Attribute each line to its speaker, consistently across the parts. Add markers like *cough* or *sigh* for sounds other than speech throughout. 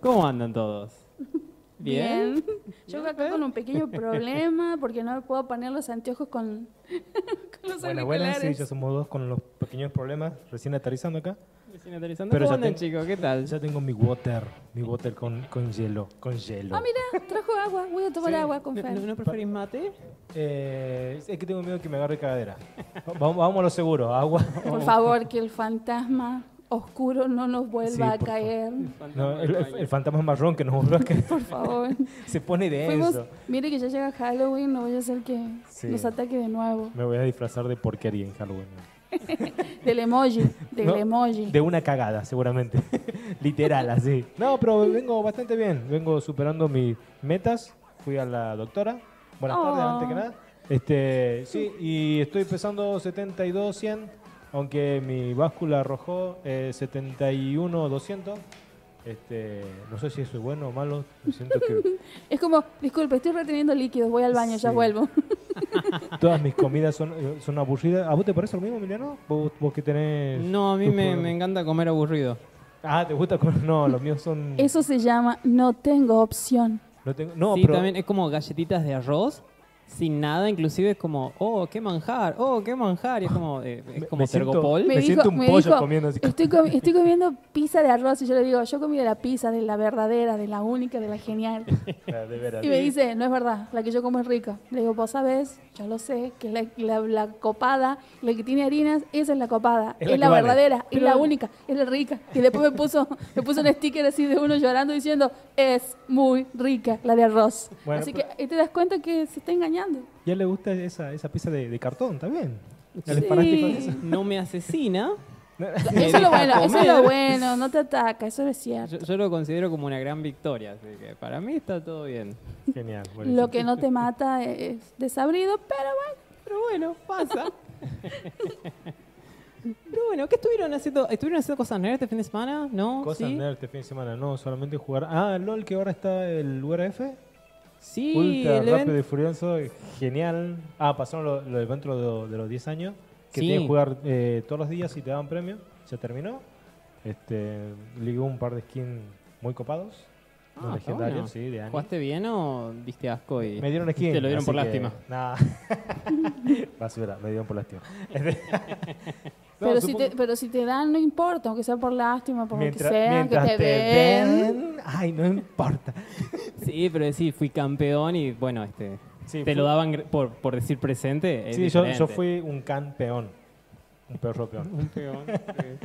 Speaker 1: ¿Cómo andan todos? ¿Bien? *laughs*
Speaker 2: Yo acá con un pequeño problema porque no me puedo poner los anteojos con, *laughs* con los
Speaker 3: Bueno, bueno,
Speaker 2: auriculares.
Speaker 3: sí, ya somos dos con los pequeños problemas, recién aterrizando acá.
Speaker 1: Recién aterrizando.
Speaker 3: Pero
Speaker 1: ¿Cómo
Speaker 3: ya
Speaker 1: andan,
Speaker 3: te-
Speaker 1: chicos? ¿Qué tal?
Speaker 3: Ya tengo mi water, mi water con, con hielo, con hielo.
Speaker 2: Ah, mira, trajo agua. Voy a tomar
Speaker 3: Sí.
Speaker 2: agua con
Speaker 1: ¿No,
Speaker 2: Fer.
Speaker 1: no- no preferís mate?
Speaker 3: Eh, es que tengo miedo que me agarre cadera. *laughs* vamos, vamos a lo seguro, agua.
Speaker 2: Por favor, que el fantasma oscuro no nos
Speaker 3: Sí,
Speaker 2: vuelva
Speaker 3: por
Speaker 2: a caer.
Speaker 3: No, el, el- el fantasma marrón *laughs* que nos volvió a caer.
Speaker 2: Por
Speaker 3: *laughs*
Speaker 2: favor.
Speaker 3: se pone
Speaker 2: Fuimos,
Speaker 3: denso.
Speaker 2: mire que ya llega Halloween, no vaya a ser que
Speaker 3: Sí.
Speaker 2: nos ataque de nuevo.
Speaker 3: Me voy a disfrazar de porquería en Halloween.
Speaker 2: Del
Speaker 3: *laughs*
Speaker 2: emoji, del
Speaker 3: No,
Speaker 2: emoji.
Speaker 3: De una cagada, seguramente. *laughs* Literal, así. No, pero vengo bastante bien. Vengo superando mis metas. Fui a la doctora. Buenas tardes,
Speaker 2: Oh.
Speaker 3: antes que nada. Este, sí, y estoy pesando 72, 100. Aunque mi báscula arrojó eh, 71, 200. Este, no sé si eso es bueno o malo. me Siento
Speaker 2: *laughs*
Speaker 3: que
Speaker 2: Es como, disculpe, estoy reteniendo líquidos, voy al baño, ya
Speaker 3: Sí.
Speaker 2: vuelvo.
Speaker 3: todas mis comidas son, eh, son aburridas. ¿A vos te parece lo mismo, Emiliano? ¿Vos, vos que tenés...?
Speaker 1: No, a mí
Speaker 3: tus
Speaker 1: me,
Speaker 3: problemas?
Speaker 1: me encanta comer aburrido.
Speaker 3: Ah, ¿te gusta comer? No, los míos son...
Speaker 2: Eso se llama no tengo opción.
Speaker 3: No, tengo- no,
Speaker 1: sí,
Speaker 3: pero
Speaker 1: también es como galletitas de arroz sin nada, inclusive es como, oh, qué manjar, oh, qué manjar. Y es como, eh, es
Speaker 3: Me-
Speaker 1: como
Speaker 3: me siento-
Speaker 1: Tergopol.
Speaker 3: Me siento un pollo comiendo así. *laughs*
Speaker 2: Estoy, comi- estoy comiendo pizza de arroz y yo le digo, yo comí de la pizza, de la verdadera, de la única, de la
Speaker 3: *laughs*
Speaker 2: genial.
Speaker 3: Ah, de veras.
Speaker 2: Y me dice, no es verdad, la que yo como es rica. Le digo, vos sabés, yo lo sé, que la, la- la copada, la que tiene harinas, esa es la copada,
Speaker 3: Es
Speaker 2: es
Speaker 3: la
Speaker 2: la,
Speaker 3: que vale.
Speaker 2: verdadera, es la única, es la rica. Y después me puso, *laughs* me puso un sticker así de uno llorando diciendo, es muy rica la de arroz.
Speaker 3: Bueno,
Speaker 2: así
Speaker 3: pero-
Speaker 2: que ahí te das cuenta que se está engañando.
Speaker 3: Ya le gusta esa, esa pieza de, de cartón también. Ya le
Speaker 2: Sí.
Speaker 3: paraste con eso.
Speaker 1: No me asesina. Me
Speaker 2: Eso es
Speaker 1: deja
Speaker 2: lo bueno, eso es lo
Speaker 1: comer.
Speaker 2: bueno, no te ataca, eso es cierto.
Speaker 1: Yo, yo lo considero como una gran victoria, así que para mí está todo bien.
Speaker 3: Genial. buenísimo.
Speaker 2: Lo que no te mata es desabrido, pero bueno.
Speaker 1: Pero bueno, pasa. *laughs* Pero bueno, ¿qué estuvieron haciendo? ¿Estuvieron haciendo cosas nerds este fin de semana? ¿No?
Speaker 3: Cosas
Speaker 1: ¿Sí?
Speaker 3: nerd este fin de semana, no, solamente jugar. Ah, LOL, que ahora está el URF.
Speaker 1: Sí,
Speaker 3: Ultra,
Speaker 1: el
Speaker 3: rápido y
Speaker 1: evento-
Speaker 3: furioso, genial. Ah, pasaron los lo eventos de, lo- de los 10 años, que
Speaker 1: Sí.
Speaker 3: tienes que jugar eh, todos los días y te daban premio. Ya terminó. Este, ligó un par de skins muy copados.
Speaker 1: Ah,
Speaker 3: unos
Speaker 1: está
Speaker 3: legendarios,
Speaker 1: bueno.
Speaker 3: sí, de anime.
Speaker 1: ¿Jugaste bien o diste asco y
Speaker 3: Me dieron skin.
Speaker 1: te lo dieron
Speaker 3: así
Speaker 1: por
Speaker 3: que-
Speaker 1: lástima?
Speaker 3: Nah. *laughs* Basura, me dieron por lástima. No,
Speaker 2: Pero, si
Speaker 3: supongo-
Speaker 2: te, pero si te dan, no importa, aunque sea por lástima, por
Speaker 3: mientras,
Speaker 2: lo que sea,
Speaker 3: mientras
Speaker 2: que te, ven.
Speaker 3: Ay, no importa.
Speaker 1: *laughs* Sí, pero sí, fui campeón y bueno, este,
Speaker 3: Sí,
Speaker 1: te
Speaker 3: fui-
Speaker 1: lo daban gr- por, por decir presente. es
Speaker 3: Sí, yo, yo
Speaker 1: diferente.
Speaker 3: fui un campeón. Un perro peón.
Speaker 1: Un peón,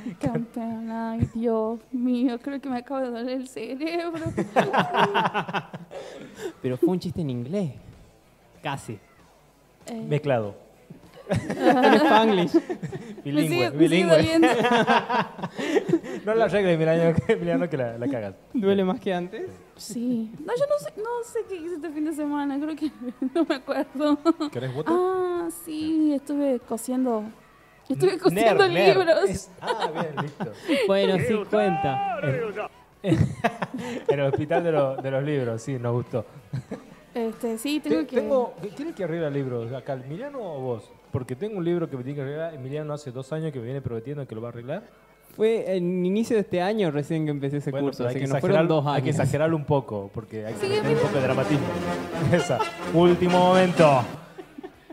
Speaker 1: sí.
Speaker 2: Campeón, ay, Dios mío, creo que me acaba de doler el
Speaker 3: *laughs*
Speaker 2: cerebro.
Speaker 1: Pero fue un chiste en inglés. Casi.
Speaker 2: Eh,
Speaker 3: Mezclado.
Speaker 1: *laughs* En
Speaker 3: *laughs*
Speaker 1: Spanglish.
Speaker 2: me sigue, me
Speaker 3: Bilingüe.
Speaker 2: sigue
Speaker 3: bilingüe.
Speaker 2: doliendo.
Speaker 3: *laughs* No la arregles, Emiliano, *laughs* que, Emiliano, que la, la cagas.
Speaker 1: Duele más que antes.
Speaker 2: Sí. No, yo no sé, no sé qué hice este fin de semana, creo que *laughs* no me acuerdo.
Speaker 3: ¿Querés votar?
Speaker 2: Ah, sí, estuve cosiendo. Estuve cosiendo
Speaker 3: Ner, ner.
Speaker 2: libros.
Speaker 3: Es- ah, bien, listo.
Speaker 1: Bueno, sí cuenta.
Speaker 3: En el hospital de, lo- de los libros, sí, nos gustó.
Speaker 2: Este, sí, tengo
Speaker 3: Te-
Speaker 2: que.
Speaker 3: tengo- ¿Quién es que arregla libros? ¿Acá Emiliano o vos? Porque tengo un libro que me tiene que arreglar. Emiliano hace dos años que me viene prometiendo que lo va a arreglar.
Speaker 1: Fue en inicio de este año recién que empecé ese
Speaker 3: Bueno,
Speaker 1: curso,
Speaker 3: pero
Speaker 1: así
Speaker 3: hay
Speaker 1: que
Speaker 3: este que
Speaker 1: nos fueron
Speaker 3: exagerarlo-
Speaker 1: dos años.
Speaker 3: Hay que exagerarlo un poco, porque hay que
Speaker 2: Sí,
Speaker 3: meter un
Speaker 2: Emiliano.
Speaker 3: poco de dramatismo. Esa. Último momento.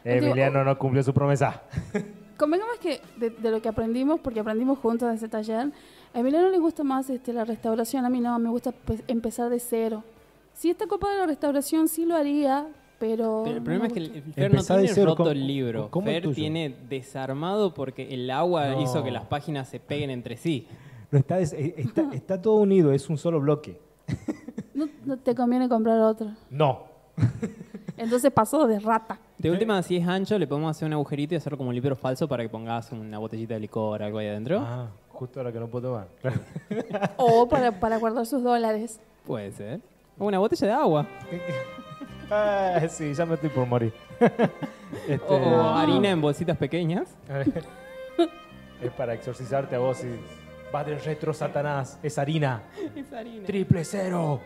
Speaker 3: Emiliano no cumplió su promesa.
Speaker 2: Convengamos que de, de lo que aprendimos, porque aprendimos juntos de ese taller, a Emiliano le gusta más este, la restauración, a mí no, me gusta pues, empezar de cero. Si esta copa de la restauración sí lo haría, pero...
Speaker 1: Pero el
Speaker 2: no
Speaker 1: problema
Speaker 2: me
Speaker 1: es que
Speaker 2: gusta.
Speaker 1: el- el Fer no
Speaker 3: Empezá de
Speaker 1: tiene
Speaker 3: cero,
Speaker 1: roto
Speaker 3: ¿cómo-
Speaker 1: el libro.
Speaker 3: cómo el
Speaker 1: Fer
Speaker 3: tuyo?
Speaker 1: tiene desarmado porque el agua
Speaker 3: No.
Speaker 1: hizo que las páginas se peguen entre sí.
Speaker 3: No está, des- eh, está, está todo unido, es un solo bloque.
Speaker 2: No, no te conviene comprar otro.
Speaker 3: No.
Speaker 2: Entonces pasó de rata.
Speaker 3: Eh.
Speaker 1: De última, si es ancho, le podemos hacer un agujerito y hacerlo como un libro falso para que pongas una botellita de licor o algo ahí adentro.
Speaker 3: Ah, justo ahora que no puedo tomar. Claro.
Speaker 2: O para, para guardar sus dólares.
Speaker 1: Puede ser. O una botella de agua.
Speaker 3: Ah, sí, ya me estoy por morir. *laughs* Este,
Speaker 1: O, o harina en bolsitas pequeñas.
Speaker 3: Es para exorcizarte a vos y vas del retro Satanás, *laughs* es harina.
Speaker 1: Es harina.
Speaker 3: Triple cero.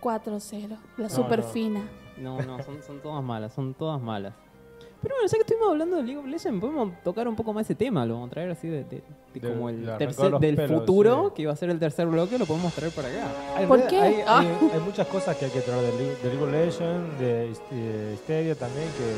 Speaker 2: 4-0, la super fina.
Speaker 1: No, no, son, son todas malas, son todas malas. Pero bueno, ya que estuvimos hablando de League of Legends, podemos tocar un poco más ese tema. Lo vamos a traer así de, de- de
Speaker 3: Del-
Speaker 1: como el
Speaker 3: le arrancó
Speaker 1: tercer,
Speaker 3: los
Speaker 1: del
Speaker 3: pelos,
Speaker 1: futuro,
Speaker 3: sí.
Speaker 1: que iba a ser el tercer bloque, lo podemos traer para acá.
Speaker 3: Hay
Speaker 2: ¿Por
Speaker 3: re-
Speaker 2: qué?
Speaker 3: Hay, hay-
Speaker 2: Ah.
Speaker 3: hay muchas cosas que hay que traer de, Li- de League of Legends, de Ist- eh, Stadia también, que...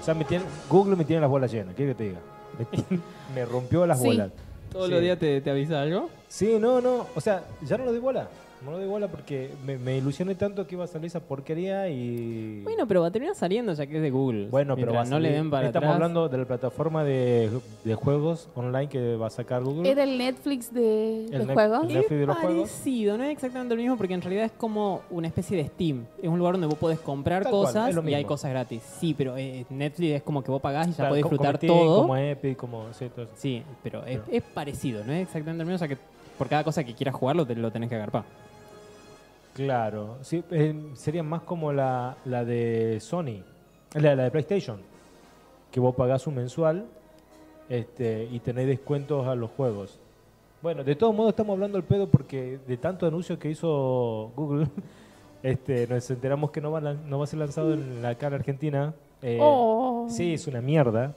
Speaker 3: O sea, me tiene- Google me tiene las bolas llenas, ¿qué que te diga? Me, *laughs* ti- me rompió las
Speaker 2: Sí.
Speaker 3: bolas.
Speaker 1: Todos
Speaker 3: Sí.
Speaker 1: los días te, te avisa algo.
Speaker 3: Sí, no, no. O sea, ya no lo doy bola. No lo doy bola porque me, me ilusioné tanto que iba a salir esa porquería y...
Speaker 1: Bueno, pero va a terminar saliendo ya que es de Google.
Speaker 3: Bueno, pero
Speaker 1: Mientras
Speaker 3: va a
Speaker 1: no le
Speaker 3: salir.
Speaker 1: den para
Speaker 3: Estamos
Speaker 1: atrás.
Speaker 3: hablando de la plataforma de, de juegos online que va a sacar Google.
Speaker 2: Era el Netflix de, de
Speaker 3: Net-
Speaker 2: juegos.
Speaker 3: Mm. el Netflix de los juegos.
Speaker 1: Parecido, no es exactamente lo mismo porque en realidad es como una especie de Steam. Es un lugar donde vos podés comprar
Speaker 3: Tal cual,
Speaker 1: cosas
Speaker 3: es lo
Speaker 1: y hay
Speaker 3: mismo.
Speaker 1: cosas gratis. Sí, pero eh, Netflix es como que vos pagás y ya
Speaker 3: Claro,
Speaker 1: podés
Speaker 3: co-
Speaker 1: disfrutar
Speaker 3: como Steam,
Speaker 1: todo.
Speaker 3: Como Epic, como... Sí, todo eso.
Speaker 1: Sí, pero es,
Speaker 3: Claro.
Speaker 1: es parecido, no es exactamente lo mismo. O sea que por cada cosa que quieras jugar lo, te- lo tenés que agarpar. *laughs*
Speaker 3: Claro, sí, eh, sería más como la, la de Sony, la, la de PlayStation, que vos pagás un mensual este, y tenés descuentos a los juegos. Bueno, de todos modos estamos hablando al pedo porque de tanto anuncio que hizo Google, *laughs* este, nos enteramos que no va, a lan- no va a ser lanzado en la cara argentina. Eh,
Speaker 2: Oh.
Speaker 3: Sí, es una mierda.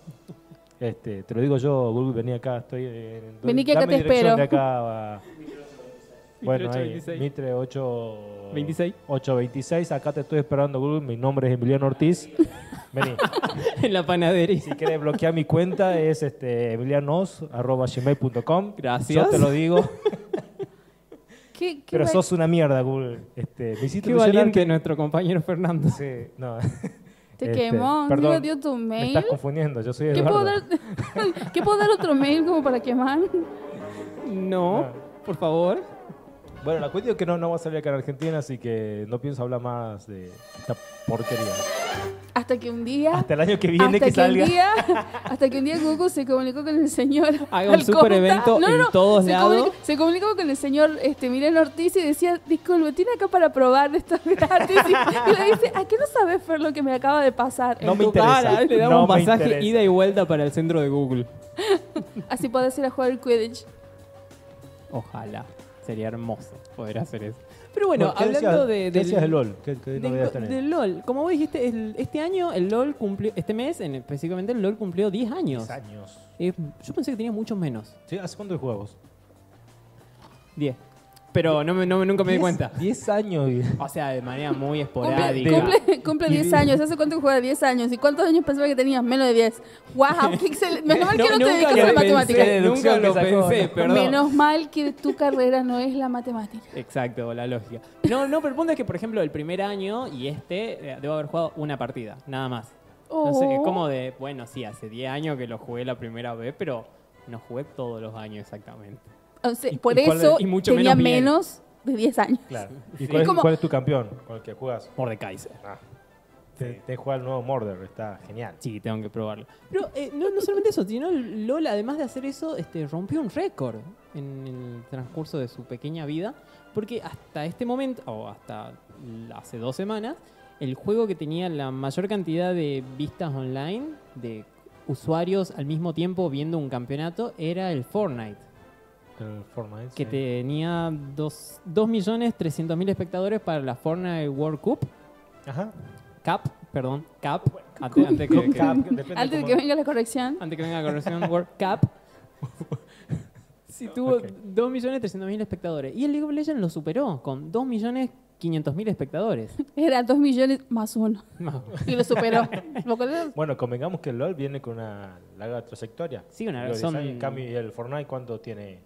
Speaker 3: Este, te lo digo yo, Google, vení acá, estoy en...
Speaker 2: Vení que acá
Speaker 3: dame
Speaker 2: te
Speaker 3: dirección
Speaker 2: espero.
Speaker 3: de acá a- bueno, ahí,
Speaker 1: 2826.
Speaker 3: Mitre 8...
Speaker 1: 26.
Speaker 3: 826, acá te estoy esperando, Google. Mi nombre es Emiliano Ortiz.
Speaker 1: *laughs*
Speaker 3: Vení.
Speaker 1: en la panadería.
Speaker 3: Si quieres bloquear mi cuenta es este, emilianos.gmail.com.
Speaker 1: Gracias.
Speaker 3: Yo te
Speaker 1: *laughs*
Speaker 3: lo digo.
Speaker 2: ¿Qué, qué
Speaker 3: pero
Speaker 2: va-
Speaker 3: sos una mierda, Google. Este, me hiciste
Speaker 1: Qué
Speaker 3: ilusionar
Speaker 1: valiente
Speaker 3: que-
Speaker 1: nuestro compañero Fernando.
Speaker 3: Sí, no. *laughs*
Speaker 2: Te
Speaker 3: Este,
Speaker 2: quemó,
Speaker 3: perdón,
Speaker 2: encima dio tu
Speaker 3: Me
Speaker 2: mail.
Speaker 3: estás confundiendo, yo soy
Speaker 2: ¿Qué
Speaker 3: Eduardo.
Speaker 2: puedo, dar, ¿Qué puedo dar *laughs* otro mail como para quemar?
Speaker 1: No, por favor.
Speaker 3: Bueno, la cuestión es que no, no va a salir acá en Argentina, así que no pienso hablar más de esta porquería.
Speaker 1: Ah.
Speaker 2: Hasta que un día.
Speaker 3: Hasta el año que viene
Speaker 2: hasta
Speaker 3: que salga.
Speaker 2: Un día, hasta que un día Goku se comunicó con el señor.
Speaker 1: *laughs* Haga un
Speaker 2: Alcorta.
Speaker 1: super evento en todos
Speaker 2: se
Speaker 1: lados.
Speaker 2: comunicó- se comunicó con el señor este, Miren Ortiz y decía: Disculpe, tiene acá para probar esto *laughs* gratis. Y, y le dice: ¿A qué no sabes, Fer, lo que me acaba de pasar?
Speaker 3: No
Speaker 1: En
Speaker 3: me
Speaker 1: tu
Speaker 3: interesa,
Speaker 1: cara, le damos un
Speaker 3: no me
Speaker 1: pasaje
Speaker 3: interesa.
Speaker 1: ida y vuelta para el centro de Google.
Speaker 2: Así podés ir a jugar el Quidditch.
Speaker 1: Ojalá. Sería hermoso poder hacer eso. Pero bueno,
Speaker 3: ¿qué
Speaker 1: hablando
Speaker 3: decías-
Speaker 1: de,
Speaker 3: ¿Qué
Speaker 1: del-
Speaker 3: decías de LOL? ¿Qué, qué
Speaker 1: del-
Speaker 3: novedades tenés?
Speaker 1: del LOL. Como vos dijiste, el- este año el LOL cumplió, este mes en- específicamente el LOL cumplió 10 años.
Speaker 3: Diez años.
Speaker 1: Eh, yo pensé que tenía muchos menos.
Speaker 3: Sí, ¿Hace cuánto jugabas?
Speaker 1: 10. Pero no me- no me- nunca me di cuenta.
Speaker 3: 10 años. y-
Speaker 1: O sea, de manera muy
Speaker 2: Cumple,
Speaker 1: esporádica.
Speaker 2: cumple, cumple
Speaker 3: Y
Speaker 2: 10
Speaker 3: diga.
Speaker 2: años. ¿Hace cuánto que juega 10 años? ¿Y cuántos años pensaba que tenías? Menos de 10.
Speaker 1: *laughs*
Speaker 2: ¡Wow! ¡Qué excelente! Menos mal que no, te
Speaker 1: nunca
Speaker 2: dedicas
Speaker 1: lo
Speaker 2: a
Speaker 1: pensé,
Speaker 2: la matemática.
Speaker 1: Nunca
Speaker 3: Deducción
Speaker 1: lo
Speaker 3: que sacó,
Speaker 1: pensé,
Speaker 3: ¿no?
Speaker 1: perdón.
Speaker 2: Menos mal que tu carrera no es la matemática.
Speaker 1: Exacto, la lógica. No, no, pero el punto es que, por ejemplo, el primer año y este, eh, debo haber jugado una partida, nada más. No sé, es
Speaker 2: Oh.
Speaker 1: como de, bueno, sí, hace 10 años que lo jugué la primera vez, pero no jugué todos los años exactamente.
Speaker 2: O sea,
Speaker 3: ¿Y-
Speaker 2: por
Speaker 3: y cuál
Speaker 2: eso
Speaker 1: es- y mucho
Speaker 2: tenía
Speaker 1: menos bien?
Speaker 2: menos de 10 años.
Speaker 3: Claro. ¿Y
Speaker 1: Sí.
Speaker 3: cuál, es,
Speaker 2: Como-
Speaker 3: cuál es tu campeón con el que juegas?
Speaker 1: Mordekaiser.
Speaker 3: Te, te juega el nuevo Murder, está genial.
Speaker 1: Sí, tengo que probarlo. Pero eh, no, no solamente eso, sino el LOL, además de hacer eso, este, rompió un récord en el transcurso de su pequeña vida. Porque hasta este momento, o hasta l- hace dos semanas, el juego que tenía la mayor cantidad de vistas online, de usuarios al mismo tiempo viendo un campeonato, era el Fortnite.
Speaker 3: El Fortnite,
Speaker 1: Que
Speaker 3: sí.
Speaker 1: tenía dos- 2.300.000 espectadores para la Fortnite World Cup. *laughs*
Speaker 3: Ajá.
Speaker 1: Cup, perdón, Cup. Antes, antes que- que,
Speaker 3: Cap, depende
Speaker 2: Antes de
Speaker 3: cómo-
Speaker 2: que venga la corrección,
Speaker 1: antes que venga la
Speaker 3: *laughs*
Speaker 1: corrección World Cup. Sí, tuvo
Speaker 3: Ok.
Speaker 1: 2.300.000 espectadores. Y el League of Legends lo superó con 2.500.000
Speaker 3: *laughs*
Speaker 1: espectadores.
Speaker 2: era 2 millones más uno.
Speaker 1: No,
Speaker 2: Y
Speaker 1: *laughs*
Speaker 2: lo superó. ¿Lo cual
Speaker 3: Bueno, convengamos que el LOL viene con una larga trayectoria.
Speaker 1: Sí, una-
Speaker 3: Digo, diez
Speaker 1: son-
Speaker 3: años. En cambio, ¿y el Fortnite cuánto tiene?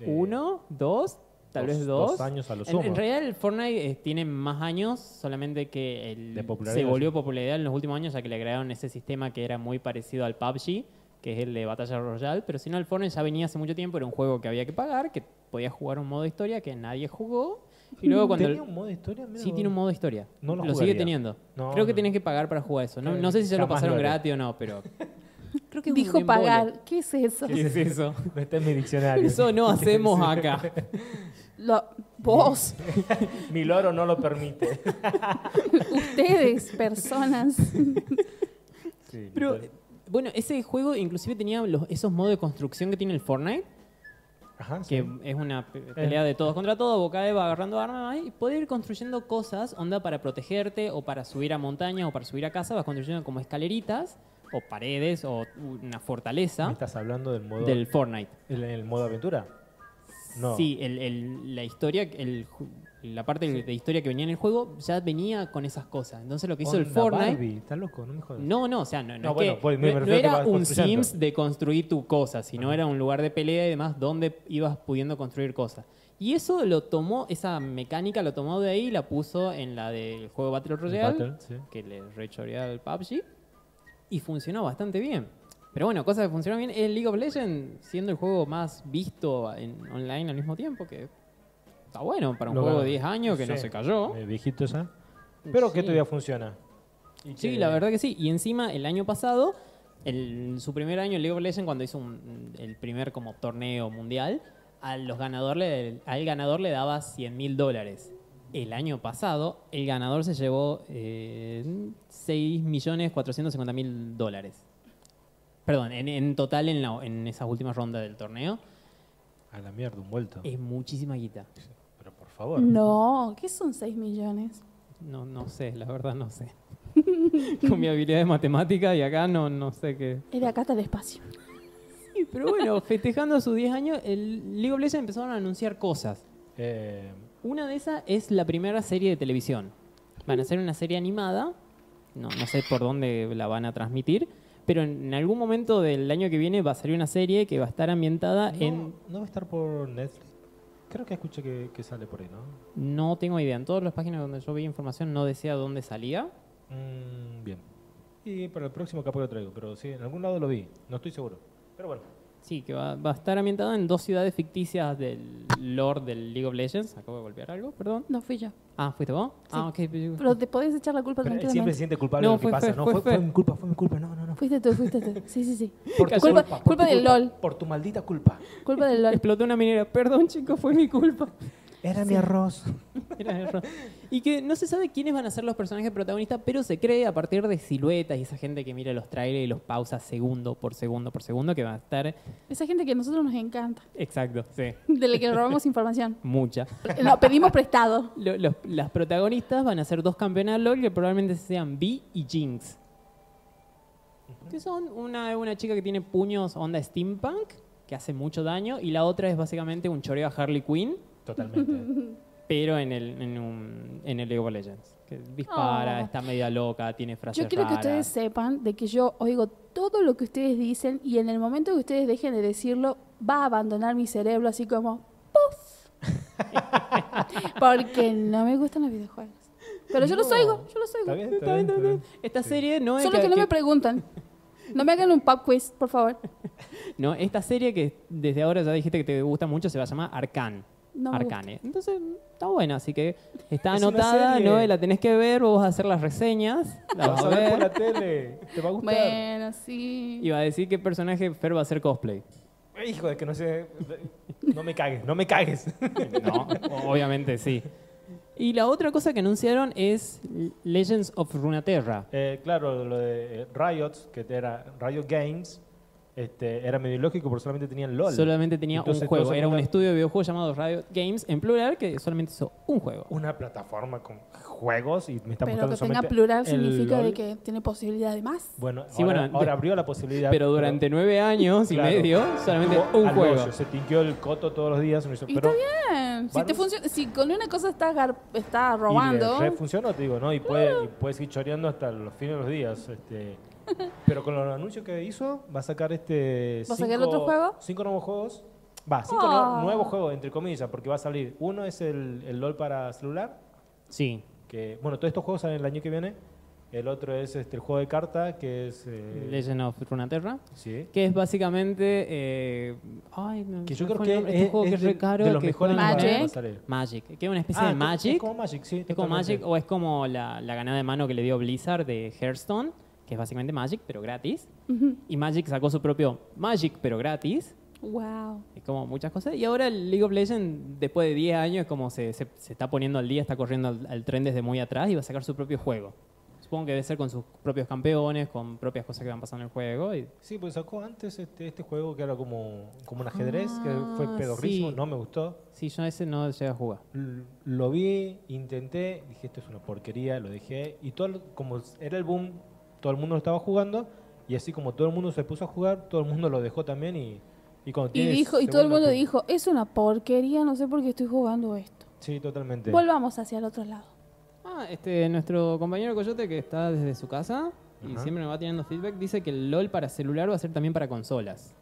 Speaker 3: Eh,
Speaker 1: Uno, dos, tal
Speaker 3: dos-
Speaker 1: vez dos.
Speaker 3: Dos años a lo
Speaker 1: En,
Speaker 3: sumo.
Speaker 1: en realidad el Fortnite eh, tiene más años, solamente que el-
Speaker 3: De popularidad,
Speaker 1: se volvió
Speaker 3: sí.
Speaker 1: popularidad en los últimos años, ya que le agregaron ese sistema que era muy parecido al PUBG, que es el de Batalla Royale, pero si no el Fortnite ya venía hace mucho tiempo, era un juego que había que pagar, que podías jugar un modo historia que nadie jugó, y luego cuando...
Speaker 3: ¿Tenía un modo de historia? Mira
Speaker 1: Sí,
Speaker 3: vos.
Speaker 1: tiene un modo de historia.
Speaker 3: No lo
Speaker 1: lo
Speaker 3: jugaría.
Speaker 1: sigue teniendo.
Speaker 3: No,
Speaker 1: Creo que
Speaker 3: no.
Speaker 1: tienes que pagar para jugar eso. No,
Speaker 3: Eh,
Speaker 1: no sé si se lo
Speaker 3: jamás
Speaker 1: pasaron
Speaker 3: lo haré.
Speaker 1: gratis o no, pero. *laughs* Creo que es un
Speaker 2: dijo
Speaker 1: embole.
Speaker 3: *laughs*
Speaker 2: pagar. ¿Qué es
Speaker 1: *laughs*
Speaker 2: eso?
Speaker 1: ¿Qué es eso?
Speaker 3: No está en mi diccionario.
Speaker 1: Eso
Speaker 3: *laughs*
Speaker 1: no hacemos acá.
Speaker 2: Lo- vos,
Speaker 3: mi loro no
Speaker 1: *laughs*
Speaker 3: lo permite.
Speaker 2: ustedes, personas.
Speaker 3: Sí,
Speaker 1: Pero, eh,
Speaker 3: entonces-
Speaker 1: bueno, ese juego inclusive tenía los, esos modos de construcción que tiene el Fortnite,
Speaker 3: Ajá, sí.
Speaker 1: que es una pe- pelea de todos contra todos, boca de va agarrando armas y poder ir construyendo cosas, onda para protegerte o para subir a montañas o para subir a casa, vas construyendo como escaleritas o paredes o una
Speaker 3: ¿Me
Speaker 1: fortaleza
Speaker 3: estás hablando del modo,
Speaker 1: del Fortnite.
Speaker 3: el, el modo aventura? No.
Speaker 1: Sí, el- el- la historia, el ju- la parte de historia que venía en el juego ya venía con esas cosas. Entonces lo que hizo el
Speaker 3: Onda
Speaker 1: Fortnite...
Speaker 3: Barbie, ¿Estás loco? No me jodas.
Speaker 1: No, no, o sea, no, no
Speaker 3: No,
Speaker 1: es
Speaker 3: bueno,
Speaker 1: que-
Speaker 3: pues, me
Speaker 1: no- no
Speaker 3: refiero a que
Speaker 1: era
Speaker 3: vas
Speaker 1: un
Speaker 3: construyendo.
Speaker 1: Sims de construir tu cosa, sino era un lugar de pelea y demás donde ibas pudiendo construir cosas. Y eso lo tomó, esa mecánica lo tomó de ahí y la puso en la del juego Battle Royale,
Speaker 3: Battle, sí.
Speaker 1: que le rechoreó al PUBG, y funcionó bastante bien. Pero bueno, cosa que funcionó bien, el League of Legends siendo el juego más visto en online al mismo tiempo, que está bueno para un
Speaker 3: Lo
Speaker 1: juego de
Speaker 3: ganó.
Speaker 1: 10 años que no
Speaker 3: Sí.
Speaker 1: se cayó.
Speaker 3: Eh, viejito esa. Pero que
Speaker 1: Sí.
Speaker 3: todavía funciona. Y
Speaker 1: Sí,
Speaker 3: que-
Speaker 1: la verdad que sí. Y encima, el año pasado, el, su primer año en League of Legends, cuando hizo un- el primer como torneo mundial, a los ganador le- al ganador le daba 100 mil dólares. El año pasado, el ganador se llevó eh, 6.450.000 dólares. Perdón, en, en total en, la, en esa última ronda del torneo.
Speaker 3: A la mierda, un vuelto.
Speaker 1: Es muchísima guita.
Speaker 3: Pero por favor.
Speaker 2: No, ¿qué son 6 millones?
Speaker 1: No, no sé, la verdad no sé. *laughs* Con mi habilidad de matemática y acá no, no sé qué.
Speaker 2: Era acá hasta el espacio.
Speaker 1: Sí, pero bueno, festejando sus 10 años, el League of Legends empezaron a anunciar cosas.
Speaker 3: Eh,
Speaker 1: Una de esas es la primera serie de televisión. Van a hacer una serie animada, no, no sé por dónde la van a transmitir, pero en algún momento del año que viene va a salir una serie que va a estar ambientada en...
Speaker 3: no, no va a estar por Netflix? Creo que escuché que, que sale por ahí, ¿no?
Speaker 1: No tengo idea, en todas las páginas donde yo vi información no decía dónde salía.
Speaker 3: Mm, bien. Y para el próximo capaz lo traigo, pero sí, en algún lado lo vi. No estoy seguro. Pero bueno.
Speaker 1: Sí, que va, va a estar ambientada en dos ciudades ficticias del lore del League of Legends. Acabo de golpear algo, perdón.
Speaker 2: No fui yo.
Speaker 1: Ah, ¿fuiste vos? Ah, ok.
Speaker 2: Pero te podés echar la culpa
Speaker 1: eh,
Speaker 3: Pero él siempre
Speaker 2: tranquilamente.
Speaker 3: se siente culpable
Speaker 1: No,
Speaker 3: de lo que
Speaker 1: fue-
Speaker 3: pasa.
Speaker 1: fue-
Speaker 3: no,
Speaker 1: fue-
Speaker 3: fue,
Speaker 1: fue.
Speaker 3: fue mi culpa, fue mi culpa. No, no, no.
Speaker 2: Fuiste tú, fuiste tú. Sí, sí, sí.
Speaker 3: Por tu
Speaker 2: Culpa-
Speaker 3: por
Speaker 2: culpa
Speaker 3: tu
Speaker 2: del LOL.
Speaker 3: Por tu maldita culpa.
Speaker 2: Culpa
Speaker 1: *laughs*
Speaker 2: del LOL.
Speaker 1: Explotó una minera. Perdón, chicos, fue mi culpa.
Speaker 3: Era mi arroz.
Speaker 1: *laughs* Era error. y que no se sabe quiénes van a ser los personajes protagonistas, pero se cree a partir de siluetas y esa gente que mira los trailers y los pausa segundo por segundo por segundo que van a estar.
Speaker 2: Esa gente que a nosotros nos encanta.
Speaker 1: Exacto, sí.
Speaker 2: De la que robamos información.
Speaker 1: Mucha.
Speaker 2: No, pedimos prestado.
Speaker 1: Lo- los- las protagonistas van a ser dos campeonas LOL que probablemente sean Vi y Jinx. Que son una es una chica que tiene puños onda steampunk, que hace mucho daño, y la otra es básicamente un choreo a Harley Quinn, *laughs*
Speaker 3: Totalmente.
Speaker 1: pero en el, en un- en el League of Legends. Que dispara,
Speaker 2: Oh.
Speaker 1: está media loca, tiene frases
Speaker 2: Yo quiero que
Speaker 1: raras.
Speaker 2: ustedes sepan de que yo oigo todo lo que ustedes dicen y en el momento que ustedes dejen de decirlo, va a abandonar mi cerebro así como
Speaker 3: *laughs*
Speaker 2: ¡puf! Porque no me gustan los videojuegos. Pero yo los
Speaker 3: No.
Speaker 2: oigo, yo los
Speaker 3: ¿Está
Speaker 2: oigo.
Speaker 3: bien?
Speaker 1: Está bien, está bien. Esta serie no es
Speaker 2: Solo que no me preguntan. No me hagan un pop quiz, por favor.
Speaker 1: no, esta serie que desde ahora ya dijiste que te gusta mucho se va a llamar Arcane.
Speaker 2: No me gusta.
Speaker 1: Arcane. Entonces, está buena, así que está
Speaker 3: Es una
Speaker 1: anotada,
Speaker 3: serie.
Speaker 1: ¿no? La tenés que ver, vos vas a hacer las
Speaker 3: *laughs*
Speaker 1: reseñas, la
Speaker 3: La
Speaker 1: vas a
Speaker 3: ver por la
Speaker 1: ver.
Speaker 3: tele. Te va a gustar.
Speaker 2: Bueno, sí.
Speaker 1: Y va a decir qué personaje Fer va a hacer
Speaker 3: *laughs*
Speaker 1: cosplay.
Speaker 3: Hijo de que no sé. No me cagues, no me cagues.
Speaker 1: No, obviamente sí. Y la otra cosa que anunciaron es Legends of Runeterra.
Speaker 3: *laughs* Eh, claro, lo de eh, Riot, que era Riot Games, este, era medio ilógico porque solamente tenían LOL.
Speaker 1: Solamente tenía
Speaker 3: Entonces,
Speaker 1: un juego,
Speaker 3: todo se
Speaker 1: era un
Speaker 3: junta-
Speaker 1: estudio de videojuegos llamado Riot Games en plural que solamente hizo un juego.
Speaker 3: Una plataforma con juegos y me está
Speaker 2: Pero
Speaker 3: mostrando
Speaker 2: que tenga
Speaker 3: solamente
Speaker 2: plural
Speaker 3: el
Speaker 2: significa de
Speaker 3: LOL.
Speaker 2: que tiene posibilidad de más.
Speaker 3: Bueno,
Speaker 1: Sí,
Speaker 3: ahora,
Speaker 1: bueno,
Speaker 3: ahora
Speaker 1: de-
Speaker 3: abrió la posibilidad.
Speaker 1: Pero durante nueve años y
Speaker 3: Claro.
Speaker 1: medio, solamente
Speaker 3: Tuvo
Speaker 1: un
Speaker 3: al
Speaker 1: juego.
Speaker 3: hoyo, Se tinqueó el coto todos los días. uno hizo,
Speaker 2: Y
Speaker 3: pero,
Speaker 2: está bien. Si, te
Speaker 3: Barbie-
Speaker 2: funciona, si con una cosa estás, gar- estás
Speaker 3: y le
Speaker 2: robando,
Speaker 3: re funcionó, te digo, ¿no? Y puede, y puede seguir choreando hasta los fines de los días. Este. Pero con los anuncios que hizo, va a sacar este.
Speaker 2: ¿Va a sacar otro juego?
Speaker 3: Cinco nuevos juegos. Va, cinco
Speaker 2: Ah.
Speaker 3: no- nuevos juegos, entre comillas, porque va a salir. Uno es el, el LOL para celular,
Speaker 1: Sí,
Speaker 3: que. Bueno, todos estos juegos salen el año que viene. El otro es este, el juego de carta, que es. eh,
Speaker 1: Legend of Runeterra.
Speaker 3: sí.
Speaker 1: Que es básicamente. eh, ay, no,
Speaker 3: Que
Speaker 1: se
Speaker 3: yo
Speaker 1: me
Speaker 3: creo
Speaker 1: fue el
Speaker 3: que
Speaker 1: nombre,
Speaker 3: es,
Speaker 1: este juego que
Speaker 3: es
Speaker 1: es
Speaker 3: de,
Speaker 1: re caro,
Speaker 3: de los
Speaker 1: que
Speaker 3: mejores
Speaker 1: juegan-
Speaker 2: juegos que
Speaker 1: Magic.
Speaker 3: que
Speaker 2: Magic.
Speaker 3: van a salir.
Speaker 1: Magic, que es una especie
Speaker 3: Ah,
Speaker 1: de
Speaker 3: es como-
Speaker 1: Magic.
Speaker 3: Es como Magic, sí.
Speaker 1: Es como
Speaker 3: totalmente.
Speaker 1: Magic o es como la, la ganada de mano que le dio Blizzard de Hearthstone, que es básicamente Magic, pero gratis.
Speaker 2: Ujú.
Speaker 1: Y Magic sacó su propio Magic, pero gratis.
Speaker 2: wow.
Speaker 1: Es como muchas cosas. Y ahora el League of Legends, después de 10 años, es como se, se- se está poniendo al día, está corriendo al, al tren desde muy atrás y va a sacar su propio juego. Supongo que debe ser con sus propios campeones, con propias cosas que van pasando en el juego. y-
Speaker 3: Sí, pues sacó antes este, este juego que era como, como un ajedrez, que
Speaker 1: Ah,
Speaker 3: fue pedorrísimo,
Speaker 1: sí.
Speaker 3: no me gustó.
Speaker 1: Sí, yo ese no llegué a jugar.
Speaker 3: L- Lo vi, intenté, dije esto es una porquería, lo dejé. Y todo, lo- como era el boom, todo el mundo lo estaba jugando, Y así como todo el mundo se puso a jugar, todo el mundo lo dejó también y, y cuando
Speaker 2: Y,
Speaker 3: tienes
Speaker 2: dijo, y todo el
Speaker 3: segundo
Speaker 2: mundo
Speaker 3: turno-
Speaker 2: dijo, es una porquería, no sé por qué estoy jugando esto.
Speaker 3: Sí, totalmente.
Speaker 2: Volvamos hacia el otro lado.
Speaker 1: Ah, este, nuestro compañero Coyote que está desde su casa y
Speaker 3: Ajá.
Speaker 1: siempre nos va tirando feedback, dice que el LOL para celular va a ser también para consolas.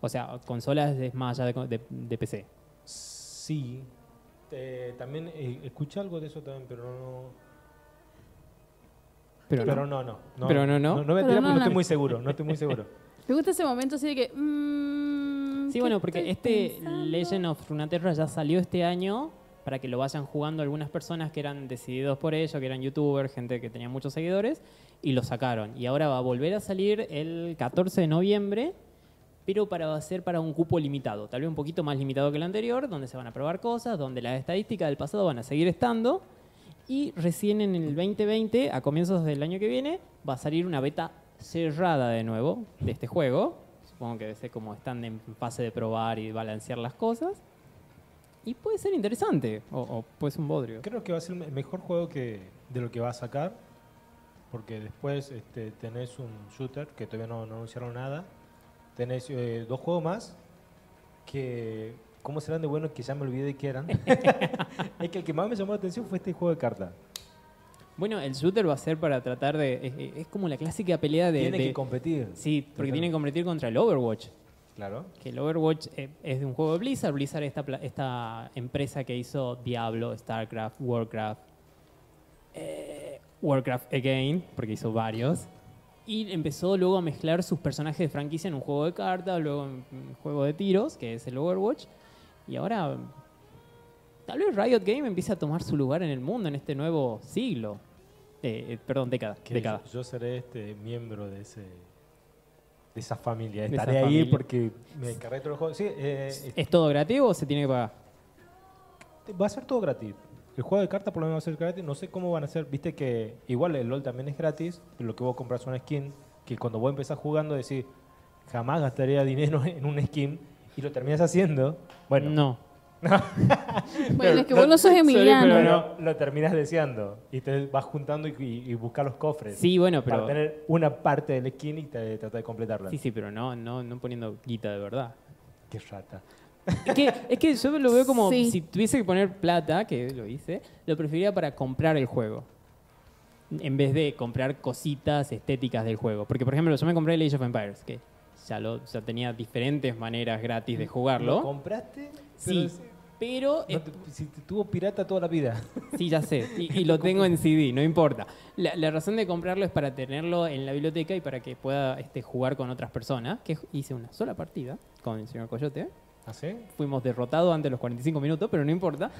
Speaker 1: O sea, consolas es más allá de, co- de- de PC.
Speaker 3: Sí. Eh, también eh, escuché algo de eso también, pero no.
Speaker 1: Pero,
Speaker 3: Pero
Speaker 1: no.
Speaker 3: no, no.
Speaker 1: Pero no, no.
Speaker 3: No, voy a
Speaker 2: Pero no,
Speaker 3: tirar porque no
Speaker 2: no.
Speaker 3: estoy muy seguro. No estoy
Speaker 1: *laughs*
Speaker 3: muy seguro.
Speaker 2: Me gusta ese momento así de que... mm,
Speaker 1: Sí,
Speaker 2: ¿qué
Speaker 1: bueno, porque
Speaker 2: estoy
Speaker 1: este
Speaker 2: pensando?
Speaker 1: Legend of Runeterra ya salió este año para que lo vayan jugando algunas personas que eran decididos por ello, que eran youtubers, gente que tenía muchos seguidores, y lo sacaron. Y ahora va a volver a salir el 14 de noviembre, pero para, va a ser para un cupo limitado, tal vez un poquito más limitado que el anterior, donde se van a probar cosas, donde las estadísticas del pasado van a seguir estando, y recién en el 2020, a comienzos del año que viene, va a salir una beta cerrada de nuevo de este juego. Supongo que debe ser como están en fase de probar y balancear las cosas. Y puede ser interesante, o, o puede ser un bodrio.
Speaker 3: Creo que va a ser el mejor juego que de lo que va a sacar. Porque después este, tenés un shooter que todavía no, no anunciaron nada. Tenés eh, dos juegos más que. ¿Cómo serán de buenos que ya me olvidé
Speaker 1: *laughs*
Speaker 3: que eran? es que el que más me llamó la atención fue este juego de cartas.
Speaker 1: Bueno, el shooter va a ser para tratar de... Es, es- es como la clásica pelea de...
Speaker 3: Tiene
Speaker 1: de-
Speaker 3: que competir.
Speaker 1: sí, porque tiene que competir contra el Overwatch.
Speaker 3: Claro.
Speaker 1: Que el Overwatch eh, es de un juego de Blizzard. Blizzard es esta, pla- esta empresa que hizo Diablo, StarCraft, Warcraft. eh, Warcraft Again, porque hizo varios. Y empezó luego a mezclar sus personajes de franquicia en un juego de cartas, luego en un juego de tiros, que es el Overwatch. Y ahora tal vez Riot Game empiece a tomar su lugar en el mundo en este nuevo siglo. Eh, eh, perdón, década.
Speaker 3: Que
Speaker 1: década.
Speaker 3: Yo, yo seré este miembro de ese de esa familia.
Speaker 1: De esa
Speaker 3: Estaré ahí
Speaker 1: familia.
Speaker 3: porque me encargué de todo el juego. Sí, eh,
Speaker 1: ¿Es todo gratis o se tiene que pagar?
Speaker 3: este, va a ser todo gratis. El juego de cartas por lo menos va a ser gratis. No sé cómo van a ser. Viste que igual el LOL también es gratis. pero Lo que vos compras una skin. Que cuando vos empezás jugando decís, jamás gastaría dinero en un skin. Y lo terminas haciendo. Bueno,
Speaker 1: No.
Speaker 2: Bueno, es que vos no sos
Speaker 1: Ah,
Speaker 2: Emiliano.
Speaker 3: Pero no, lo terminas deseando. Y te vas juntando y, y, y buscas los cofres.
Speaker 1: Sí, bueno, pero...
Speaker 3: eh, Para tener una parte del skin y te, tratar de completarla.
Speaker 1: Sí, sí, pero no, no, no poniendo guita de verdad.
Speaker 3: Qué rata.
Speaker 1: Es que, es que yo lo veo como
Speaker 2: Sí.
Speaker 1: si tuviese que poner plata, que lo hice, lo preferiría para comprar el juego. En vez de comprar cositas estéticas del juego. Porque, por ejemplo, yo me compré el Age of Empires, que ya, lo, ya tenía diferentes maneras gratis de
Speaker 3: ¿Lo
Speaker 1: jugarlo.
Speaker 3: compraste? Pero
Speaker 1: Sí,
Speaker 3: es-
Speaker 1: pero eh,
Speaker 3: no te- si te tuvo pirata toda la vida.
Speaker 1: Sí, ya sé. Y,
Speaker 3: *laughs*
Speaker 1: y lo tengo en CD, no importa. La, la razón de comprarlo es para tenerlo en la biblioteca y para que pueda este, jugar con otras personas. Que hice una sola partida con el señor Coyote.
Speaker 3: ¿Ah, sí?
Speaker 1: Fuimos derrotados antes de los 45 minutos, pero no importa.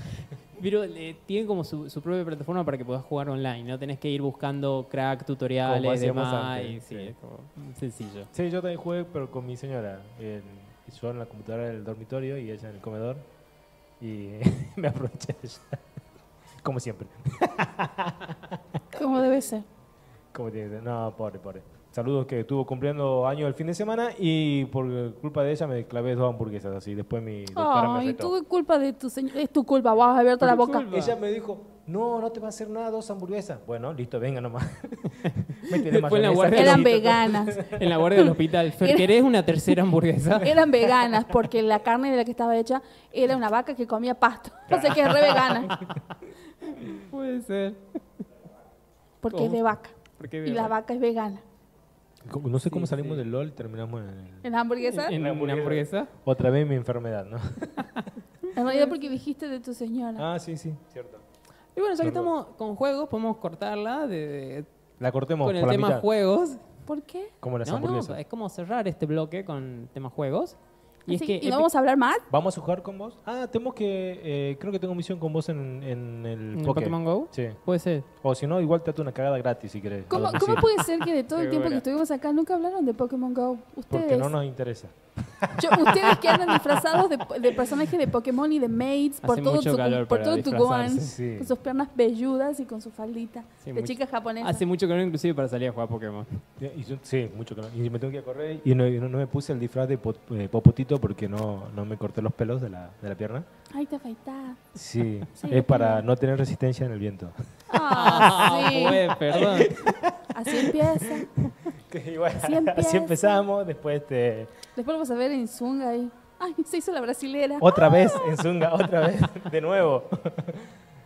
Speaker 1: Pero eh, tiene como su, su propia plataforma para que puedas jugar online. No tenés que ir buscando crack,
Speaker 3: Como
Speaker 1: tutoriales,
Speaker 3: hacíamos
Speaker 1: demás.
Speaker 3: antes,
Speaker 1: y sí,
Speaker 3: sí.
Speaker 1: es como sencillo.
Speaker 3: Sí, yo también jugué, pero con mi señora. En- yo en la computadora del dormitorio y ella en el comedor. Y *laughs* me aproveché de ella. Como siempre.
Speaker 2: Como debe ser.
Speaker 3: Como tiene que ser. No, pobre, pobre. Saludos que estuvo cumpliendo años el fin de semana y por culpa de ella me clavé dos hamburguesas así. Después mi doctora me
Speaker 2: Ay,
Speaker 3: retó.
Speaker 2: todo es culpa de tu señor. Es tu culpa, vas a abierto la
Speaker 1: Por
Speaker 2: boca.
Speaker 1: culpa.
Speaker 3: Ella me dijo, no, no te va a hacer nada, dos hamburguesas. Bueno, listo, venga nomás. *laughs* Métele
Speaker 1: Después la
Speaker 3: mayonesa,
Speaker 1: guardia- Eran
Speaker 3: quesito,
Speaker 2: Eran
Speaker 3: todo.
Speaker 2: veganas.
Speaker 1: En la guardia del hospital. Fer,
Speaker 2: Era-
Speaker 1: ¿querés una tercera hamburguesa?
Speaker 2: *laughs*
Speaker 1: *laughs*
Speaker 2: Eran veganas porque la carne de la que estaba hecha era una vaca que comía pasto. *laughs* O sea que es re vegana.
Speaker 1: Puede ser.
Speaker 2: Porque
Speaker 1: ¿Cómo?
Speaker 2: es de vaca.
Speaker 1: Porque
Speaker 2: Y la vaca es vegana.
Speaker 3: Como- No sé cómo
Speaker 1: Sí,
Speaker 3: salimos
Speaker 1: sí.
Speaker 3: del LOL y terminamos en el-
Speaker 2: ¿En la hamburguesa?
Speaker 1: en
Speaker 3: La
Speaker 1: una hamburguesa.
Speaker 3: Otra vez mi enfermedad, ¿no?
Speaker 2: En realidad porque dijiste de tu señora.
Speaker 3: ah, sí, sí, cierto.
Speaker 1: Y bueno, ya que
Speaker 3: Perdón.
Speaker 1: estamos con juegos, podemos cortarla de- de-
Speaker 3: La cortemos
Speaker 1: con el
Speaker 3: por la
Speaker 1: tema
Speaker 3: mitad.
Speaker 1: juegos.
Speaker 2: ¿Por qué?
Speaker 3: Como las
Speaker 1: No, no,
Speaker 3: hamburguesas.
Speaker 1: es como cerrar este bloque con tema juegos. Y
Speaker 2: Así-
Speaker 1: es que
Speaker 2: no
Speaker 1: Epic-
Speaker 2: Ah, vamos a hablar más?
Speaker 3: ¿Vamos a jugar con vos? Ah, tenemos que... eh, creo que tengo misión con vos en, en el
Speaker 1: en el
Speaker 3: Poké.
Speaker 1: Pokémon Go
Speaker 3: Sí.
Speaker 1: puede ser.
Speaker 3: O si no, igual te ato una cagada gratis si querés.
Speaker 2: ¿Cómo,
Speaker 3: a lo que
Speaker 2: cómo
Speaker 3: Ah, sí.
Speaker 2: puede ser que de
Speaker 3: *laughs*
Speaker 2: todo el
Speaker 1: Qué
Speaker 2: tiempo que
Speaker 1: buena.
Speaker 2: estuvimos acá nunca hablaron de Pokémon Go?
Speaker 3: Porque
Speaker 2: Ustedes,
Speaker 3: no nos interesa.
Speaker 2: yo- ustedes que andan disfrazados de, de personajes de Pokémon y de maids por
Speaker 1: Hace
Speaker 2: todo,
Speaker 1: mucho
Speaker 2: tu,
Speaker 1: calor
Speaker 2: por
Speaker 1: para
Speaker 2: todo Tucumán,
Speaker 1: disfrazarse,
Speaker 3: sí.
Speaker 2: con sus piernas velludas y con su faldita
Speaker 1: Sí,
Speaker 2: de
Speaker 1: mucho-
Speaker 2: chica japonesa.
Speaker 1: Hace mucho que no, inclusive para salir a jugar Pokémon.
Speaker 3: Y yo- sí, mucho que no. Y me tengo que correr. Y no, y no- no me puse el disfraz de pot- eh, popotito porque no, no me corté los pelos de la, de la pierna.
Speaker 2: Ay, te
Speaker 1: *laughs*
Speaker 2: afeitás.
Speaker 3: Sí,
Speaker 2: Sí,
Speaker 3: es
Speaker 2: lo
Speaker 3: para
Speaker 2: tengo.
Speaker 3: no tener
Speaker 1: Ah,
Speaker 3: resistencia en el viento.
Speaker 2: Ah, sí. *laughs*
Speaker 1: pues, perdón.
Speaker 2: Así empieza.
Speaker 3: que igual,
Speaker 2: Así
Speaker 3: así
Speaker 2: empieza.
Speaker 3: empezamos, después este,
Speaker 2: Después lo vas a ver en Zunga ahí. Ay, se hizo la brasilera.
Speaker 3: otra vez en Zunga, otra vez, de nuevo.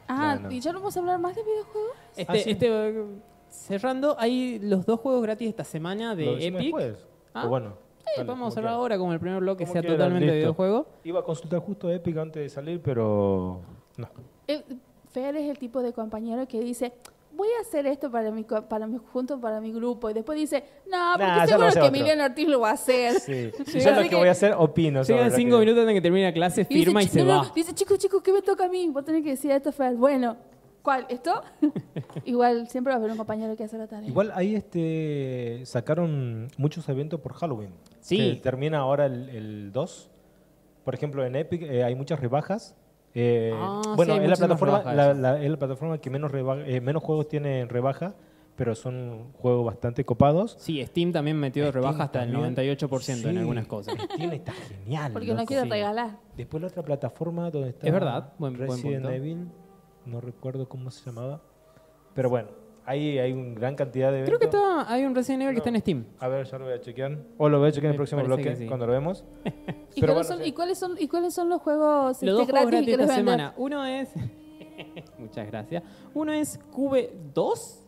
Speaker 2: Ah,
Speaker 3: No, no.
Speaker 2: ¿y ya no vamos a hablar más de videojuegos?
Speaker 1: Este,
Speaker 3: Ah, sí.
Speaker 1: este, eh, cerrando, hay los dos juegos gratis esta semana
Speaker 3: Lo
Speaker 1: de
Speaker 3: decimos
Speaker 1: Epic.
Speaker 3: después.
Speaker 1: Ah,
Speaker 3: O bueno,
Speaker 1: Sí,
Speaker 3: dale, como
Speaker 1: vamos a cerrar
Speaker 3: quieras.
Speaker 1: ahora como el primer bloque
Speaker 3: Como
Speaker 1: sea
Speaker 3: quieran,
Speaker 1: totalmente de
Speaker 3: listo.
Speaker 1: videojuego.
Speaker 3: Iba a consultar justo a Epic antes de salir, pero no.
Speaker 2: Eh, Fer es el tipo de compañero que dice, voy a hacer esto para mi, co- para mi junto, para mi grupo. Y después dice, no, porque
Speaker 3: Nah, eso lo
Speaker 2: seguro
Speaker 3: hace
Speaker 2: que
Speaker 3: otro".
Speaker 2: Emiliano Ortiz lo va a hacer.
Speaker 3: Sí.
Speaker 2: Sí,
Speaker 3: Yo lo
Speaker 2: así
Speaker 3: que
Speaker 2: que-
Speaker 3: voy a hacer, opino. sobre
Speaker 1: Llegan
Speaker 3: lo
Speaker 1: cinco
Speaker 3: que-
Speaker 1: minutos antes de que termine la clase,
Speaker 2: dice,
Speaker 1: firma y,
Speaker 2: "Ch-
Speaker 1: se
Speaker 2: no, no".
Speaker 1: va.
Speaker 2: Dice, chicos, chicos, ¿qué me toca a mí? Vos tenés que decir esto, Fer. Bueno, ¿cuál?
Speaker 3: *laughs*
Speaker 2: ¿Esto? Igual, siempre va a haber un compañero que hace la tarea.
Speaker 3: Igual ahí este, sacaron muchos eventos por Halloween.
Speaker 1: Sí.
Speaker 3: Que termina ahora el, el 2. Por ejemplo, en Epic eh, hay muchas rebajas. Eh,
Speaker 1: Ah,
Speaker 3: bueno,
Speaker 1: sí, hay
Speaker 3: es, la
Speaker 1: muchísimas
Speaker 3: plataforma,
Speaker 1: rebajas,
Speaker 3: la,
Speaker 1: eso.
Speaker 3: la- es la plataforma que menos, reba- eh, menos juegos tiene en rebaja, pero son juegos bastante copados.
Speaker 1: Sí, Steam también metió
Speaker 3: Steam
Speaker 1: rebaja hasta el
Speaker 3: también.
Speaker 1: 98% en
Speaker 3: Sí.
Speaker 1: algunas cosas.
Speaker 3: Steam está genial.
Speaker 2: porque no
Speaker 3: loco.
Speaker 2: quiere
Speaker 1: sí.
Speaker 2: regalar.
Speaker 3: Después la otra plataforma donde está
Speaker 1: Es verdad, buen- buen
Speaker 3: Resident
Speaker 1: punto.
Speaker 3: Evil, no recuerdo cómo se llamaba. Pero bueno, ahí hay una gran cantidad de
Speaker 1: Creo que
Speaker 3: eventos.
Speaker 1: está, hay un Resident Evil que está en Steam.
Speaker 3: A ver, ya lo voy a chequear. O lo voy a chequear en el
Speaker 1: Me
Speaker 3: próximo
Speaker 1: parece
Speaker 3: bloque,
Speaker 1: que sí.
Speaker 3: cuando lo vemos.
Speaker 2: ¿Y,
Speaker 3: Pero
Speaker 2: cuáles
Speaker 3: bueno,
Speaker 2: son,
Speaker 3: sí.
Speaker 2: ¿y, cuáles son, ¿Y cuáles son los juegos,
Speaker 1: Los dos
Speaker 2: este,
Speaker 1: juegos
Speaker 2: gratis
Speaker 1: gratis
Speaker 2: que les
Speaker 1: esta
Speaker 2: venden?
Speaker 1: semana. Uno es. *laughs* Muchas gracias. Uno es Cube 2,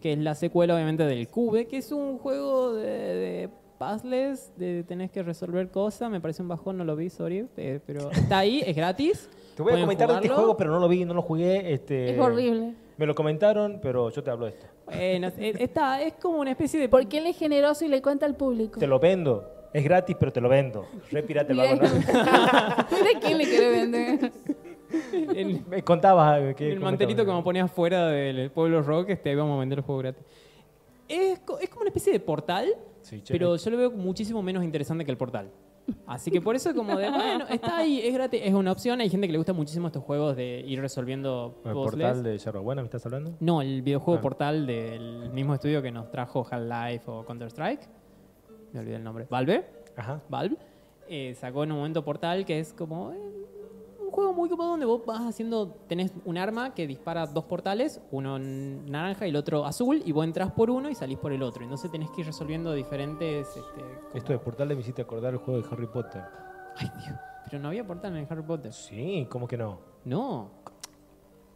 Speaker 1: que es la secuela, obviamente, del Cube, que es un juego de, de puzzles, de tenés que resolver cosas. Me parece un bajón, no lo vi, sorry. eh, pero está ahí, es gratis.
Speaker 3: Te voy a
Speaker 1: Pueden
Speaker 3: comentar de este
Speaker 1: jugarlo.
Speaker 3: juego, pero no lo vi, no lo jugué. Este,
Speaker 2: Es horrible.
Speaker 3: Me lo comentaron, pero yo te hablo de esto.
Speaker 1: Bueno, eh, está, es como una
Speaker 2: *laughs*
Speaker 1: especie de.
Speaker 2: Porque él es generoso y le cuenta al público.
Speaker 3: Te lo vendo. Es gratis, pero te lo vendo. Re pirata lo
Speaker 2: Mira,
Speaker 3: hago, ¿no?
Speaker 2: *laughs* mira quién le quiere vender.
Speaker 1: en-
Speaker 3: Me contabas eh, que...
Speaker 1: el
Speaker 3: comentabas.
Speaker 1: mantelito que me ponía afuera del pueblo rock, este, ahí vamos a vender el juego gratis. Es, co- es como una especie de portal,
Speaker 3: Sí, che.
Speaker 1: pero yo lo veo muchísimo menos interesante que el portal. Así que por eso como de, bueno, está ahí, es gratis, es una opción. Hay gente que le gusta muchísimo estos juegos de ir resolviendo
Speaker 3: El
Speaker 1: puzzles.
Speaker 3: portal de Yarrobuena, ¿me estás hablando?
Speaker 1: No, el videojuego
Speaker 3: Ah.
Speaker 1: portal del mismo estudio que nos trajo Half-Life o Counter-Strike. Me olvidé el nombre. Valve.
Speaker 3: Ajá.
Speaker 1: Valve, eh, sacó en un momento Portal, que es como eh, un juego muy copado donde vos vas haciendo, tenés un arma que dispara dos portales, uno n- naranja y el otro azul, y vos entras por uno y salís por el otro. Entonces tenés que ir resolviendo diferentes... Este, como-
Speaker 3: Esto de portal me hiciste acordar el juego de Harry Potter.
Speaker 1: Ay, Dios. Pero no había portal en Harry Potter.
Speaker 3: Sí, ¿cómo que no?
Speaker 1: No.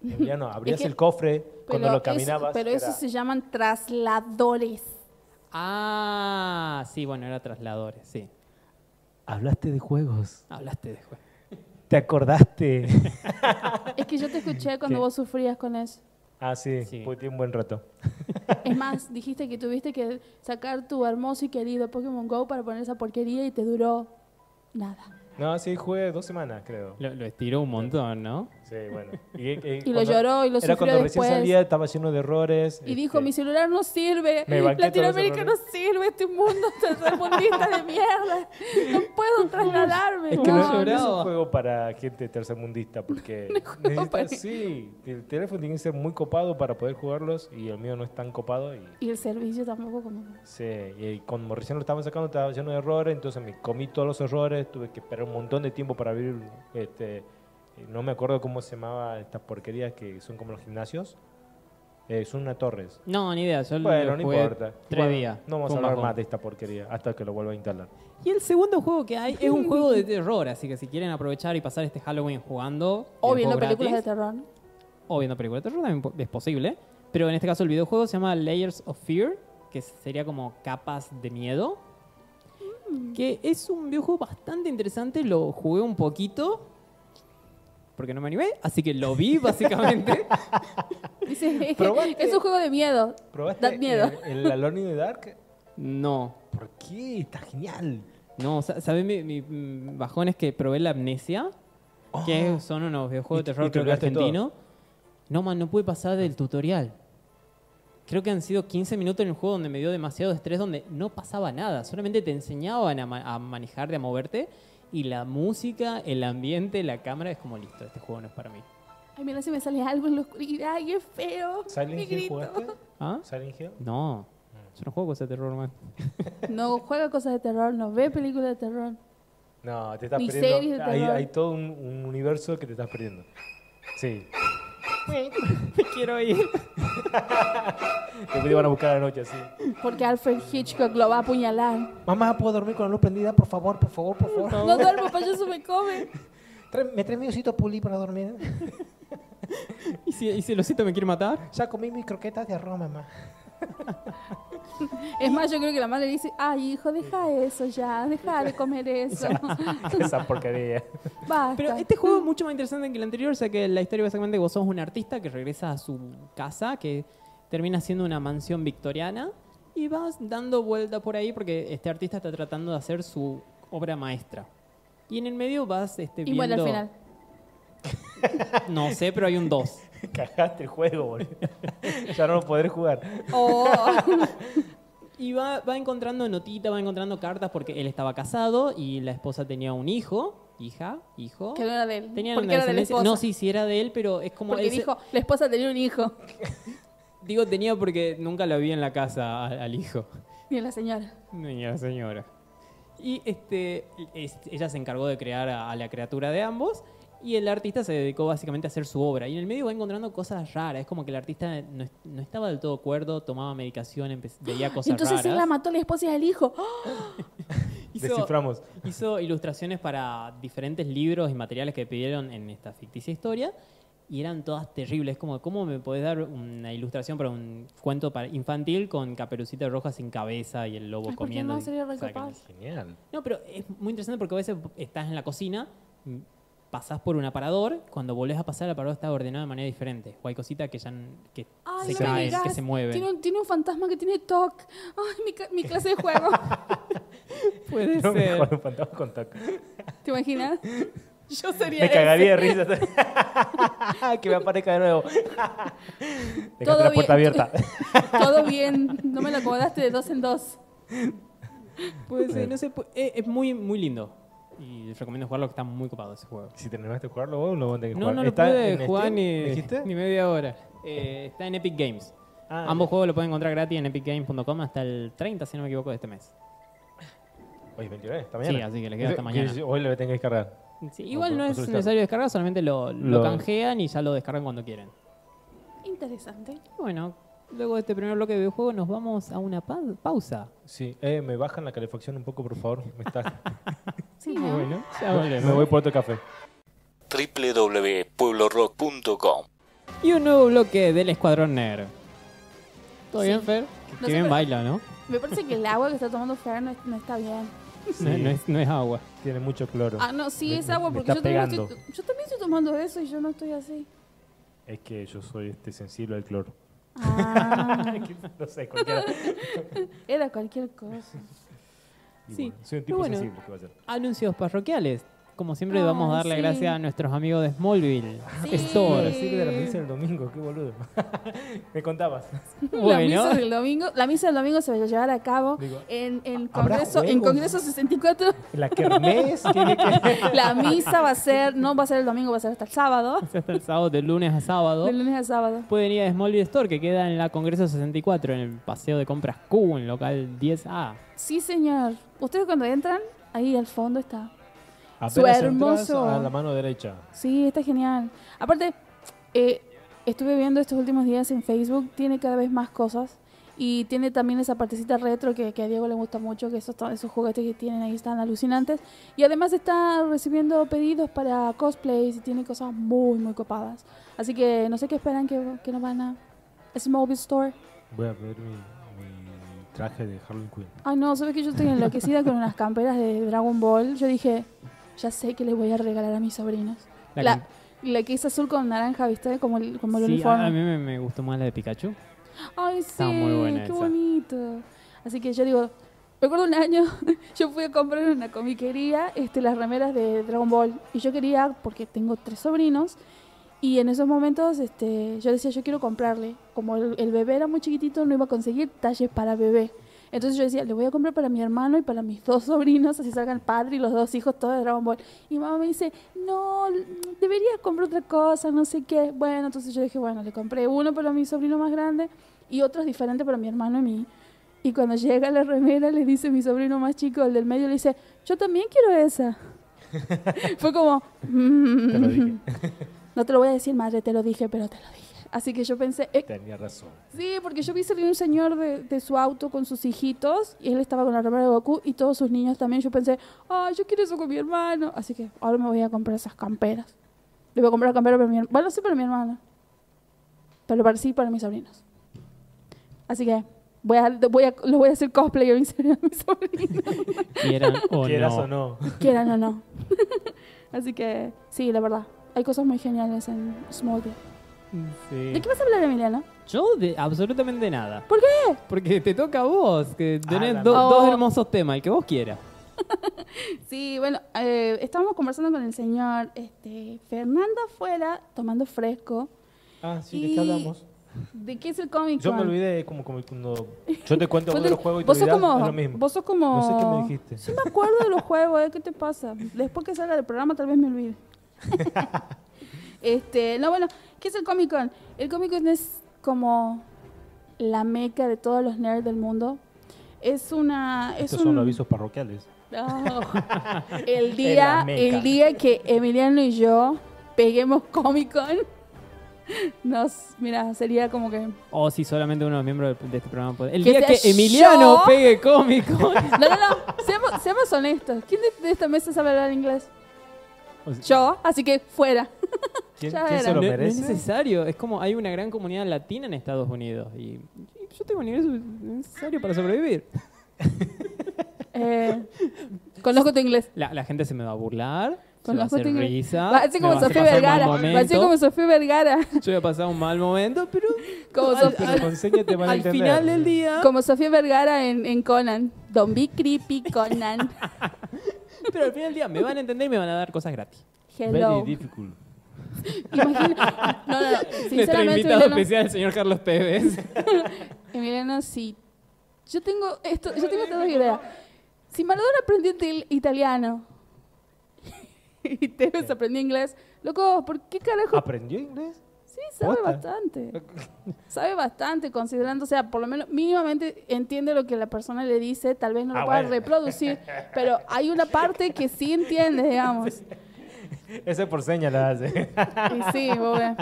Speaker 3: Emiliano, abrías
Speaker 2: que-
Speaker 3: el cofre cuando lo caminabas.
Speaker 2: eso, pero
Speaker 3: era-
Speaker 2: eso se llaman trasladores.
Speaker 1: Ah, sí, bueno, era trasladores, sí.
Speaker 3: Hablaste de juegos.
Speaker 1: Hablaste de juego. *laughs*
Speaker 3: Te acordaste.
Speaker 2: Es que yo te escuché cuando
Speaker 3: *laughs* Sí.
Speaker 2: vos sufrías con eso.
Speaker 3: ah, sí,
Speaker 1: Sí.
Speaker 3: puteé un buen rato.
Speaker 2: Es más, dijiste que tuviste que sacar tu hermoso y querido Pokémon Go para poner esa porquería y te duró nada.
Speaker 3: No, sí, jugué dos semanas, creo.
Speaker 1: Lo, lo estiró un montón, ¿no?
Speaker 3: Sí, bueno. Y, eh,
Speaker 2: *laughs* Y lo
Speaker 3: cuando-
Speaker 2: lloró y lo
Speaker 3: Era
Speaker 2: sufrió
Speaker 3: cuando
Speaker 2: después.
Speaker 3: recién salía, estaba lleno de errores. Este,
Speaker 2: Y dijo, mi
Speaker 3: mis
Speaker 2: celular no sirve,
Speaker 3: Me banqué
Speaker 2: Latinoamérica
Speaker 3: todos
Speaker 2: no
Speaker 3: los
Speaker 2: sirve, este mundo tercermundista de mierda, no
Speaker 3: *laughs*
Speaker 2: puedo trasladarme.
Speaker 1: Es que no
Speaker 2: Ah, no,
Speaker 1: lloraba.
Speaker 3: es un juego para gente tercermundista
Speaker 2: *laughs*
Speaker 3: porque necesitas-
Speaker 2: para-
Speaker 3: sí, el teléfono tiene que ser muy copado para poder jugarlos y el mío no es tan copado y
Speaker 2: Y el servicio tampoco como...
Speaker 3: Sí, y como recién lo estaban sacando estaba lleno de errores, entonces me comí todos los errores, tuve que esperar un montón de tiempo para abrir, este, no me acuerdo cómo se llamaba estas porquerías que son como los gimnasios, eh, son unas torres.
Speaker 1: No, ni idea. Yo lo
Speaker 3: Bueno, no
Speaker 1: jugué
Speaker 3: importa.
Speaker 1: Tres
Speaker 3: Bueno,
Speaker 1: días.
Speaker 3: No vamos
Speaker 1: Fue
Speaker 3: a
Speaker 1: un
Speaker 3: hablar
Speaker 1: bajón.
Speaker 3: más de esta porquería hasta que lo vuelva a instalar.
Speaker 1: Y el segundo juego que hay es
Speaker 3: *laughs*
Speaker 1: un juego de terror, así que si quieren aprovechar y pasar este Halloween jugando
Speaker 2: O
Speaker 1: el
Speaker 2: viendo
Speaker 1: juego
Speaker 2: películas de
Speaker 1: gratis,
Speaker 2: terror.
Speaker 3: *laughs*
Speaker 1: o viendo películas de terror también po- es posible, pero en este caso el videojuego se llama Layers of Fear, que sería como capas de miedo, que es un videojuego bastante interesante, lo jugué un poquito porque no me animé, así que lo vi básicamente.
Speaker 2: Dice,
Speaker 3: Probaste-
Speaker 2: es un juego de miedo.
Speaker 3: ¿Probaste
Speaker 2: Da miedo.
Speaker 3: el, el Alone in the Dark?
Speaker 1: no,
Speaker 3: ¿Por qué? Está genial.
Speaker 1: no, sa- ¿sabes mi, mi, mm, bajón es que probé la amnesia? que son unos videojuegos
Speaker 3: Oh. Y-
Speaker 1: de
Speaker 3: y
Speaker 1: terror creo
Speaker 3: te
Speaker 1: que
Speaker 3: olvidaste
Speaker 1: argentino. No, man, no pude pasar del tutorial. Creo que han sido 15 minutos en el juego donde me dio demasiado estrés, donde no pasaba nada. Solamente te enseñaban a, ma- a manejarte, a moverte. Y la música, el ambiente, la cámara, es como listo, este juego no es para mí.
Speaker 2: Ay, mira si me sale algo en la oscuridad, y es feo.
Speaker 3: ¿Silent
Speaker 2: me
Speaker 3: Hill
Speaker 2: grito.
Speaker 3: jugaste?
Speaker 1: ¿Ah?
Speaker 3: ¿Silent Hill?
Speaker 1: No.
Speaker 3: Mm.
Speaker 1: Yo no juego cosas de terror, man. *laughs*
Speaker 2: No juega cosas de terror, no ve películas de terror.
Speaker 3: No, te estás
Speaker 2: Ni series de
Speaker 3: perdiendo. Hay,
Speaker 2: terror.
Speaker 3: hay todo un, un universo que te estás perdiendo. Sí.
Speaker 1: Me quiero ir.
Speaker 3: Después te van a buscar a la noche así.
Speaker 2: Porque Alfred Hitchcock lo va a apuñalar.
Speaker 3: Mamá, ¿puedo dormir con la luz prendida? Por favor, por favor, por favor.
Speaker 2: No duermo, payaso me come.
Speaker 3: Trae- ¿Me traes mi osito pulí para dormir?
Speaker 1: ¿Y si, y si el osito me quiere matar?
Speaker 3: Ya comí mis croquetas de arroz, mamá.
Speaker 2: Es más, yo creo que la madre le dice, ay, hijo, deja eso ya, deja de comer
Speaker 1: *laughs*
Speaker 2: eso.
Speaker 3: Ah, Esa porquería. *laughs*
Speaker 2: Basta.
Speaker 1: Pero este juego
Speaker 2: mm.
Speaker 1: es mucho más interesante que el anterior, o sea que la historia básicamente vos sos un artista que regresa a su casa, que termina siendo una mansión victoriana, y vas dando vuelta por ahí porque este artista está tratando de hacer su obra maestra. Y en el medio vas este,
Speaker 2: y bueno, al
Speaker 1: viendo- *laughs*
Speaker 2: final.
Speaker 1: No sé, pero hay un
Speaker 2: *laughs*
Speaker 1: 2.
Speaker 3: Cagaste el juego, boludo. *laughs* ya no lo podré jugar.
Speaker 2: Oh.
Speaker 1: Y va, va encontrando notitas, va encontrando cartas porque él estaba casado y la esposa tenía un hijo, hija, hijo.
Speaker 2: que no era de él.
Speaker 1: Tenían
Speaker 2: porque
Speaker 1: una
Speaker 2: era de la
Speaker 1: descendencia-
Speaker 2: esposa.
Speaker 1: No, sí, sí era de él, pero es como
Speaker 2: porque
Speaker 1: ese-
Speaker 2: dijo, la esposa tenía un hijo.
Speaker 1: digo tenía porque nunca lo vi en la casa al, al hijo,
Speaker 2: Y la señora.
Speaker 1: ni a la señora. Y este, es- ella se encargó de crear a, a la criatura de ambos y el artista se dedicó básicamente a hacer su obra. Y en el medio va encontrando cosas raras, es como que el artista no, es- no estaba del todo cuerdo, tomaba medicación, empe- veía cosas
Speaker 2: Entonces
Speaker 1: raras.
Speaker 2: él la mató a la esposa y al hijo. ¡Ah!
Speaker 1: Hizo-
Speaker 3: Desciframos.
Speaker 1: Hizo ilustraciones para diferentes libros y materiales que pidieron en esta ficticia historia y eran todas terribles. Como, ¿cómo me podés dar una ilustración para un cuento para- infantil con caperucita roja sin cabeza y el lobo
Speaker 2: Ay, ¿por qué
Speaker 1: comiendo?
Speaker 2: no?
Speaker 1: y-
Speaker 2: Sería re
Speaker 1: o sea, que-
Speaker 2: capaz.
Speaker 3: Genial.
Speaker 1: No, pero es muy interesante porque a veces estás en la cocina, mm, pasás por un aparador, cuando volvés a pasar el aparador está ordenado de manera diferente. O hay cositas que ya n- que se
Speaker 2: Ay, no me
Speaker 1: caen, que
Speaker 2: digas.
Speaker 1: se mueven. *laughs*
Speaker 2: Tiene un, tiene un fantasma que tiene TOC. Ay, mi, ca- mi clase de juego.
Speaker 1: Puede
Speaker 3: No me
Speaker 1: ser.
Speaker 3: jodas, un fantasma con taco.
Speaker 2: ¿Te imaginas? *laughs* Yo sería
Speaker 3: Me
Speaker 2: ese. *laughs*
Speaker 3: cagaría de
Speaker 1: *laughs*
Speaker 3: risa. que me aparezca de nuevo. Dejaste
Speaker 2: Todo
Speaker 3: la puerta
Speaker 2: bien.
Speaker 1: *laughs*
Speaker 3: abierta.
Speaker 2: Todo bien. No me lo acomodaste de dos en dos.
Speaker 1: Puede ser,
Speaker 3: Sí.
Speaker 1: no sé, pu- eh, es muy, muy lindo. Y recomiendo jugarlo, que está muy copado ese juego.
Speaker 3: Si terminaste de jugarlo vos, lo tenés que
Speaker 1: No,
Speaker 3: jugar.
Speaker 1: no lo
Speaker 3: ¿Está
Speaker 1: pude
Speaker 3: en Steam?
Speaker 1: jugar
Speaker 3: ¿Me
Speaker 1: ni,
Speaker 3: dijiste?
Speaker 1: ni media hora. Eh, está en Epic Games.
Speaker 3: Ah,
Speaker 1: Ambos juegos lo pueden encontrar gratis en epicgames.com hasta el 30, si no me equivoco, de este mes.
Speaker 3: Hoy es 29, esta mañana.
Speaker 1: Sí, así que le queda hasta
Speaker 3: Quiere decir, Hoy lo tengo que descargar.
Speaker 1: Sí, igual
Speaker 3: puedo-
Speaker 1: no
Speaker 3: no
Speaker 1: es
Speaker 3: suele estar.
Speaker 1: necesario descargar, solamente lo, lo
Speaker 3: Lo-
Speaker 1: canjean y ya lo descargan cuando quieren.
Speaker 2: Interesante.
Speaker 1: Y bueno, luego de este primer bloque de videojuegos nos vamos a una pa- pausa.
Speaker 3: Sí, eh, me bajan la calefacción un poco, por favor. Me,
Speaker 1: *laughs*
Speaker 3: está... *laughs*
Speaker 2: Sí, ¿no?
Speaker 1: Ya volvemos.
Speaker 3: me voy por otro café.
Speaker 4: www.pueblorock.com
Speaker 1: Y un nuevo bloque del Escuadrón Nerd. ¿Todo
Speaker 2: Sí.
Speaker 1: bien, Fer?
Speaker 2: sé,
Speaker 1: que bien
Speaker 2: pero-
Speaker 1: baila, ¿no?
Speaker 2: Me parece que el agua que está tomando Fer no, es- no está bien.
Speaker 1: No,
Speaker 3: Sí.
Speaker 1: no es, no es agua.
Speaker 3: Tiene mucho cloro.
Speaker 2: Ah, no, sí,
Speaker 3: Me-
Speaker 2: es
Speaker 3: me-
Speaker 2: agua
Speaker 3: me
Speaker 2: porque yo
Speaker 3: está
Speaker 2: también, estoy, yo también estoy tomando eso y yo no estoy así.
Speaker 3: Es que yo soy este sensible
Speaker 1: *laughs*
Speaker 3: al cloro.
Speaker 2: Ah, *laughs*
Speaker 3: no sé, cualquiera.
Speaker 2: era cualquier cosa.
Speaker 3: *laughs* Y
Speaker 1: Sí,
Speaker 3: bueno, soy
Speaker 1: pero
Speaker 3: un tipo
Speaker 1: bueno.
Speaker 3: sensible. ¿qué va a hacer?
Speaker 1: Anuncios parroquiales. Como siempre,
Speaker 2: Ah,
Speaker 1: vamos a darle
Speaker 2: sí.
Speaker 1: gracias a nuestros amigos de Smallville
Speaker 2: Sí.
Speaker 3: Iba a
Speaker 1: Store.
Speaker 3: decir de la misa del domingo, qué boludo. *laughs* me contabas.
Speaker 2: La
Speaker 1: Bueno,
Speaker 2: misa del domingo, la misa del domingo se va a llevar a cabo
Speaker 3: Digo,
Speaker 2: en el
Speaker 3: ¿habrá
Speaker 2: Congreso, en
Speaker 3: juegos?
Speaker 2: Congreso
Speaker 3: *laughs*
Speaker 2: 64.
Speaker 3: La kermés tiene que.
Speaker 2: La misa va a ser, no va a ser el domingo, va a ser hasta el sábado,
Speaker 1: hasta el sábado, de lunes a sábado.
Speaker 2: de lunes a sábado.
Speaker 1: Pueden ir a Smallville Store, que queda en la Congreso 64, en el Paseo de Compras Q, en local 10A.
Speaker 2: Sí, señor. Ustedes cuando entran, ahí al fondo está.
Speaker 3: Apenas
Speaker 2: Su
Speaker 3: entras
Speaker 2: hermoso-
Speaker 3: A la mano derecha.
Speaker 2: Sí, está genial. Aparte, eh, estuve viendo estos últimos días en Facebook, tiene cada vez más cosas. Y tiene también esa partecita retro que, que a Diego le gusta mucho, que esos, to- esos juguetes que tienen ahí están alucinantes. Y además está recibiendo pedidos para cosplays y tiene cosas muy, muy copadas. Así que no sé qué esperan que, que nos van a... Smallville Store.
Speaker 3: Voy a pedir mi, mi traje de Harley Quinn.
Speaker 2: Ay no, sabes que yo estoy enloquecida con unas camperas de Dragon Ball. Yo dije, ya sé que les voy a regalar a mis sobrinos.
Speaker 1: La
Speaker 2: La,
Speaker 1: com-
Speaker 2: la que es azul con naranja, ¿viste? Como el, como el
Speaker 1: Sí, a, a mí me,
Speaker 2: uniforme.
Speaker 1: me gustó más la de Pikachu.
Speaker 2: Ay, sí,
Speaker 1: Está muy buena
Speaker 2: qué
Speaker 1: esa.
Speaker 2: bonito. Así que yo digo, recuerdo un año, *laughs* yo fui a comprar en una comiquería este, las remeras de Dragon Ball. Y yo quería, porque tengo tres sobrinos, y en esos momentos este, yo decía, yo quiero comprarle. Como el, el bebé era muy chiquitito, no iba a conseguir talles para bebé. Entonces yo decía, le voy a comprar para mi hermano y para mis *laughs* dos sobrinos, así salgan el padre y los dos hijos, todos de Dragon Ball. Y mamá me dice, no, l- deberías comprar otra cosa, no sé qué. Bueno, entonces yo dije, bueno, le compré uno para mi sobrino más grande y otros diferentes para mi hermano y mí. Y cuando llega la remera, le dice mi sobrino más chico, el del medio, le dice, yo también quiero esa. Fue como, mm,
Speaker 3: Te lo dije.
Speaker 2: No te lo voy a decir, madre, te lo dije, pero te lo dije. Así que yo pensé, eh,
Speaker 3: *laughs* Tenía razón.
Speaker 2: sí, porque yo vi salir un señor de, de su auto con sus hijitos y él estaba con la remera de Goku y todos sus niños también. Yo pensé, ay, yo quiero eso con mi hermano. Así que ahora me voy a comprar esas camperas. Le voy a comprar camperas para mi hermano. Bueno, sí, para mi hermana. Pero para sí, para mis sobrinos. Así que voy a, voy a, los voy a hacer cosplay a mis a mis sobrinos.
Speaker 1: *laughs* Quieran o
Speaker 3: Quieras
Speaker 1: no.
Speaker 3: o Oh, no.
Speaker 2: Quieran o no. *laughs* Así que, sí, la verdad. Hay cosas muy geniales en Smallville.
Speaker 1: Sí.
Speaker 2: ¿De qué vas a hablar, Emiliano?
Speaker 1: Yo de absolutamente nada.
Speaker 2: ¿Por
Speaker 1: qué? Porque te toca a vos, que
Speaker 3: Ah,
Speaker 1: tenés
Speaker 3: la
Speaker 1: do-
Speaker 2: madre.
Speaker 1: dos
Speaker 2: Oh.
Speaker 1: hermosos temas, el que vos quieras.
Speaker 2: Sí, bueno, eh, estábamos conversando con el señor este, Fernando afuera, tomando fresco.
Speaker 3: Ah, sí, ¿de qué
Speaker 2: Y-
Speaker 3: hablamos?
Speaker 2: ¿De qué es el Comic
Speaker 3: Yo
Speaker 2: Con?
Speaker 3: me olvidé, es como, como
Speaker 2: *laughs*
Speaker 3: cuando yo te cuento
Speaker 2: Vos
Speaker 3: uno
Speaker 2: te-
Speaker 3: de los juegos y te
Speaker 2: vos sos
Speaker 3: olvidás,
Speaker 2: como,
Speaker 3: es lo mismo.
Speaker 2: Vos sos como...
Speaker 3: No sé qué me dijiste.
Speaker 2: Sí me acuerdo de los juegos, ¿eh? ¿qué te pasa? Después que salga del programa tal vez me
Speaker 3: *laughs*
Speaker 2: olvide. este, no, bueno, ¿qué es el Comic Con? El Comic Con es como la meca de todos los nerds del mundo. Es una... Es
Speaker 3: Estos
Speaker 2: un,
Speaker 3: son los avisos parroquiales.
Speaker 1: *laughs*
Speaker 2: No. El
Speaker 3: la
Speaker 2: día,
Speaker 3: meca.
Speaker 2: el día que Emiliano y yo peguemos Comic Con, nos, mira, sería como que...
Speaker 1: O si solamente uno de los miembros de, de este programa puede. El
Speaker 2: Que
Speaker 1: día
Speaker 2: sea
Speaker 1: que Emiliano
Speaker 2: yo.
Speaker 1: pegue
Speaker 3: *laughs*
Speaker 1: cómico.
Speaker 2: No, no, no, seamos, seamos honestos. ¿Quién de, de esta mesa sabe hablar inglés? Yo, así
Speaker 1: *laughs*
Speaker 2: que fuera.
Speaker 3: ¿Quién,
Speaker 2: Ya
Speaker 3: quién se
Speaker 2: era.
Speaker 1: No,
Speaker 3: lo
Speaker 1: no es
Speaker 3: merece?
Speaker 1: necesario. Es como hay una gran comunidad latina en Estados Unidos. Y, y yo tengo un ingreso necesario para sobrevivir.
Speaker 2: Eh, conozco tu inglés.
Speaker 1: La, la gente se me va a burlar. Se
Speaker 2: Con
Speaker 1: va a
Speaker 2: los
Speaker 1: hacer
Speaker 2: cotigres.
Speaker 1: risa.
Speaker 2: Va a ser
Speaker 1: me
Speaker 2: como
Speaker 1: va a
Speaker 2: Sofía
Speaker 1: pasar mal
Speaker 2: Vergara. Va a ser
Speaker 1: momento.
Speaker 2: como Sofía Vergara.
Speaker 1: Yo voy a pasar un mal momento, pero
Speaker 2: Como,
Speaker 1: Al-
Speaker 2: Sofía-
Speaker 3: Pero con señas te van a
Speaker 1: al
Speaker 3: entender.
Speaker 1: final del día.
Speaker 2: como Sofía Vergara en, en Conan. Don't be creepy, Conan.
Speaker 1: Pero al final del día me van a entender y me van a dar cosas gratis.
Speaker 3: Very
Speaker 2: Hello.
Speaker 3: difficult. *laughs*
Speaker 2: Imagina- no, no, no,
Speaker 1: Nuestro
Speaker 2: Sinceramente,
Speaker 1: invitado
Speaker 2: Emiliano,
Speaker 1: especial, el señor Carlos Pérez.
Speaker 2: *laughs* Emiliano, si yo tengo esto, yo tengo estas dos ideas. Si Maradona aprendió itil- italiano *laughs* y Tevez aprendió inglés, loco, ¿por qué carajo?
Speaker 3: ¿Aprendió inglés?
Speaker 2: Sí, sabe
Speaker 3: posta.
Speaker 2: bastante.
Speaker 3: *laughs*
Speaker 2: Sabe bastante, considerando, o sea, por lo menos mínimamente entiende lo que la persona le dice, tal vez no lo
Speaker 3: Ah,
Speaker 2: pueda
Speaker 3: bueno.
Speaker 2: reproducir, pero hay una parte que sí entiende,
Speaker 3: *laughs*
Speaker 2: digamos.
Speaker 3: Ese por señas la hace.
Speaker 2: Y sí, vos ves.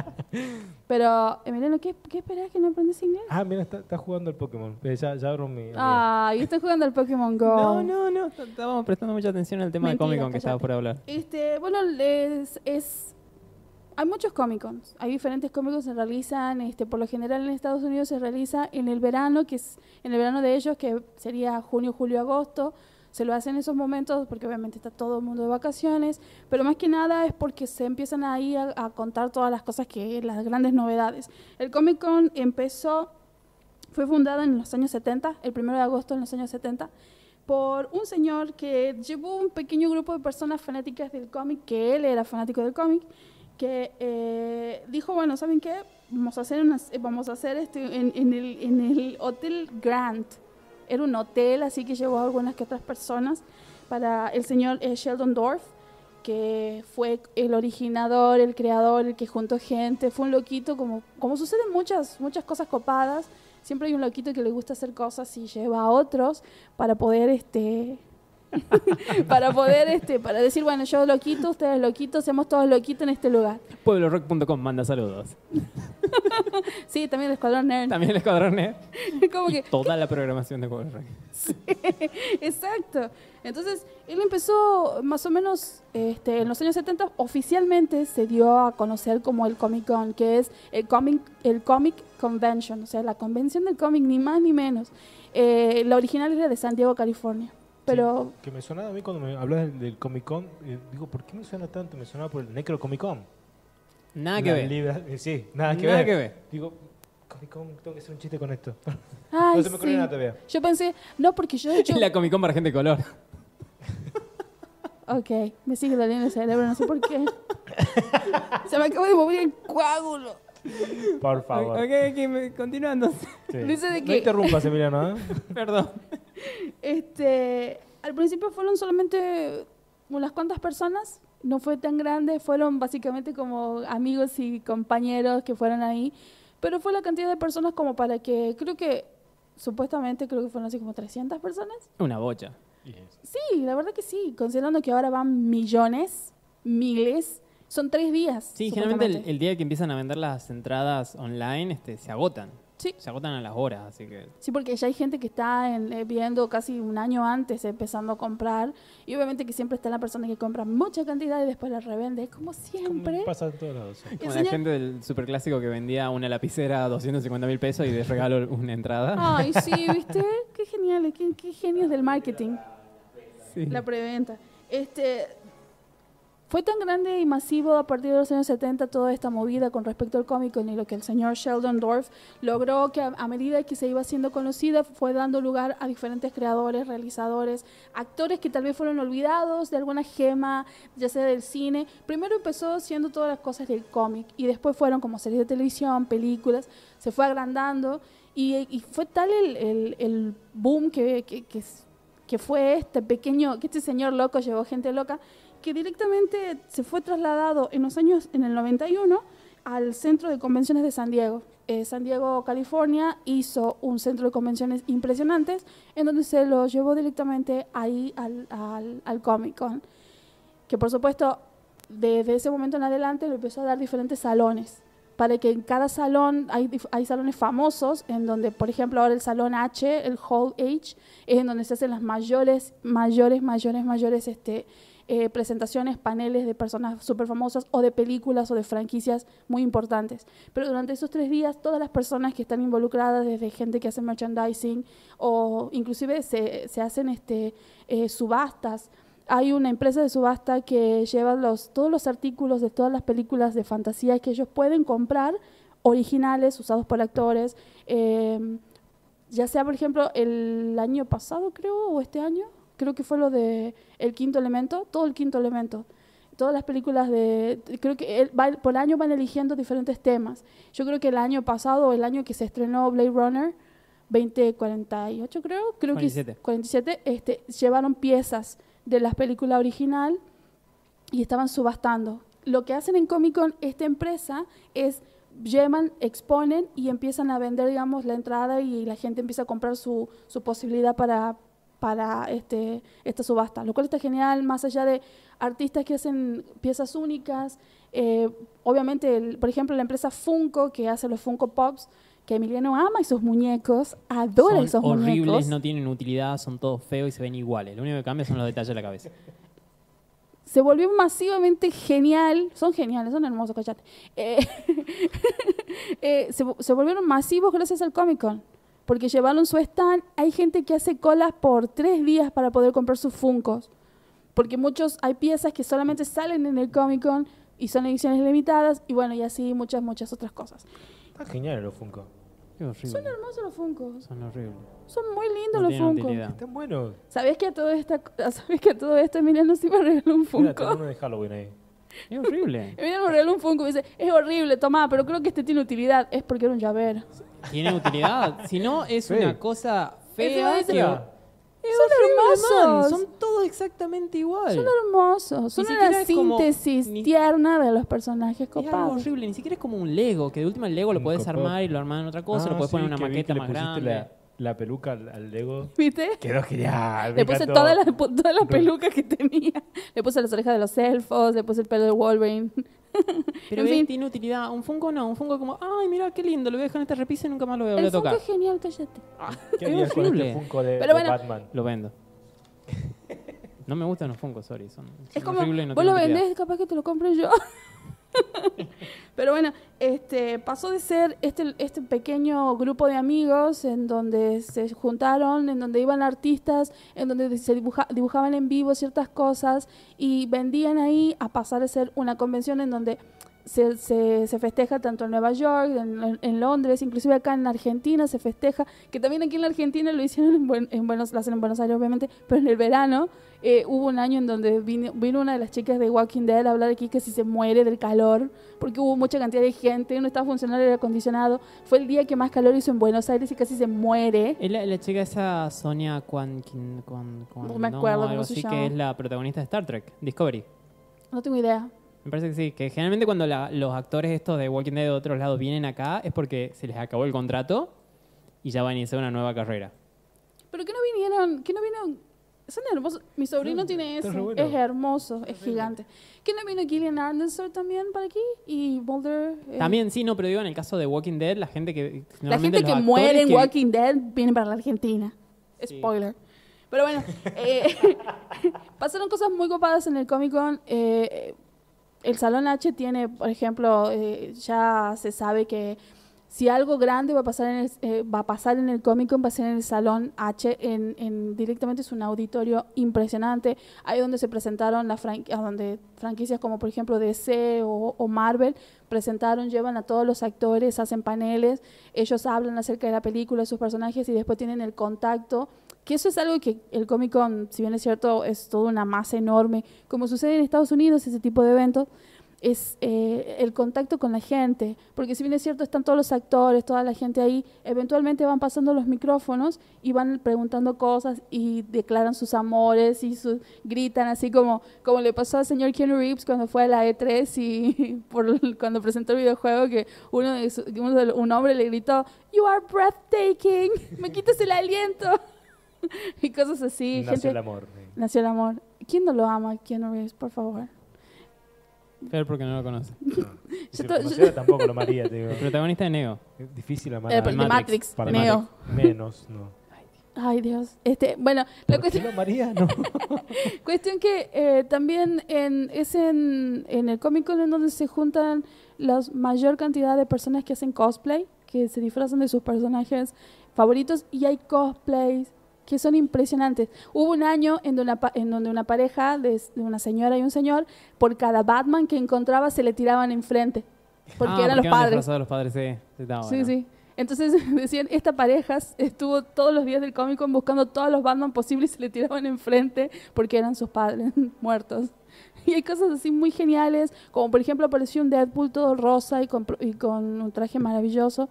Speaker 2: Pero, Emiliano, ¿qué, qué esperás que no aprendas inglés?
Speaker 3: *laughs* ah, mira, está, está jugando el Pokémon. Eh, Ya, ya abro mi...
Speaker 2: Ay, estás jugando al Pokémon Go.
Speaker 1: No, no, no. t- Estábamos prestando mucha atención al tema
Speaker 2: Mentira,
Speaker 1: de Comic Con que estaba
Speaker 2: cállate.
Speaker 1: por hablar.
Speaker 2: Este, bueno, es, es- hay muchos Comic Cons, hay diferentes Comic Cons que se realizan, este, por lo general en Estados Unidos se realiza en el verano, que es en el verano de ellos, que sería junio, julio, agosto, se lo hacen en esos momentos porque obviamente está todo el mundo de vacaciones, pero más que nada es porque se empiezan ahí a, a contar todas las cosas que, las grandes novedades. El Comic Con empezó, fue fundado en los años 70, el primero de agosto en los años 70, por un señor que llevó un pequeño grupo de personas fanáticas del cómic, que él era fanático del cómic, que eh, dijo, bueno, ¿saben qué? Vamos a hacer, unas, eh, vamos a hacer este en, en el, en el Hotel Grant. Era un hotel, así que llevó a algunas que otras personas para el señor eh, Sheldon Dorff, que fue el originador, el creador, el que juntó gente, fue un loquito, como, como suceden muchas, muchas cosas copadas, siempre hay un loquito que le gusta hacer cosas y lleva a otros para poder este *laughs* para poder este para decir bueno yo loquito ustedes loquitos seamos todos loquitos en este lugar
Speaker 1: Pueblorock.com manda saludos.
Speaker 2: sí también el escuadrón nerd
Speaker 1: También el Escuadrón Nerd.
Speaker 2: *laughs* como que
Speaker 1: Toda la programación de Pueblo Rock.
Speaker 2: Exacto. Entonces, él empezó más o menos este, en los años 70, oficialmente se dio a conocer como el Comic Con, que es el Comic, el comic Convention, o sea, la convención del cómic, ni más ni menos. Eh, la original era de San Diego, California. Pero,
Speaker 3: Que me sonaba a mí cuando me hablas del, del Comic Con. eh, digo, ¿por qué me suena tanto? Me sonaba por el Necro Comic Con.
Speaker 1: Nada que
Speaker 3: La
Speaker 1: ver.
Speaker 3: libra- eh, sí, nada que
Speaker 1: Nada
Speaker 3: ver.
Speaker 1: que ver.
Speaker 3: Digo, Comic Con, tengo que hacer un chiste con esto. *laughs*
Speaker 2: ay,
Speaker 3: no se me ocurrió
Speaker 2: sí.
Speaker 3: nada todavía.
Speaker 2: Yo pensé, no, porque yo... yo
Speaker 3: *laughs*
Speaker 1: Es la Comic Con para gente de color.
Speaker 2: Ok, me sigue doliendo el cerebro, no sé por qué. se me acaba de mover el coágulo.
Speaker 3: Por favor.
Speaker 1: Ok, ok, me- continuando. *laughs*
Speaker 3: Sí.
Speaker 2: Dice de
Speaker 3: No
Speaker 2: que-
Speaker 3: interrumpas, Emiliano. ¿eh?
Speaker 1: Perdón.
Speaker 2: Este, al principio fueron solamente unas cuantas personas, no fue tan grande, fueron básicamente como amigos y compañeros que fueron ahí, pero fue la cantidad de personas como para que, creo que, supuestamente creo que fueron así como 300 personas.
Speaker 1: Una bocha.
Speaker 2: Sí, la verdad que sí, considerando que ahora van millones, miles, Son tres días.
Speaker 1: Sí, generalmente el,
Speaker 2: supuestamente.
Speaker 1: el día que empiezan a vender las entradas online este, se agotan.
Speaker 2: Sí.
Speaker 1: Se agotan a las horas, así que...
Speaker 2: Sí, porque ya hay gente que está en- eh, viendo casi un año antes, empezando a comprar. Y obviamente que siempre está la persona que compra mucha cantidad y después la revende, como *laughs* siempre.
Speaker 3: Como Pasa en todos lados. sí.
Speaker 2: El
Speaker 1: Como la
Speaker 2: señor-
Speaker 1: gente del superclásico que vendía una lapicera a 250 mil pesos y de regalo una entrada.
Speaker 2: Ay, sí, ¿viste? Qué genial, qué, qué genios del marketing.
Speaker 1: Sí.
Speaker 2: La preventa. Este, fue tan grande y masivo a partir de los años 70 toda esta movida con respecto al cómic y lo que el señor Sheldon Dorf logró que a, a medida que se iba siendo conocida fue dando lugar a diferentes creadores, realizadores, actores que tal vez fueron olvidados de alguna gema, ya sea del cine. Primero empezó siendo todas las cosas del cómic y después fueron como series de televisión, películas, se fue agrandando y, y fue tal el, el- el boom que- que- que s- que fue este pequeño, que este señor loco llevó gente loca, que directamente se fue trasladado en los años, en el 91, al Centro de Convenciones de San Diego. Eh, San Diego, California, hizo un centro de convenciones impresionantes, en donde se lo llevó directamente ahí al, al, al Comic Con. Que por supuesto, desde ese momento en adelante le empezó a dar diferentes salones. Para que en cada salón, hay, dif- hay salones famosos, en donde, por ejemplo, ahora el salón H, el Hall H, es en donde se hacen las mayores, mayores, mayores, mayores este, eh, presentaciones, paneles de personas súper famosas o de películas o de franquicias muy importantes. Pero durante esos tres días, todas las personas que están involucradas, desde gente que hace merchandising o inclusive se, se hacen este, eh, subastas. Hay una empresa de subasta que lleva los, todos los artículos de todas las películas de fantasía que ellos pueden comprar, originales, usados por actores. em, ya sea por ejemplo el año pasado creo o este año creo que fue lo de el quinto elemento todo el quinto elemento todas las películas de creo que el- va- por año van eligiendo diferentes temas yo creo que el año pasado o el año que se estrenó Blade Runner 2048 creo creo
Speaker 1: 47.
Speaker 2: que 47 este llevaron piezas de la película original y estaban subastando. Lo que hacen en Comic Con esta empresa es llevan, exponen y empiezan a vender, digamos, la entrada y la gente empieza a comprar su, su posibilidad para, para este, esta subasta. Lo cual está genial, más allá de artistas que hacen piezas únicas. eh, obviamente, el- por ejemplo, la empresa Funko, que hace los Funko Pops, que Emiliano ama esos muñecos, adora
Speaker 1: Son
Speaker 2: esos
Speaker 1: horribles,
Speaker 2: muñecos.
Speaker 1: no tienen utilidad, son todos feos y se ven iguales. Lo único que cambia son los detalles de la cabeza.
Speaker 2: se volvió masivamente genial. Son geniales, son hermosos, cachate. Eh, *laughs* eh, se, vo- se volvieron masivos gracias al Comic Con. Porque llevaron su stand. Hay gente que hace colas por tres días para poder comprar sus Funcos. Porque muchos hay piezas que solamente salen en el Comic Con y son ediciones limitadas. Y bueno, y así muchas, muchas otras cosas.
Speaker 3: Está genial los Funko.
Speaker 1: Qué horrible.
Speaker 2: Son hermosos los Funcos.
Speaker 1: Son horribles.
Speaker 2: Son muy lindos
Speaker 1: No
Speaker 2: los
Speaker 1: tienen
Speaker 2: Funcos.
Speaker 1: utilidad.
Speaker 3: Están buenos.
Speaker 2: ¿Sabías que a todo *laughs* esto, ¿sabías que a todo esto Emiliano sí me regaló un
Speaker 3: Mira,
Speaker 2: Funko?
Speaker 3: tengo uno de Halloween ahí.
Speaker 1: Es horrible.
Speaker 2: Me dieron un reloj, un Funko y me dice, es horrible, tomá, pero creo que este tiene utilidad. Es porque era un llavero.
Speaker 1: Tiene utilidad. Si no, es
Speaker 3: Sí.
Speaker 1: una cosa
Speaker 2: Encima
Speaker 1: fea.
Speaker 2: dice-
Speaker 1: que-
Speaker 3: Mira,
Speaker 1: Es
Speaker 2: Son
Speaker 1: horrible, man.
Speaker 2: hermosos.
Speaker 1: Son todos exactamente igual.
Speaker 2: Son hermosos. Son
Speaker 1: Ni siquiera
Speaker 2: una
Speaker 1: es como-
Speaker 2: síntesis
Speaker 1: ni-
Speaker 2: tierna de los personajes
Speaker 1: Es algo
Speaker 2: copados.
Speaker 1: horrible, ni siquiera es como un Lego, que de última el Lego lo
Speaker 3: Un
Speaker 1: podés
Speaker 3: copado.
Speaker 1: armar y lo armás en otra cosa,
Speaker 3: Ah,
Speaker 1: lo podés poner en
Speaker 3: sí,
Speaker 1: una
Speaker 3: que vi
Speaker 1: maqueta
Speaker 3: que le
Speaker 1: más
Speaker 3: pusiste
Speaker 1: grande.
Speaker 3: La, la peluca al, al Lego.
Speaker 2: ¿Viste?
Speaker 3: Quedó genial. me
Speaker 2: Le puse
Speaker 3: encantó.
Speaker 2: todas las todas las
Speaker 3: No.
Speaker 2: pelucas que tenía. Le puse las orejas de los elfos, le puse el pelo de Wolverine.
Speaker 1: Pero
Speaker 2: En
Speaker 1: ves,
Speaker 2: fin.
Speaker 1: tiene utilidad. Un Funko no, un Funko como, ay, mira qué lindo, lo voy a dejar en esta repisa y nunca más lo voy a volver
Speaker 2: El
Speaker 1: a tocar.
Speaker 2: Funko es genial, cállate.
Speaker 3: ¿Qué
Speaker 1: Es
Speaker 3: harías con
Speaker 1: horrible.
Speaker 3: este Funko de,
Speaker 2: Pero
Speaker 3: de
Speaker 2: bueno.
Speaker 3: Batman?
Speaker 1: Lo vendo. No me gustan los Funko, sorry. Son,
Speaker 2: Es
Speaker 1: son
Speaker 2: como,
Speaker 1: horribles y no
Speaker 2: vos lo
Speaker 1: tienen utilidad.
Speaker 2: vendés, capaz que te lo compro yo. *laughs* Pero bueno, este, pasó de ser este, este pequeño grupo de amigos en donde se juntaron, en donde iban artistas, en donde se dibuja- dibujaban en vivo ciertas cosas y vendían ahí a pasar de ser una convención en donde se, se- se festeja tanto en Nueva York, en, en- en Londres, inclusive acá en Argentina se festeja, que también aquí en la Argentina lo hicieron en, Buen- en Buenos, lo hacen en Buenos Aires obviamente, pero en el verano eh, hubo un año en donde vino, vino una de las chicas de Walking Dead a hablar aquí que si se muere del calor, porque hubo mucha cantidad de gente, no estaba funcionando el aire acondicionado, fue el día que más calor hizo en Buenos Aires y casi se muere.
Speaker 1: Es la, la chica esa Sonia Kwan, Kin- Kwan- Kwan-
Speaker 2: No me acuerdo
Speaker 1: algo
Speaker 2: cómo se
Speaker 1: así,
Speaker 2: llama.
Speaker 1: que es la protagonista de Star Trek, Discovery.
Speaker 2: No tengo idea.
Speaker 1: Me parece que sí, que generalmente cuando la- los actores estos de Walking Dead de otros lados vienen acá es porque se les acabó el contrato y ya van a iniciar una nueva carrera.
Speaker 2: Pero que no vinieron, que no vinieron Son hermosos. Mi sobrino
Speaker 3: Sí,
Speaker 2: tiene
Speaker 3: está
Speaker 2: ese.
Speaker 3: re bueno.
Speaker 2: Es hermoso, es
Speaker 1: Está re
Speaker 2: gigante. ¿Quién le vino Gillian Anderson también para aquí? Y Boulder. eh,
Speaker 1: También sí, no, pero digo en el caso de Walking Dead, la gente que.
Speaker 2: La
Speaker 1: normalmente
Speaker 2: gente
Speaker 1: los
Speaker 2: que
Speaker 1: actores
Speaker 2: muere en
Speaker 1: que-
Speaker 2: Walking Dead viene para la Argentina.
Speaker 1: Sí.
Speaker 2: Spoiler.
Speaker 1: *laughs*
Speaker 2: Pero bueno, eh, *laughs* pasaron cosas muy copadas en el Comic Con. Eh, eh, el Salón H tiene, por ejemplo, eh, ya se sabe que si algo grande va a pasar en el, eh, va a pasar en el Comic Con, va a ser en el Salón H. En, en- directamente es un auditorio impresionante. Ahí donde se presentaron las fran- a donde franquicias como por ejemplo DC o, o Marvel presentaron, llevan a todos los actores, hacen paneles, ellos hablan acerca de la película, de sus personajes y después tienen el contacto. Que eso es algo que el Comic Con, si bien es cierto, es toda una masa enorme, como sucede en Estados Unidos, ese tipo de eventos, es eh, el contacto con la gente. Porque si bien es cierto, están todos los actores, toda la gente ahí, eventualmente van pasando los micrófonos y van preguntando cosas y declaran sus amores y sus, gritan así como, como le pasó al señor Keanu Reeves cuando fue a la E3 y *laughs* por, el- cuando presentó el videojuego que uno de su- uno de- un hombre le gritó, You are breathtaking, me quitas el aliento. *laughs* y cosas así.
Speaker 3: Nace
Speaker 2: gente,
Speaker 3: el amor.
Speaker 2: *laughs*
Speaker 3: sí.
Speaker 2: Nació el amor. ¿Quién no lo ama, Keanu Reeves, por favor?
Speaker 1: Pero porque no lo conoce.
Speaker 3: Y Si
Speaker 2: Yo
Speaker 3: lo
Speaker 2: to- yo-
Speaker 3: conociera, tampoco lo amaría, te
Speaker 2: *laughs*
Speaker 3: digo.
Speaker 1: El protagonista de Neo.
Speaker 3: Es difícil amar
Speaker 2: Eh,
Speaker 3: a
Speaker 2: de
Speaker 1: Matrix,
Speaker 2: Matrix,
Speaker 3: para
Speaker 2: Neo.
Speaker 3: Menos, no.
Speaker 2: Ay, Dios. Este, bueno, la
Speaker 3: ¿Por qué
Speaker 2: cuestión,
Speaker 3: lo amaría? No.
Speaker 2: cuestión que eh, también en, es en, en el Comic Con en donde se juntan la mayor cantidad de personas que hacen cosplay, que se disfrazan de sus personajes favoritos y hay cosplays que son impresionantes. Hubo un año en donde una, pa- en donde una pareja de, s- de una señora y un señor, por cada Batman que encontraba se le tiraban enfrente, porque
Speaker 1: Ah,
Speaker 2: eran los padres.
Speaker 1: disfrazados los padres, sí. Sí, está
Speaker 2: Sí,
Speaker 1: bueno.
Speaker 2: sí. Entonces *laughs* decían, esta pareja estuvo todos los días del Comic Con buscando todos los Batman posibles y se le tiraban enfrente porque eran sus padres *laughs* muertos. Y hay cosas así muy geniales, como por ejemplo apareció un Deadpool todo rosa y con, pro- y con un traje maravilloso,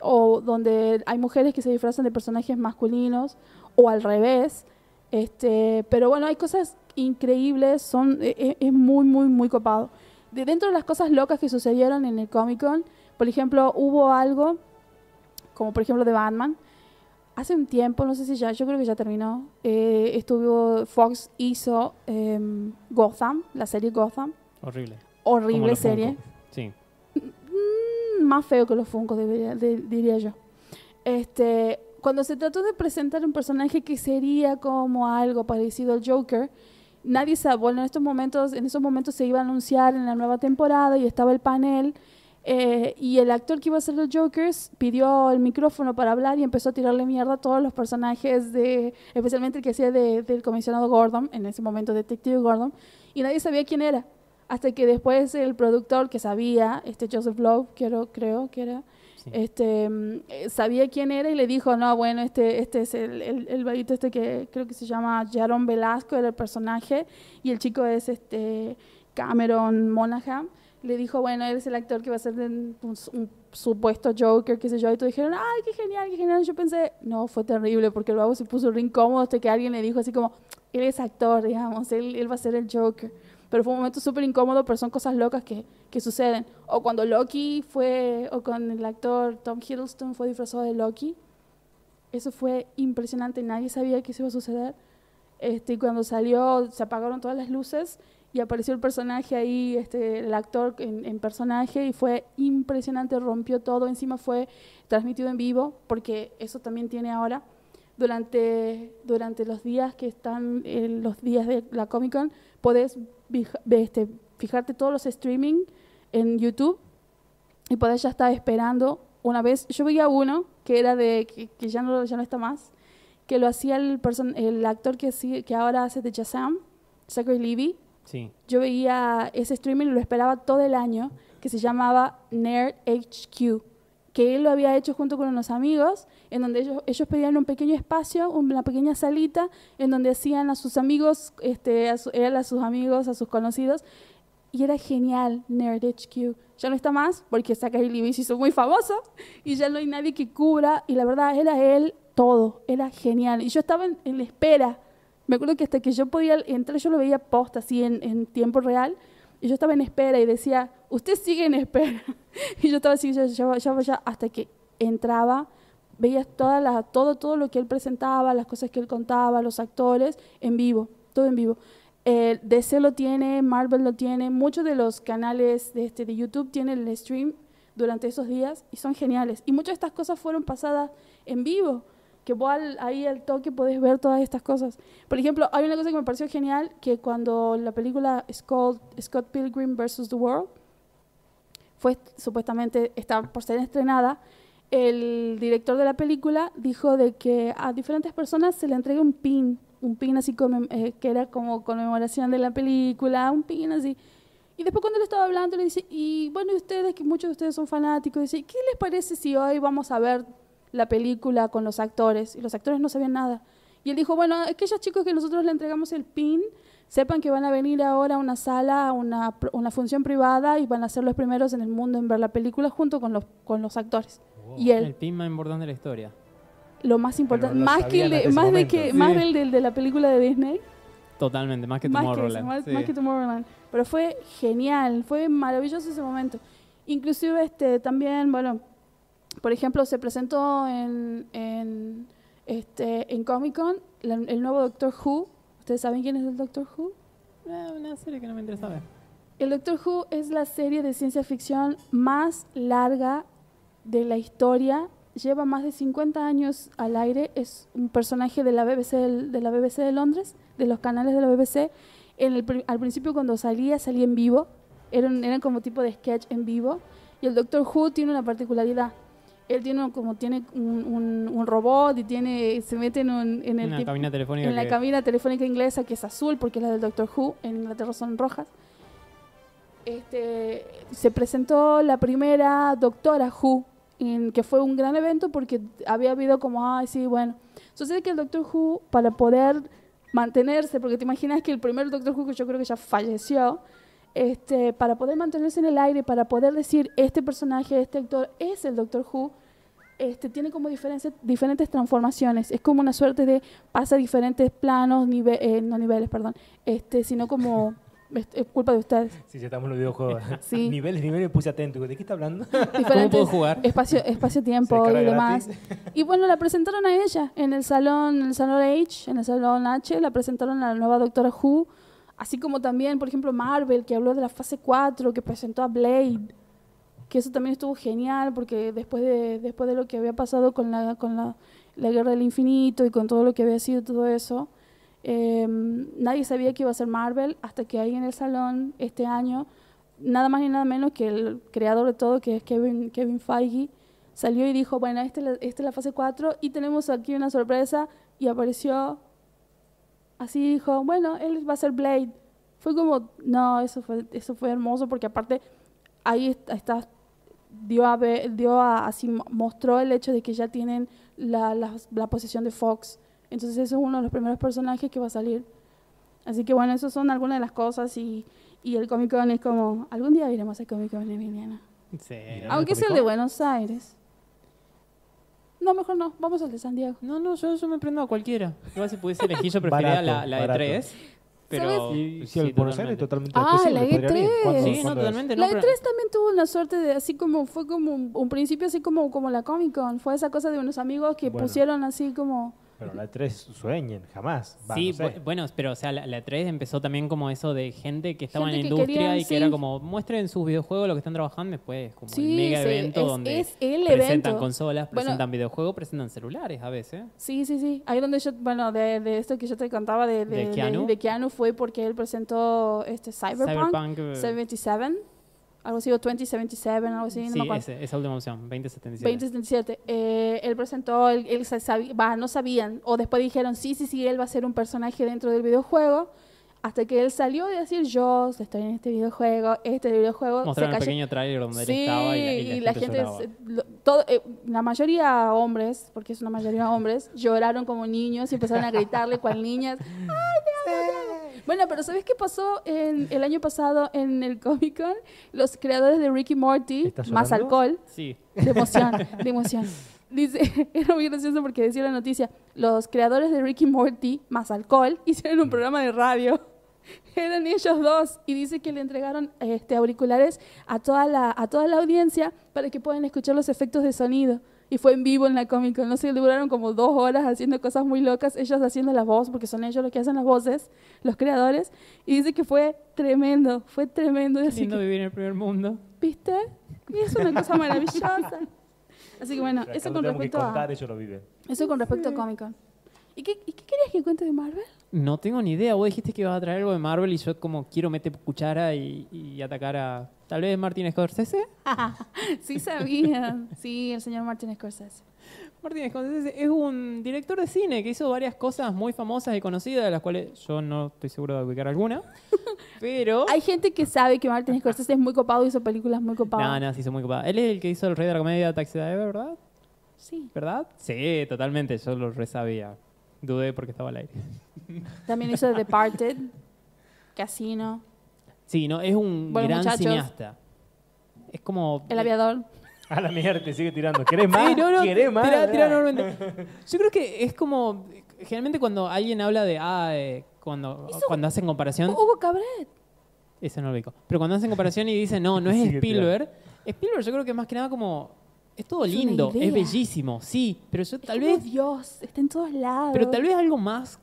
Speaker 2: o donde hay mujeres que se disfrazan de personajes masculinos, o al revés. Este, pero bueno, hay cosas increíbles, son, e- e- es muy, muy, muy copado. De dentro de las cosas locas que sucedieron en el Comic Con, por ejemplo, hubo algo, como por ejemplo de Batman, hace un tiempo, no sé si ya, yo creo que ya terminó, eh, estuvo, Fox hizo em, Gotham, la serie Gotham,
Speaker 1: Horrible. Como
Speaker 2: horrible
Speaker 1: los
Speaker 2: serie,
Speaker 1: Funko. Sí.
Speaker 2: Mm, más feo que los Funkos, debería- de- diría yo. Este, cuando se trató de presentar un personaje que sería como algo parecido al Joker, nadie sabe, bueno, en estos momentos, en esos momentos se iba a anunciar en la nueva temporada y estaba el panel eh, y el actor que iba a ser los Jokers pidió el micrófono para hablar y empezó a tirarle mierda a todos los personajes de, especialmente el que hacía de- del comisionado Gordon, en ese momento detective Gordon, y nadie sabía quién era. Hasta que después el productor que sabía, este Joseph Love, creo, creo que era,
Speaker 1: sí.
Speaker 2: este, mm, eh, sabía quién era y le dijo, no, bueno, este, este es el, el, el vaguito este que creo que se llama Jaron Velasco, era el personaje, y el chico es este Cameron Monaghan. Le dijo, bueno, él es el actor que va a ser de un, un supuesto Joker, qué sé yo, y todos dijeron, ay, qué genial, qué genial. Yo pensé, no, fue terrible, porque el vago se puso re incómodo hasta que alguien le dijo así como, él es actor, digamos, él, él va a ser el Joker. Pero fue un momento súper incómodo, pero son cosas locas que, que suceden. O cuando Loki fue, o con el actor Tom Hiddleston fue disfrazado de Loki. Eso fue impresionante, nadie sabía que eso iba a suceder. Este, y cuando salió, se apagaron todas las luces y apareció el personaje ahí, este, el actor en, en personaje, y fue impresionante, rompió todo. Encima fue transmitido en vivo, porque eso también tiene ahora. Durante, durante los días que están, eh, los días de la Comic Con, podés vija- ve- este, fijarte todos los streaming en YouTube y podés ya estar esperando. Una vez, yo veía uno que era de, que, que ya, no, ya no está más, que lo hacía el, person- el actor que, sigue- que ahora hace de Shazam, Zachary Levy,
Speaker 1: Sí.
Speaker 2: yo veía ese streaming y lo esperaba todo el año, que se llamaba Nerd HQ, que él lo había hecho junto con unos amigos, en donde ellos, ellos pedían un pequeño espacio, una pequeña salita, en donde hacían a sus amigos, este, a su- él a sus amigos, a sus conocidos, y era genial Nerd HQ. Ya no está más, porque Zachary Levi se hizo muy famoso, y ya no hay nadie que cubra, y la verdad, era él todo, era genial. Y yo estaba en- en la espera me acuerdo que hasta que yo podía entrar, yo lo veía post así en, en tiempo real. Y yo estaba en espera y decía, *laughs* usted sigue en espera. Y yo estaba así, ya, ya, va- ya, va- ya, hasta que entraba, veías todas las- todo, todo lo que él presentaba, las cosas que él contaba, los actores, en vivo, todo en vivo. Eh, DC lo tiene, Marvel lo tiene, muchos de los canales de, este, de YouTube tienen el stream durante esos días y son geniales. Y muchas de estas cosas fueron pasadas en vivo, que vos al- ahí al toque podés ver todas estas cosas. Por ejemplo, hay una cosa que me pareció genial, que cuando la película Scott, Scott Pilgrim vs. The World fue supuestamente, está por ser estrenada, el director de la película dijo de que a diferentes personas se le entrega un pin, un pin así conmem- eh, que era como conmemoración de la película, un pin así. Y después cuando le estaba hablando le dice, y bueno, y ustedes, que muchos de ustedes son fanáticos, dice, ¿qué les parece si hoy vamos a ver la película con los actores? Y los actores no sabían nada. Y él dijo, bueno, aquellos chicos que nosotros le entregamos el pin, sepan que van a venir ahora a una sala, a una, pr- una función privada y van a ser los primeros en el mundo en ver la película junto con los, con los actores. Y
Speaker 1: El
Speaker 2: él,
Speaker 1: pin más importante de la historia.
Speaker 2: lo más importante,
Speaker 3: no lo
Speaker 2: más que, el
Speaker 3: sabían
Speaker 2: de,
Speaker 3: hasta ese
Speaker 2: más, de
Speaker 3: momento.
Speaker 2: que,
Speaker 1: Sí.
Speaker 2: más del, del de la película de Disney,
Speaker 1: Totalmente, más que
Speaker 2: más
Speaker 1: Tomorrowland.
Speaker 2: Que eso, más,
Speaker 1: Sí.
Speaker 2: más que Tomorrowland. Pero fue genial, fue maravilloso ese momento. Inclusive este también, bueno, por ejemplo, se presentó en, en, este, en Comic Con el nuevo Doctor Who. ¿Ustedes saben quién es el Doctor Who?
Speaker 1: Eh, una serie que no me interesa ver.
Speaker 2: El Doctor Who es la serie de ciencia ficción más larga de la historia. Lleva más de 50 años al aire. Es un personaje de la BBC del- de, la BBC de Londres, de los canales de la BBC. En el pri- al principio cuando salía, salía en vivo. Eran, eran como tipo de sketch en vivo. Y el Doctor Who tiene una particularidad. Él tiene un- como tiene un, un- un robot y tiene se mete en, un- en el
Speaker 1: una
Speaker 2: tip-
Speaker 1: cabina telefónica.
Speaker 2: en la
Speaker 1: que-
Speaker 2: cabina telefónica inglesa, que es azul, porque es la del Doctor Who, en Inglaterra son rojas. Este, se presentó la primera Doctora Who, en- que fue un gran evento porque había habido como, ay, sí, bueno. Sucede que el Doctor Who, para poder mantenerse, porque te imaginas que el primer Doctor Who, que yo creo que ya falleció, este, para poder mantenerse en el aire, para poder decir, este personaje, este actor es el Doctor Who, este, tiene como diferencia- diferentes transformaciones. Es como una suerte de pasa diferentes planos, nive- eh, no niveles, perdón, este, sino como es, es culpa de ustedes.
Speaker 3: Sí, ya estamos en
Speaker 1: *laughs*
Speaker 3: los videojuegos. *laughs*
Speaker 2: Sí.
Speaker 3: Niveles, niveles, puse atento. digo, ¿De qué está hablando?
Speaker 1: ¿Cómo puedo
Speaker 2: Diferentes
Speaker 1: jugar?
Speaker 2: espacio, espacio-tiempo
Speaker 3: *laughs* Se
Speaker 2: y
Speaker 3: carga
Speaker 2: demás.
Speaker 3: *laughs*
Speaker 2: *laughs* Y bueno, la presentaron a ella en el salón, en el salón H, en el salón H, la presentaron a la nueva Doctora Who, así como también, por ejemplo, Marvel, que habló de la fase 4, que presentó a Blade, que eso también estuvo genial, porque después de, después de lo que había pasado con la, con la, la Guerra del Infinito y con todo lo que había sido todo eso, eh, nadie sabía que iba a ser Marvel hasta que ahí en el salón este año, nada más ni nada menos que el creador de todo, que es Kevin, Kevin Feige, salió y dijo, bueno, esta es, la, esta es la fase 4 y tenemos aquí una sorpresa y apareció así dijo, bueno, él va a ser Blade. Fue como, no, eso fue, eso fue hermoso porque aparte ahí est- está, dio a ver, dio a, así mo- mostró el hecho de que ya tienen la, la, la posesión de Fox. Entonces eso es uno de los primeros personajes que va a salir. Así que bueno, esas son algunas de las cosas y, y el Comic Con es como, algún día iremos al Comic Con en Emiliana.
Speaker 1: Sí.
Speaker 3: Mira. ¿Irán al
Speaker 2: Aunque sea el
Speaker 3: Comic
Speaker 2: de
Speaker 3: Con?
Speaker 2: Buenos Aires. No, mejor no, vamos al de San Diego.
Speaker 1: No, no, yo, yo me prendo a cualquiera. Igual si pudiese elegir, yo preferiría la,
Speaker 3: Barato,
Speaker 1: la
Speaker 3: barato.
Speaker 1: de 3. Pero.
Speaker 3: Y
Speaker 1: sí,
Speaker 3: si el Buenos Aires es
Speaker 1: totalmente.
Speaker 3: totalmente
Speaker 2: Ah,
Speaker 3: accesible,
Speaker 2: la
Speaker 3: podrían ir.
Speaker 2: E3.
Speaker 3: ¿Cuándo-
Speaker 2: totalmente.
Speaker 1: E Sí, no,
Speaker 3: cuándo es?
Speaker 1: totalmente.
Speaker 2: La
Speaker 1: no,
Speaker 2: E3
Speaker 1: pero-
Speaker 2: también tuvo una suerte de, así como fue como un, un principio, así como, como la Comic Con, fue esa cosa de unos amigos que
Speaker 3: Bueno.
Speaker 2: pusieron así como...
Speaker 3: Pero la E3 sueñen, jamás. Va,
Speaker 1: sí,
Speaker 3: no sé.
Speaker 1: bu- bueno, pero o sea, la, la 3 empezó también como eso de gente que estaba
Speaker 2: Gente
Speaker 1: en
Speaker 2: que
Speaker 1: la industria
Speaker 2: querían,
Speaker 1: y que
Speaker 2: sí.
Speaker 1: era como, muestren sus videojuegos, lo que están trabajando después, como
Speaker 2: Sí,
Speaker 1: el mega
Speaker 2: sí,
Speaker 1: evento
Speaker 2: es-
Speaker 1: donde
Speaker 2: es el
Speaker 1: presentan
Speaker 2: evento.
Speaker 1: consolas,
Speaker 2: Bueno.
Speaker 1: presentan videojuegos, presentan celulares a veces.
Speaker 2: Sí, sí, sí. Ahí donde yo, bueno, de, de esto que yo te contaba de, de,
Speaker 1: ¿De
Speaker 2: de-
Speaker 1: Keanu?
Speaker 2: de Keanu fue porque él presentó este Cyberpunk,
Speaker 1: Cyberpunk. eh,
Speaker 2: 77, algo así, o 2077, algo así, no
Speaker 1: sí,
Speaker 2: me acuerdo.
Speaker 1: ese- esa última opción, 2077.
Speaker 2: 2077. Eh, él presentó, él, él sa- sabi- va, no sabían, o después dijeron, sí, sí, sí, él va a ser un personaje dentro del videojuego, hasta que él salió de decir, yo estoy en este videojuego, este videojuego,
Speaker 1: Mostraron
Speaker 2: se
Speaker 1: un
Speaker 2: cayó.
Speaker 1: pequeño trailer donde él
Speaker 2: Sí,
Speaker 1: estaba y la, y la gente, lloraba.
Speaker 2: se- lo- todo- eh, la mayoría hombres, porque es una mayoría hombres, lloraron como niños y empezaron a gritarle cual
Speaker 1: *laughs*
Speaker 2: niñas. "Ay, te amo, te amo". Bueno, pero ¿sabes qué pasó en, el año pasado en el Comic Con? Los creadores de Ricky Morty,
Speaker 3: ¿Estás
Speaker 2: más
Speaker 3: llorando?
Speaker 2: alcohol,
Speaker 1: Sí.
Speaker 2: de emoción, de emoción. Dice, *laughs* era muy gracioso porque decía la noticia, los creadores de Ricky Morty más alcohol hicieron
Speaker 1: Mm.
Speaker 2: un programa de radio. *laughs* Eran ellos dos y dice que le entregaron este, auriculares a toda, la, a toda la audiencia para que puedan escuchar los efectos de sonido. y fue en vivo en la Comic Con. No sé, duraron como dos horas haciendo cosas muy locas, ellos haciendo la voz, porque son ellos los que hacen las voces, los creadores, y dice que fue tremendo, fue tremendo.
Speaker 1: Qué
Speaker 2: así
Speaker 1: lindo
Speaker 2: que,
Speaker 1: vivir en el primer mundo.
Speaker 2: ¿Viste? Y es una cosa maravillosa. Así que bueno,
Speaker 3: Acá
Speaker 2: eso
Speaker 3: lo
Speaker 2: con
Speaker 3: tenemos que
Speaker 2: respecto a...
Speaker 3: contar, ellos lo viven. *laughs*
Speaker 2: Eso con respecto a Comic Con. ¿Y qué, y qué querías que cuente de Marvel?
Speaker 1: No tengo ni idea. Vos dijiste que ibas a traer algo de Marvel y yo como quiero meter cuchara y, y atacar a tal vez Martin Scorsese.
Speaker 2: sí sabían. Sí, el señor Martin Scorsese.
Speaker 1: Martin Scorsese es un director de cine que hizo varias cosas muy famosas y conocidas, de las cuales yo no estoy seguro de ubicar
Speaker 2: *laughs*
Speaker 1: alguna. Pero...
Speaker 2: Hay gente que sabe que Martin Scorsese es muy copado y hizo películas muy copadas.
Speaker 1: No, no, se hizo muy copada. Él es el que hizo el rey de la comedia Taxi Driver, ¿verdad?
Speaker 2: Sí.
Speaker 1: ¿Verdad? Sí, totalmente. Yo lo resabía. Dudé porque estaba al aire.
Speaker 2: También hizo The Departed, Casino,
Speaker 1: Sí, no, es un
Speaker 2: Bueno,
Speaker 1: gran
Speaker 2: muchachos.
Speaker 1: cineasta. Es como...
Speaker 2: El Aviador.
Speaker 3: A la mierda, te sigue tirando. ¿Querés más?
Speaker 1: Sí, no, no,
Speaker 3: ¿Querés más?
Speaker 1: tirá, tirá
Speaker 3: Dale.
Speaker 1: normalmente. *laughs* Yo creo que es como. Generalmente cuando alguien habla de. Ah, eh, cuando,
Speaker 2: Hizo-
Speaker 1: cuando hacen comparación.
Speaker 2: Hugo Cabret.
Speaker 1: Eso no lo ubico. Pero cuando hacen comparación y dicen, no, no es
Speaker 3: Sigue
Speaker 1: Spielberg. Spielberg, yo creo que más que nada como. Es todo
Speaker 2: Es una
Speaker 1: lindo,
Speaker 2: idea.
Speaker 1: es bellísimo, sí. Pero yo tal
Speaker 2: es
Speaker 1: vez.
Speaker 2: Como Dios, está en todos lados.
Speaker 1: Pero tal vez algo más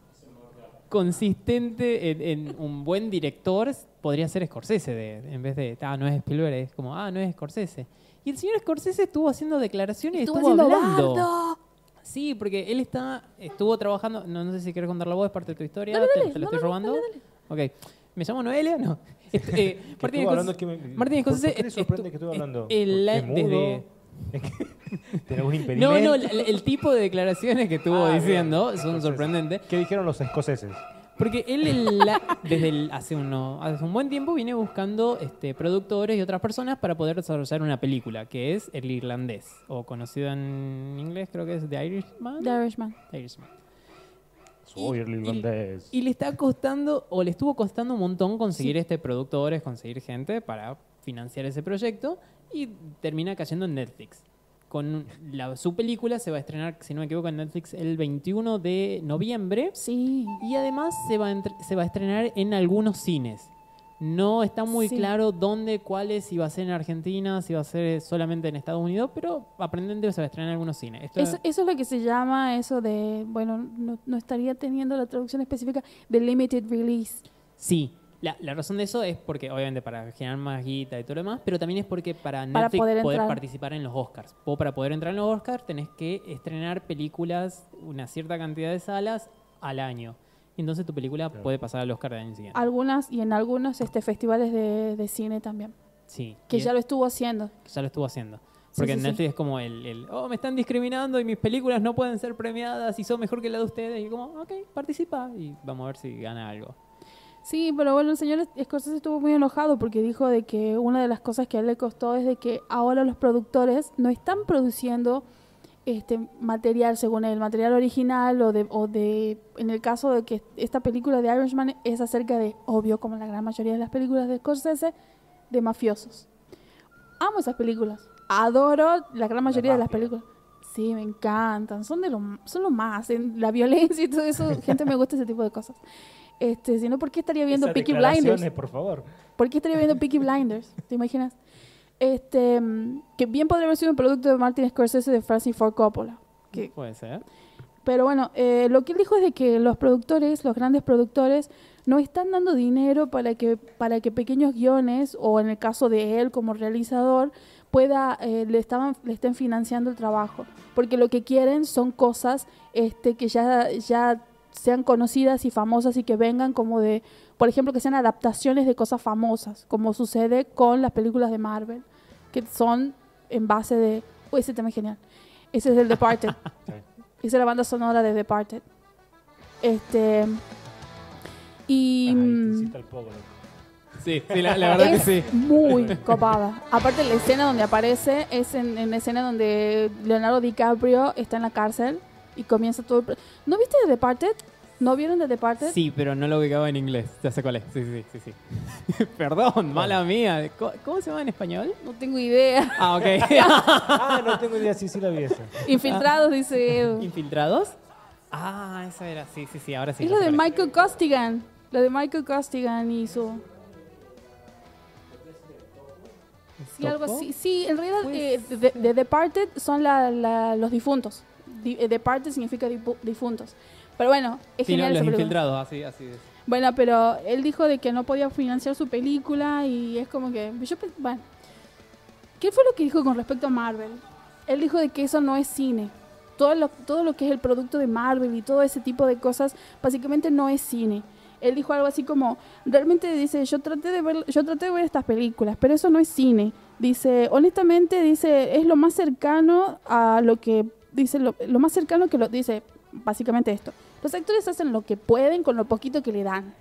Speaker 1: consistente en, en un buen director podría ser Scorsese, de- en vez de, ah, no es Spielberg, es como, ah, no es Scorsese. Y el señor Scorsese estuvo haciendo declaraciones,
Speaker 2: estuvo
Speaker 1: estuvo,
Speaker 2: haciendo
Speaker 1: hablando.
Speaker 2: bardo.
Speaker 1: Sí, porque él está, estuvo trabajando, no, no sé si quieres contarla vos, es parte de tu historia,
Speaker 2: Dale,
Speaker 1: te-
Speaker 2: dale,
Speaker 1: te, lo
Speaker 2: no,
Speaker 1: estoy
Speaker 2: no,
Speaker 1: robando. Ok, me llamo Noelia, no. *laughs* Este, eh,
Speaker 3: Que
Speaker 1: Martín
Speaker 3: estuvo hablando
Speaker 1: Scorsese-
Speaker 3: que me-
Speaker 1: Martin
Speaker 3: ¿Por-
Speaker 1: Scorsese
Speaker 3: ¿Por qué le
Speaker 1: es-
Speaker 3: sorprende que
Speaker 1: estu-
Speaker 3: estuve hablando?
Speaker 1: es- eh, el-
Speaker 3: ¿Por qué
Speaker 1: desde-
Speaker 3: mudo? ¿Tenés un impedimento?
Speaker 1: *laughs* no, no, el, el tipo de declaraciones que estuvo
Speaker 3: Ah, bien.
Speaker 1: diciendo son
Speaker 3: Entonces,
Speaker 1: sorprendentes.
Speaker 3: ¿Qué dijeron los escoceses?
Speaker 1: Porque él el- la- desde el- hace, uno, hace un buen tiempo viene buscando este, productores y otras personas para poder desarrollar una película, que es El Irlandés, o conocido en inglés creo que es The Irishman.
Speaker 2: The Irishman.
Speaker 1: The Irishman.
Speaker 3: Soy el irlandés.
Speaker 1: Y le está costando, o le estuvo costando un montón conseguir este productores, conseguir gente para financiar ese proyecto, y termina cayendo en Netflix. Con la- su película se va a estrenar, si no me equivoco, en Netflix el 21 de noviembre.
Speaker 2: Sí.
Speaker 1: Y además se va, a entre- se va a estrenar en algunos cines. No está muy
Speaker 2: Sí.
Speaker 1: claro dónde, cuáles, si va a ser en Argentina, si va a ser solamente en Estados Unidos, pero aparentemente se va a estrenar en algunos cines. Esto
Speaker 2: Eso, eso es lo que se llama eso de, bueno, no, no estaría teniendo la traducción específica de limited release.
Speaker 1: Sí, la, la razón de eso es porque, obviamente, para generar más guita y todo lo demás, pero también es porque para
Speaker 2: Para
Speaker 1: Netflix
Speaker 2: poder
Speaker 1: poder,
Speaker 2: entrar.
Speaker 1: participar en los Oscars. Vos para poder entrar en los Oscars tenés que estrenar películas, una cierta cantidad de salas al año. Y Entonces tu película
Speaker 3: Claro.
Speaker 1: puede pasar al Oscar del año siguiente.
Speaker 2: Algunas y en algunos este, festivales de, de cine también,
Speaker 1: sí,
Speaker 2: que
Speaker 1: y
Speaker 2: ya lo estuvo haciendo.
Speaker 1: que ya lo estuvo haciendo.
Speaker 2: Sí,
Speaker 1: Porque
Speaker 2: sí,
Speaker 1: en
Speaker 2: sí.
Speaker 1: Netflix es como el, el, oh, me están discriminando y mis películas no pueden ser premiadas y son mejor que la de ustedes. Y como, ok, participa y vamos a ver si gana algo.
Speaker 2: Sí, pero bueno, el señor Scorsese estuvo muy enojado porque dijo de que una de las cosas que a él le costó es de que ahora los productores no están produciendo este material según él, material original o de, o de en el caso de que esta película de Irishman es acerca de, obvio, como la gran mayoría de las películas de Scorsese, de mafiosos. Amo esas películas. Adoro la gran mayoría de las
Speaker 3: mafia.
Speaker 2: películas. Sí, me encantan. Son de lo, son lo más. En la violencia y todo eso, gente, me gusta ese tipo de cosas. Este, si no, ¿por qué estaría viendo
Speaker 3: Esas
Speaker 2: Peaky
Speaker 3: declaraciones,
Speaker 2: Blinders?
Speaker 3: por favor.
Speaker 2: ¿Por qué estaría viendo Peaky Blinders? ¿Te imaginas? Este, mm, que bien podría haber sido un producto de Martin Scorsese de Francis Ford Coppola. Que-
Speaker 1: Puede ser.
Speaker 2: pero bueno, eh, lo que él dijo es de que los productores, los grandes productores, no están dando dinero para que, para que pequeños guiones, o en el caso de él como realizador, pueda, eh, le, estaban, le estén financiando el trabajo. Porque lo que quieren son cosas este, que ya, ya sean conocidas y famosas y que vengan como de, por ejemplo, que sean adaptaciones de cosas famosas, como sucede con las películas de Marvel, que son en base de... Uy, ese tema es genial. Ese es del Departed. Hice la banda sonora de Departed. Este. Y.
Speaker 3: Ay, te
Speaker 2: mm,
Speaker 3: incita al poco, loco.
Speaker 1: Sí, sí, la, la verdad que sí.
Speaker 2: es muy copada. Aparte, la escena donde aparece es en, en la escena donde Leonardo DiCaprio está en la cárcel y comienza todo. el pro- ¿No viste The Departed? ¿No vieron The Departed?
Speaker 1: Sí, pero no lo ubicaba en inglés. Ya sé cuál es. Sí, sí, sí. sí. *laughs* Perdón, mala mía. Co- ¿Cómo se llama en español?
Speaker 2: No tengo idea. *laughs*
Speaker 1: Ah, ok.
Speaker 3: Ah, no tengo idea si sí, la vi esa.
Speaker 2: Infiltrados, dice
Speaker 1: *laughs*
Speaker 2: Edu.
Speaker 1: ¿Infiltrados? Ah, eso era. Sí, sí, sí. Ahora sí.
Speaker 2: es
Speaker 1: ya
Speaker 2: lo
Speaker 1: sé
Speaker 2: de
Speaker 1: cuál
Speaker 2: Michael Costigan. Lo de Michael Costigan y su. Sí, algo
Speaker 1: ¿Topó?
Speaker 2: así. Sí, en realidad,
Speaker 1: Puede
Speaker 2: eh, de, de Departed son la- la- los difuntos. Di- eh, Departed significa dipu- difuntos. Pero bueno, es
Speaker 1: Sí, ¿no?
Speaker 2: genial
Speaker 1: los
Speaker 2: esa película.
Speaker 1: infiltrados, así, así es.
Speaker 2: Bueno, pero él dijo de que no podía financiar su película y es como que... Yo, pe- bueno, ¿qué fue lo que dijo con respecto a Marvel? Él dijo de que eso no es cine. Todo lo, todo lo que es el producto de Marvel y todo ese tipo de cosas, básicamente no es cine. Él dijo algo así como, realmente dice, yo traté de ver, yo traté de ver estas películas, pero eso no es cine. Dice, honestamente, dice, es lo más cercano a lo que, dice, lo, lo más cercano que lo, dice, básicamente esto. Los actores hacen lo que pueden con lo poquito que le dan.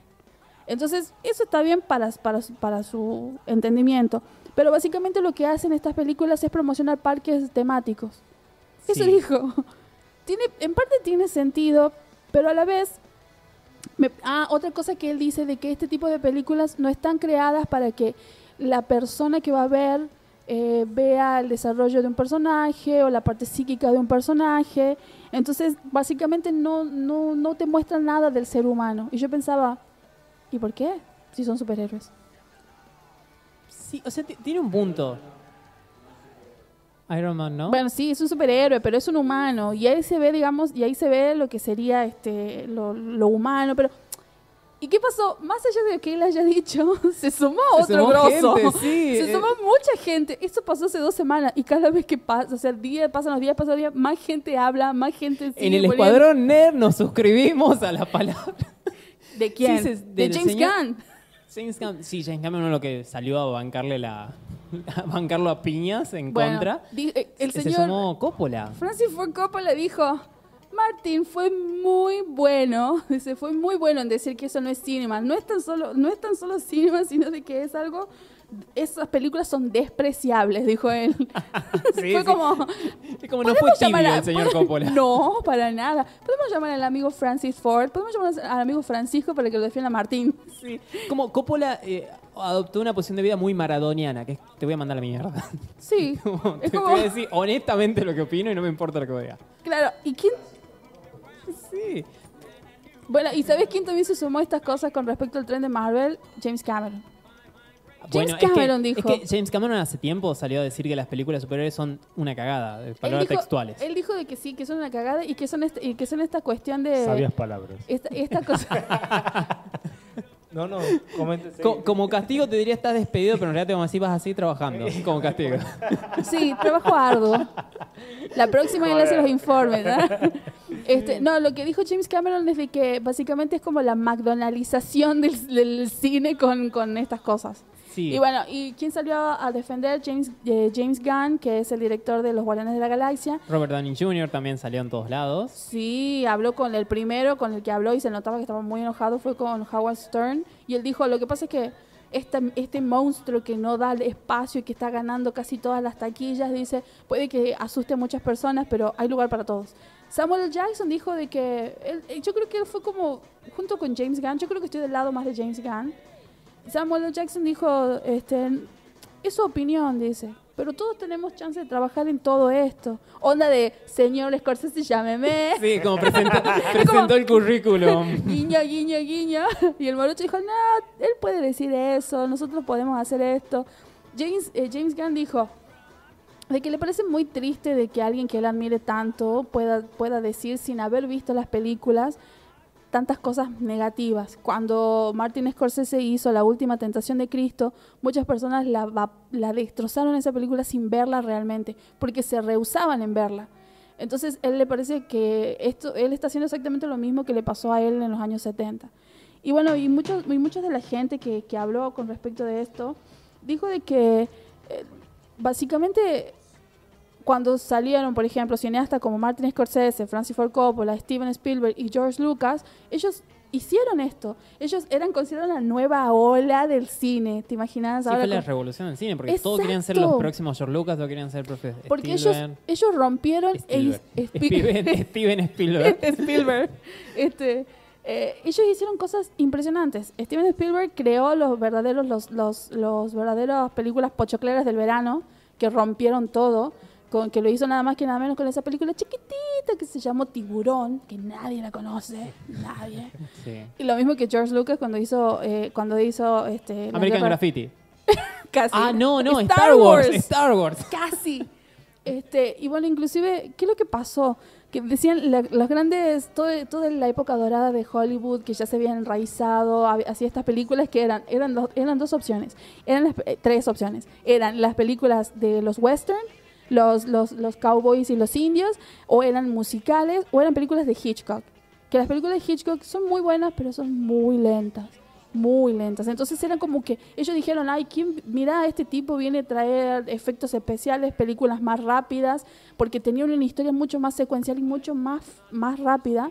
Speaker 2: Entonces, eso está bien para, para, su- para su entendimiento. Pero básicamente lo que hacen estas películas es promocionar parques temáticos. Eso
Speaker 1: Sí.
Speaker 2: dijo. *laughs* Tiene, en parte tiene sentido, pero a la vez... me- ah, otra cosa que él dice de que este tipo de películas no están creadas para que la persona que va a ver eh, vea el desarrollo de un personaje o la parte psíquica de un personaje. Entonces, básicamente no, no, no te muestran nada del ser humano. Y yo pensaba, ¿y por qué? Si son superhéroes.
Speaker 1: Sí, o sea, ti- tiene un punto. Iron Man, ¿no?
Speaker 2: Bueno, sí, es un superhéroe, pero es un humano. Y ahí se ve, digamos, y ahí se ve lo que sería este lo, lo humano, pero... ¿Y qué pasó? Más allá de lo que él haya dicho, *laughs* se sumó
Speaker 1: Se
Speaker 2: otro
Speaker 1: sumó *laughs*
Speaker 2: grosso. *laughs*
Speaker 1: gente, sí,
Speaker 2: Se
Speaker 1: eh,
Speaker 2: sumó mucha gente. Esto pasó hace dos semanas. Y cada vez que pasa, o sea, día, pasan los días, pasan los días, más gente habla, más gente sigue
Speaker 1: en el
Speaker 2: volviendo.
Speaker 1: Escuadrón Nerd nos suscribimos a la palabra.
Speaker 2: ¿De quién?
Speaker 1: Sí, se-
Speaker 2: de
Speaker 1: del
Speaker 2: James
Speaker 1: señor-
Speaker 2: Gunn.
Speaker 1: James Cam- sí, James Cameron lo que salió a bancarle la. a bancarlo a piñas en
Speaker 2: Bueno,
Speaker 1: contra.
Speaker 2: di- eh, el
Speaker 1: Se-
Speaker 2: señor
Speaker 1: Se sumó Coppola.
Speaker 2: Francis Ford Coppola dijo, Martin fue muy bueno, *laughs* dice, fue muy bueno en decir que eso no es cinema, no es tan solo, no es tan solo cinema, *laughs* sino de que es algo, esas películas son despreciables, dijo él. *laughs*
Speaker 1: *laughs* Sí,
Speaker 2: fue
Speaker 1: sí.
Speaker 2: como,
Speaker 1: Es como no fue tibio
Speaker 2: podemos llamar a-
Speaker 1: el señor
Speaker 2: pod-
Speaker 1: Coppola.
Speaker 2: No, para nada. Podemos llamar al amigo Francis Ford, podemos llamar al amigo Francisco para que lo defienda Martín.
Speaker 1: *laughs* Sí. Como Coppola eh, adoptó una posición de vida muy maradoniana, que es, te voy a mandar a la mierda. *laughs*
Speaker 2: Sí,
Speaker 1: Como, te,
Speaker 2: es
Speaker 1: te
Speaker 2: como,
Speaker 1: voy a decir honestamente lo que opino y no me importa lo que diga.
Speaker 2: claro, ¿y quién,
Speaker 1: Sí.
Speaker 2: Bueno, ¿y sabes quién también se sumó a estas cosas con respecto al tren de Marvel? James Cameron. James
Speaker 1: es que-
Speaker 2: Cameron
Speaker 1: es
Speaker 2: dijo.
Speaker 1: que James Cameron hace tiempo salió a decir que las películas superiores son una cagada, de palabras
Speaker 2: dijo,
Speaker 1: textuales.
Speaker 2: Él dijo de que sí, que son una cagada y que son, este- y que son esta cuestión de...
Speaker 3: Sabias palabras.
Speaker 2: Esta, esta cosa... *laughs*
Speaker 3: No, no, comente.
Speaker 1: Co- como castigo te diría estás despedido, pero en realidad te vamos a decir vas así trabajando, como castigo.
Speaker 2: sí, trabajo arduo. La próxima él hace los informes, ¿verdad? *laughs* Este, no, lo que dijo James Cameron es de que básicamente es como la McDonaldización del, del cine con, con estas cosas.
Speaker 1: Sí.
Speaker 2: Y bueno, ¿y quién salió a defender? James, eh, James Gunn, que es el director de Los Guardianes de la Galaxia.
Speaker 1: Robert Downey Jr. también salió en todos lados.
Speaker 2: Sí, habló con el primero, con el que habló y se notaba que estaba muy enojado, fue con Howard Stern. Y él dijo, lo que pasa es que esta- este monstruo que no da el espacio y que está ganando casi todas las taquillas, dice, puede que asuste a muchas personas, pero hay lugar para todos. Samuel L. Jackson dijo de que, él- él- yo creo que él fue como, junto con James Gunn, yo creo que estoy del lado más de James Gunn. Samuel L. Jackson dijo, este, es su opinión, dice. Pero todos tenemos chance de trabajar en todo esto. Onda de, señor Scorsese, llámeme.
Speaker 1: Sí,
Speaker 2: *laughs*
Speaker 1: como presentó, presentó el currículum.
Speaker 2: Guiño, guiño, guiño. *laughs* Y el morocho dijo, no, él puede decir eso, nosotros podemos hacer esto. James, eh, James Gunn dijo de que le parece muy triste de que alguien que él admire tanto pueda, pueda decir sin haber visto las películas tantas cosas negativas. Cuando Martin Scorsese hizo La Última Tentación de Cristo, muchas personas la, va- la destrozaron esa película sin verla realmente, porque se rehusaban en verla. Entonces, él le parece que esto, él está haciendo exactamente lo mismo que le pasó a él en los años 70. Y bueno, y muchos y mucha de la gente que, que habló con respecto de esto, dijo de que eh, básicamente cuando salieron, por ejemplo, cineastas como Martin Scorsese, Francis Ford Coppola, Steven Spielberg y George Lucas, ellos hicieron esto. Ellos eran considerados la nueva ola del cine. ¿Te imaginas?
Speaker 1: Sí,
Speaker 2: Ahora
Speaker 1: fue la
Speaker 2: con-
Speaker 1: revolución del cine, porque todos querían ser
Speaker 2: Exacto.
Speaker 1: los próximos George Lucas, todos querían ser profe
Speaker 2: porque ellos,
Speaker 1: Spielberg.
Speaker 2: ellos rompieron... e
Speaker 1: Spielberg. *laughs*
Speaker 2: his- *laughs*
Speaker 1: Steven, Steven Spielberg.
Speaker 2: Spielberg. Este, eh, ellos hicieron cosas impresionantes. Steven Spielberg creó los verdaderos, los, los, los verdaderos películas pochocleras del verano que rompieron todo, con, que lo hizo nada más que nada menos con esa película chiquitita que se llamó Tiburón, que nadie la conoce, nadie.
Speaker 1: Sí.
Speaker 2: Y lo mismo que George Lucas cuando hizo, eh, cuando hizo este, la
Speaker 1: American
Speaker 2: guerra-
Speaker 1: Graffiti.
Speaker 2: casi.
Speaker 1: Ah, no, no, Star Wars. Star Wars.
Speaker 2: Casi. Este, y bueno, inclusive, ¿qué es lo que pasó? Que decían la- los grandes, todo- toda la época dorada de Hollywood, que ya se habían enraizado, hab- hacía estas películas que eran, eran, dos, eran dos opciones, eran las, eh, tres opciones. Eran las películas de los western, los, los, los cowboys y los indios, o eran musicales, o eran películas de Hitchcock. Que las películas de Hitchcock son muy buenas, pero son muy lentas muy lentas. Entonces eran como que ellos dijeron, ay, ¿quién, mira, este tipo viene a traer efectos especiales, películas más rápidas, porque tenía una historia mucho más secuencial y mucho más, más rápida.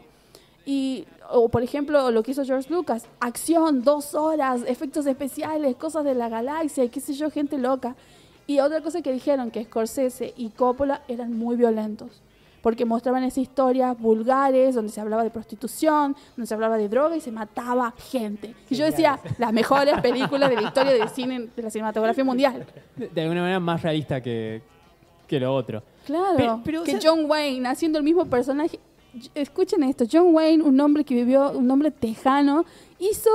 Speaker 2: Y, o por ejemplo, lo que hizo George Lucas, acción, dos horas, efectos especiales, cosas de la galaxia, y qué sé yo, gente loca. Y otra cosa que dijeron, que Scorsese y Coppola eran muy violentos, porque mostraban esas historias vulgares, donde se hablaba de prostitución, donde se hablaba de droga y se mataba gente. Y yo decía, las mejores películas de la historia del cine, de la cinematografía mundial.
Speaker 1: De, de alguna manera más realista que, que lo otro.
Speaker 2: Claro.
Speaker 1: Pero- pero,
Speaker 2: que
Speaker 1: o sea-
Speaker 2: John Wayne haciendo el mismo personaje. J- Escuchen esto, John Wayne, un hombre que vivió, un hombre tejano, hizo,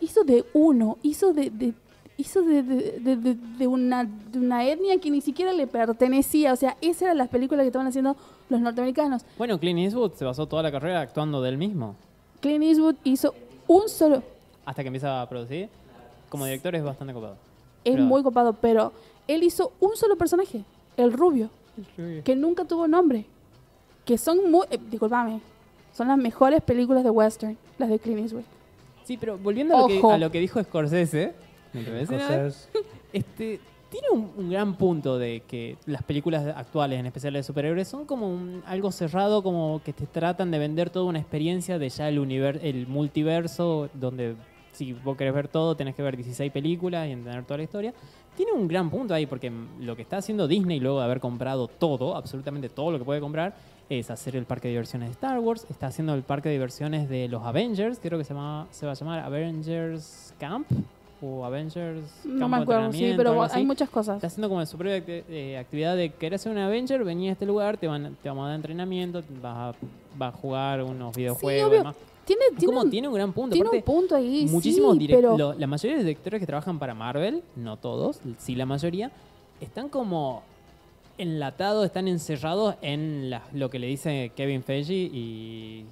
Speaker 2: hizo de uno, hizo de, de- hizo de, de- de- de- de una, de una etnia que ni siquiera le pertenecía. O sea, esas eran las películas que estaban haciendo los norteamericanos.
Speaker 1: Bueno, Clint Eastwood se basó toda la carrera actuando del mismo.
Speaker 2: Clint Eastwood hizo un solo,
Speaker 1: Hasta que empieza a producir. Como director es bastante copado.
Speaker 2: es
Speaker 1: Claro.
Speaker 2: muy copado, pero él hizo un solo personaje, el rubio. que nunca tuvo nombre. Que son muy. eh, disculpame. Son las mejores películas de western, las de Clint Eastwood.
Speaker 1: Sí, pero volviendo a lo, que,
Speaker 2: Ojo.
Speaker 1: a lo que dijo Scorsese, me parece nada,
Speaker 3: Cosas-
Speaker 1: este, tiene un, un gran punto de que las películas actuales, en especial de superhéroes, son como un- algo cerrado, como que te tratan de vender toda una experiencia de ya el, univer- el multiverso, donde si vos querés ver todo, tenés que ver 16 películas y entender toda la historia. Tiene un gran punto ahí, porque mm, lo que está haciendo Disney luego de haber comprado todo, absolutamente todo lo que puede comprar, es hacer el parque de diversiones de Star Wars, está haciendo el parque de diversiones de los Avengers, creo que se, llama- se va a llamar Avengers Camp o Avengers
Speaker 2: No
Speaker 1: Campo
Speaker 2: me
Speaker 1: de
Speaker 2: acuerdo, sí,
Speaker 1: Entrenamiento,
Speaker 2: pero
Speaker 1: algo
Speaker 2: hay
Speaker 1: así.
Speaker 2: muchas cosas.
Speaker 1: Está haciendo como su propia acti- eh, actividad de querer hacer un Avenger, vení a este lugar, te, van, te vamos a dar entrenamiento, vas a, vas a jugar unos videojuegos
Speaker 2: obvio.
Speaker 1: y demás.
Speaker 2: Tiene,
Speaker 1: Es
Speaker 2: tiene,
Speaker 1: como
Speaker 2: un,
Speaker 1: tiene un gran punto.
Speaker 2: tiene un
Speaker 1: Aparte,
Speaker 2: punto ahí.
Speaker 1: muchísimos
Speaker 2: sí,
Speaker 1: direc-
Speaker 2: pero
Speaker 1: lo- la mayoría de directores que trabajan para Marvel, no todos, sí la mayoría, están como enlatados, están encerrados en la- lo que le dice Kevin Feige y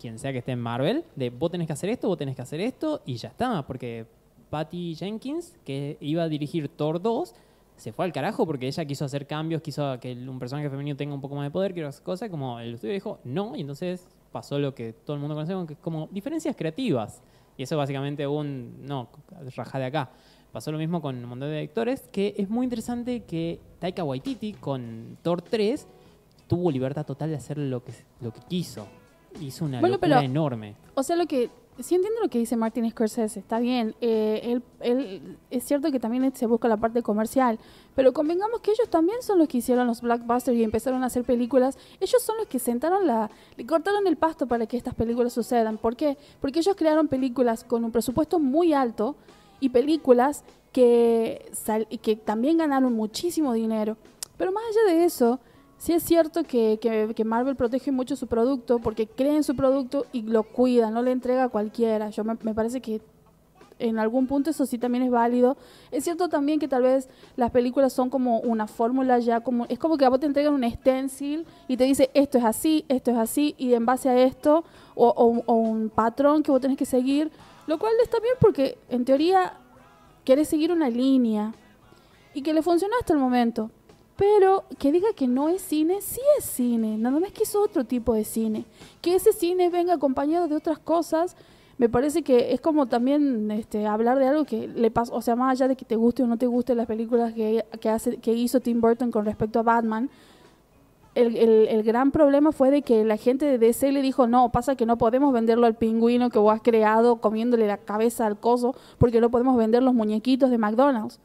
Speaker 1: quien sea que esté en Marvel, de vos tenés que hacer esto, vos tenés que hacer esto y ya está, porque Patty Jenkins, que iba a dirigir Thor 2, se fue al carajo porque ella quiso hacer cambios, quiso que el- un personaje femenino tenga un poco más de poder, quiero hacer cosas, como el estudio dijo no, y entonces pasó lo que todo el mundo conoce como que- como diferencias creativas. Y eso es básicamente un, no, rajá de acá. Pasó lo mismo con un montón de directores, que es muy interesante que Taika Waititi con Thor 3 tuvo libertad total de hacer lo que, lo que quiso. Hizo una
Speaker 2: Bueno,
Speaker 1: locura
Speaker 2: pero-
Speaker 1: enorme.
Speaker 2: O sea, lo que. Sí entiendo lo que dice Martin Scorsese, está bien. eh, él, él- es cierto que también se busca la parte comercial, pero convengamos que ellos también son los que hicieron los blockbusters y empezaron a hacer películas. Ellos son los que sentaron la... le cortaron el pasto para que estas películas sucedan. ¿Por qué? Porque ellos crearon películas con un presupuesto muy alto y películas que, sal- y que también ganaron muchísimo dinero. Pero más allá de eso, sí es cierto que, que- que Marvel protege mucho su producto porque cree en su producto y lo cuida, no le entrega a cualquiera. Yo me, me parece que en algún punto eso sí también es válido. Es cierto también que tal vez las películas son como una fórmula ya, como es como que a vos te entregan un stencil y te dice esto es así, esto es así y en base a esto o, o un- o un patrón que vos tenés que seguir, lo cual está bien porque en teoría querés seguir una línea y que le funcionó hasta el momento. Pero que diga que no es cine, sí es cine, nada más que es otro tipo de cine. Que ese cine venga acompañado de otras cosas, me parece que es como también este, hablar de algo que le pasó, o sea, más allá de que te guste o no te guste las películas que, que, hace, que hizo Tim Burton con respecto a Batman, el, el- el gran problema fue de que la gente de DC le dijo, no, pasa que no podemos venderlo al pingüino que vos has creado comiéndole la cabeza al coso, porque no podemos vender los muñequitos de McDonald's.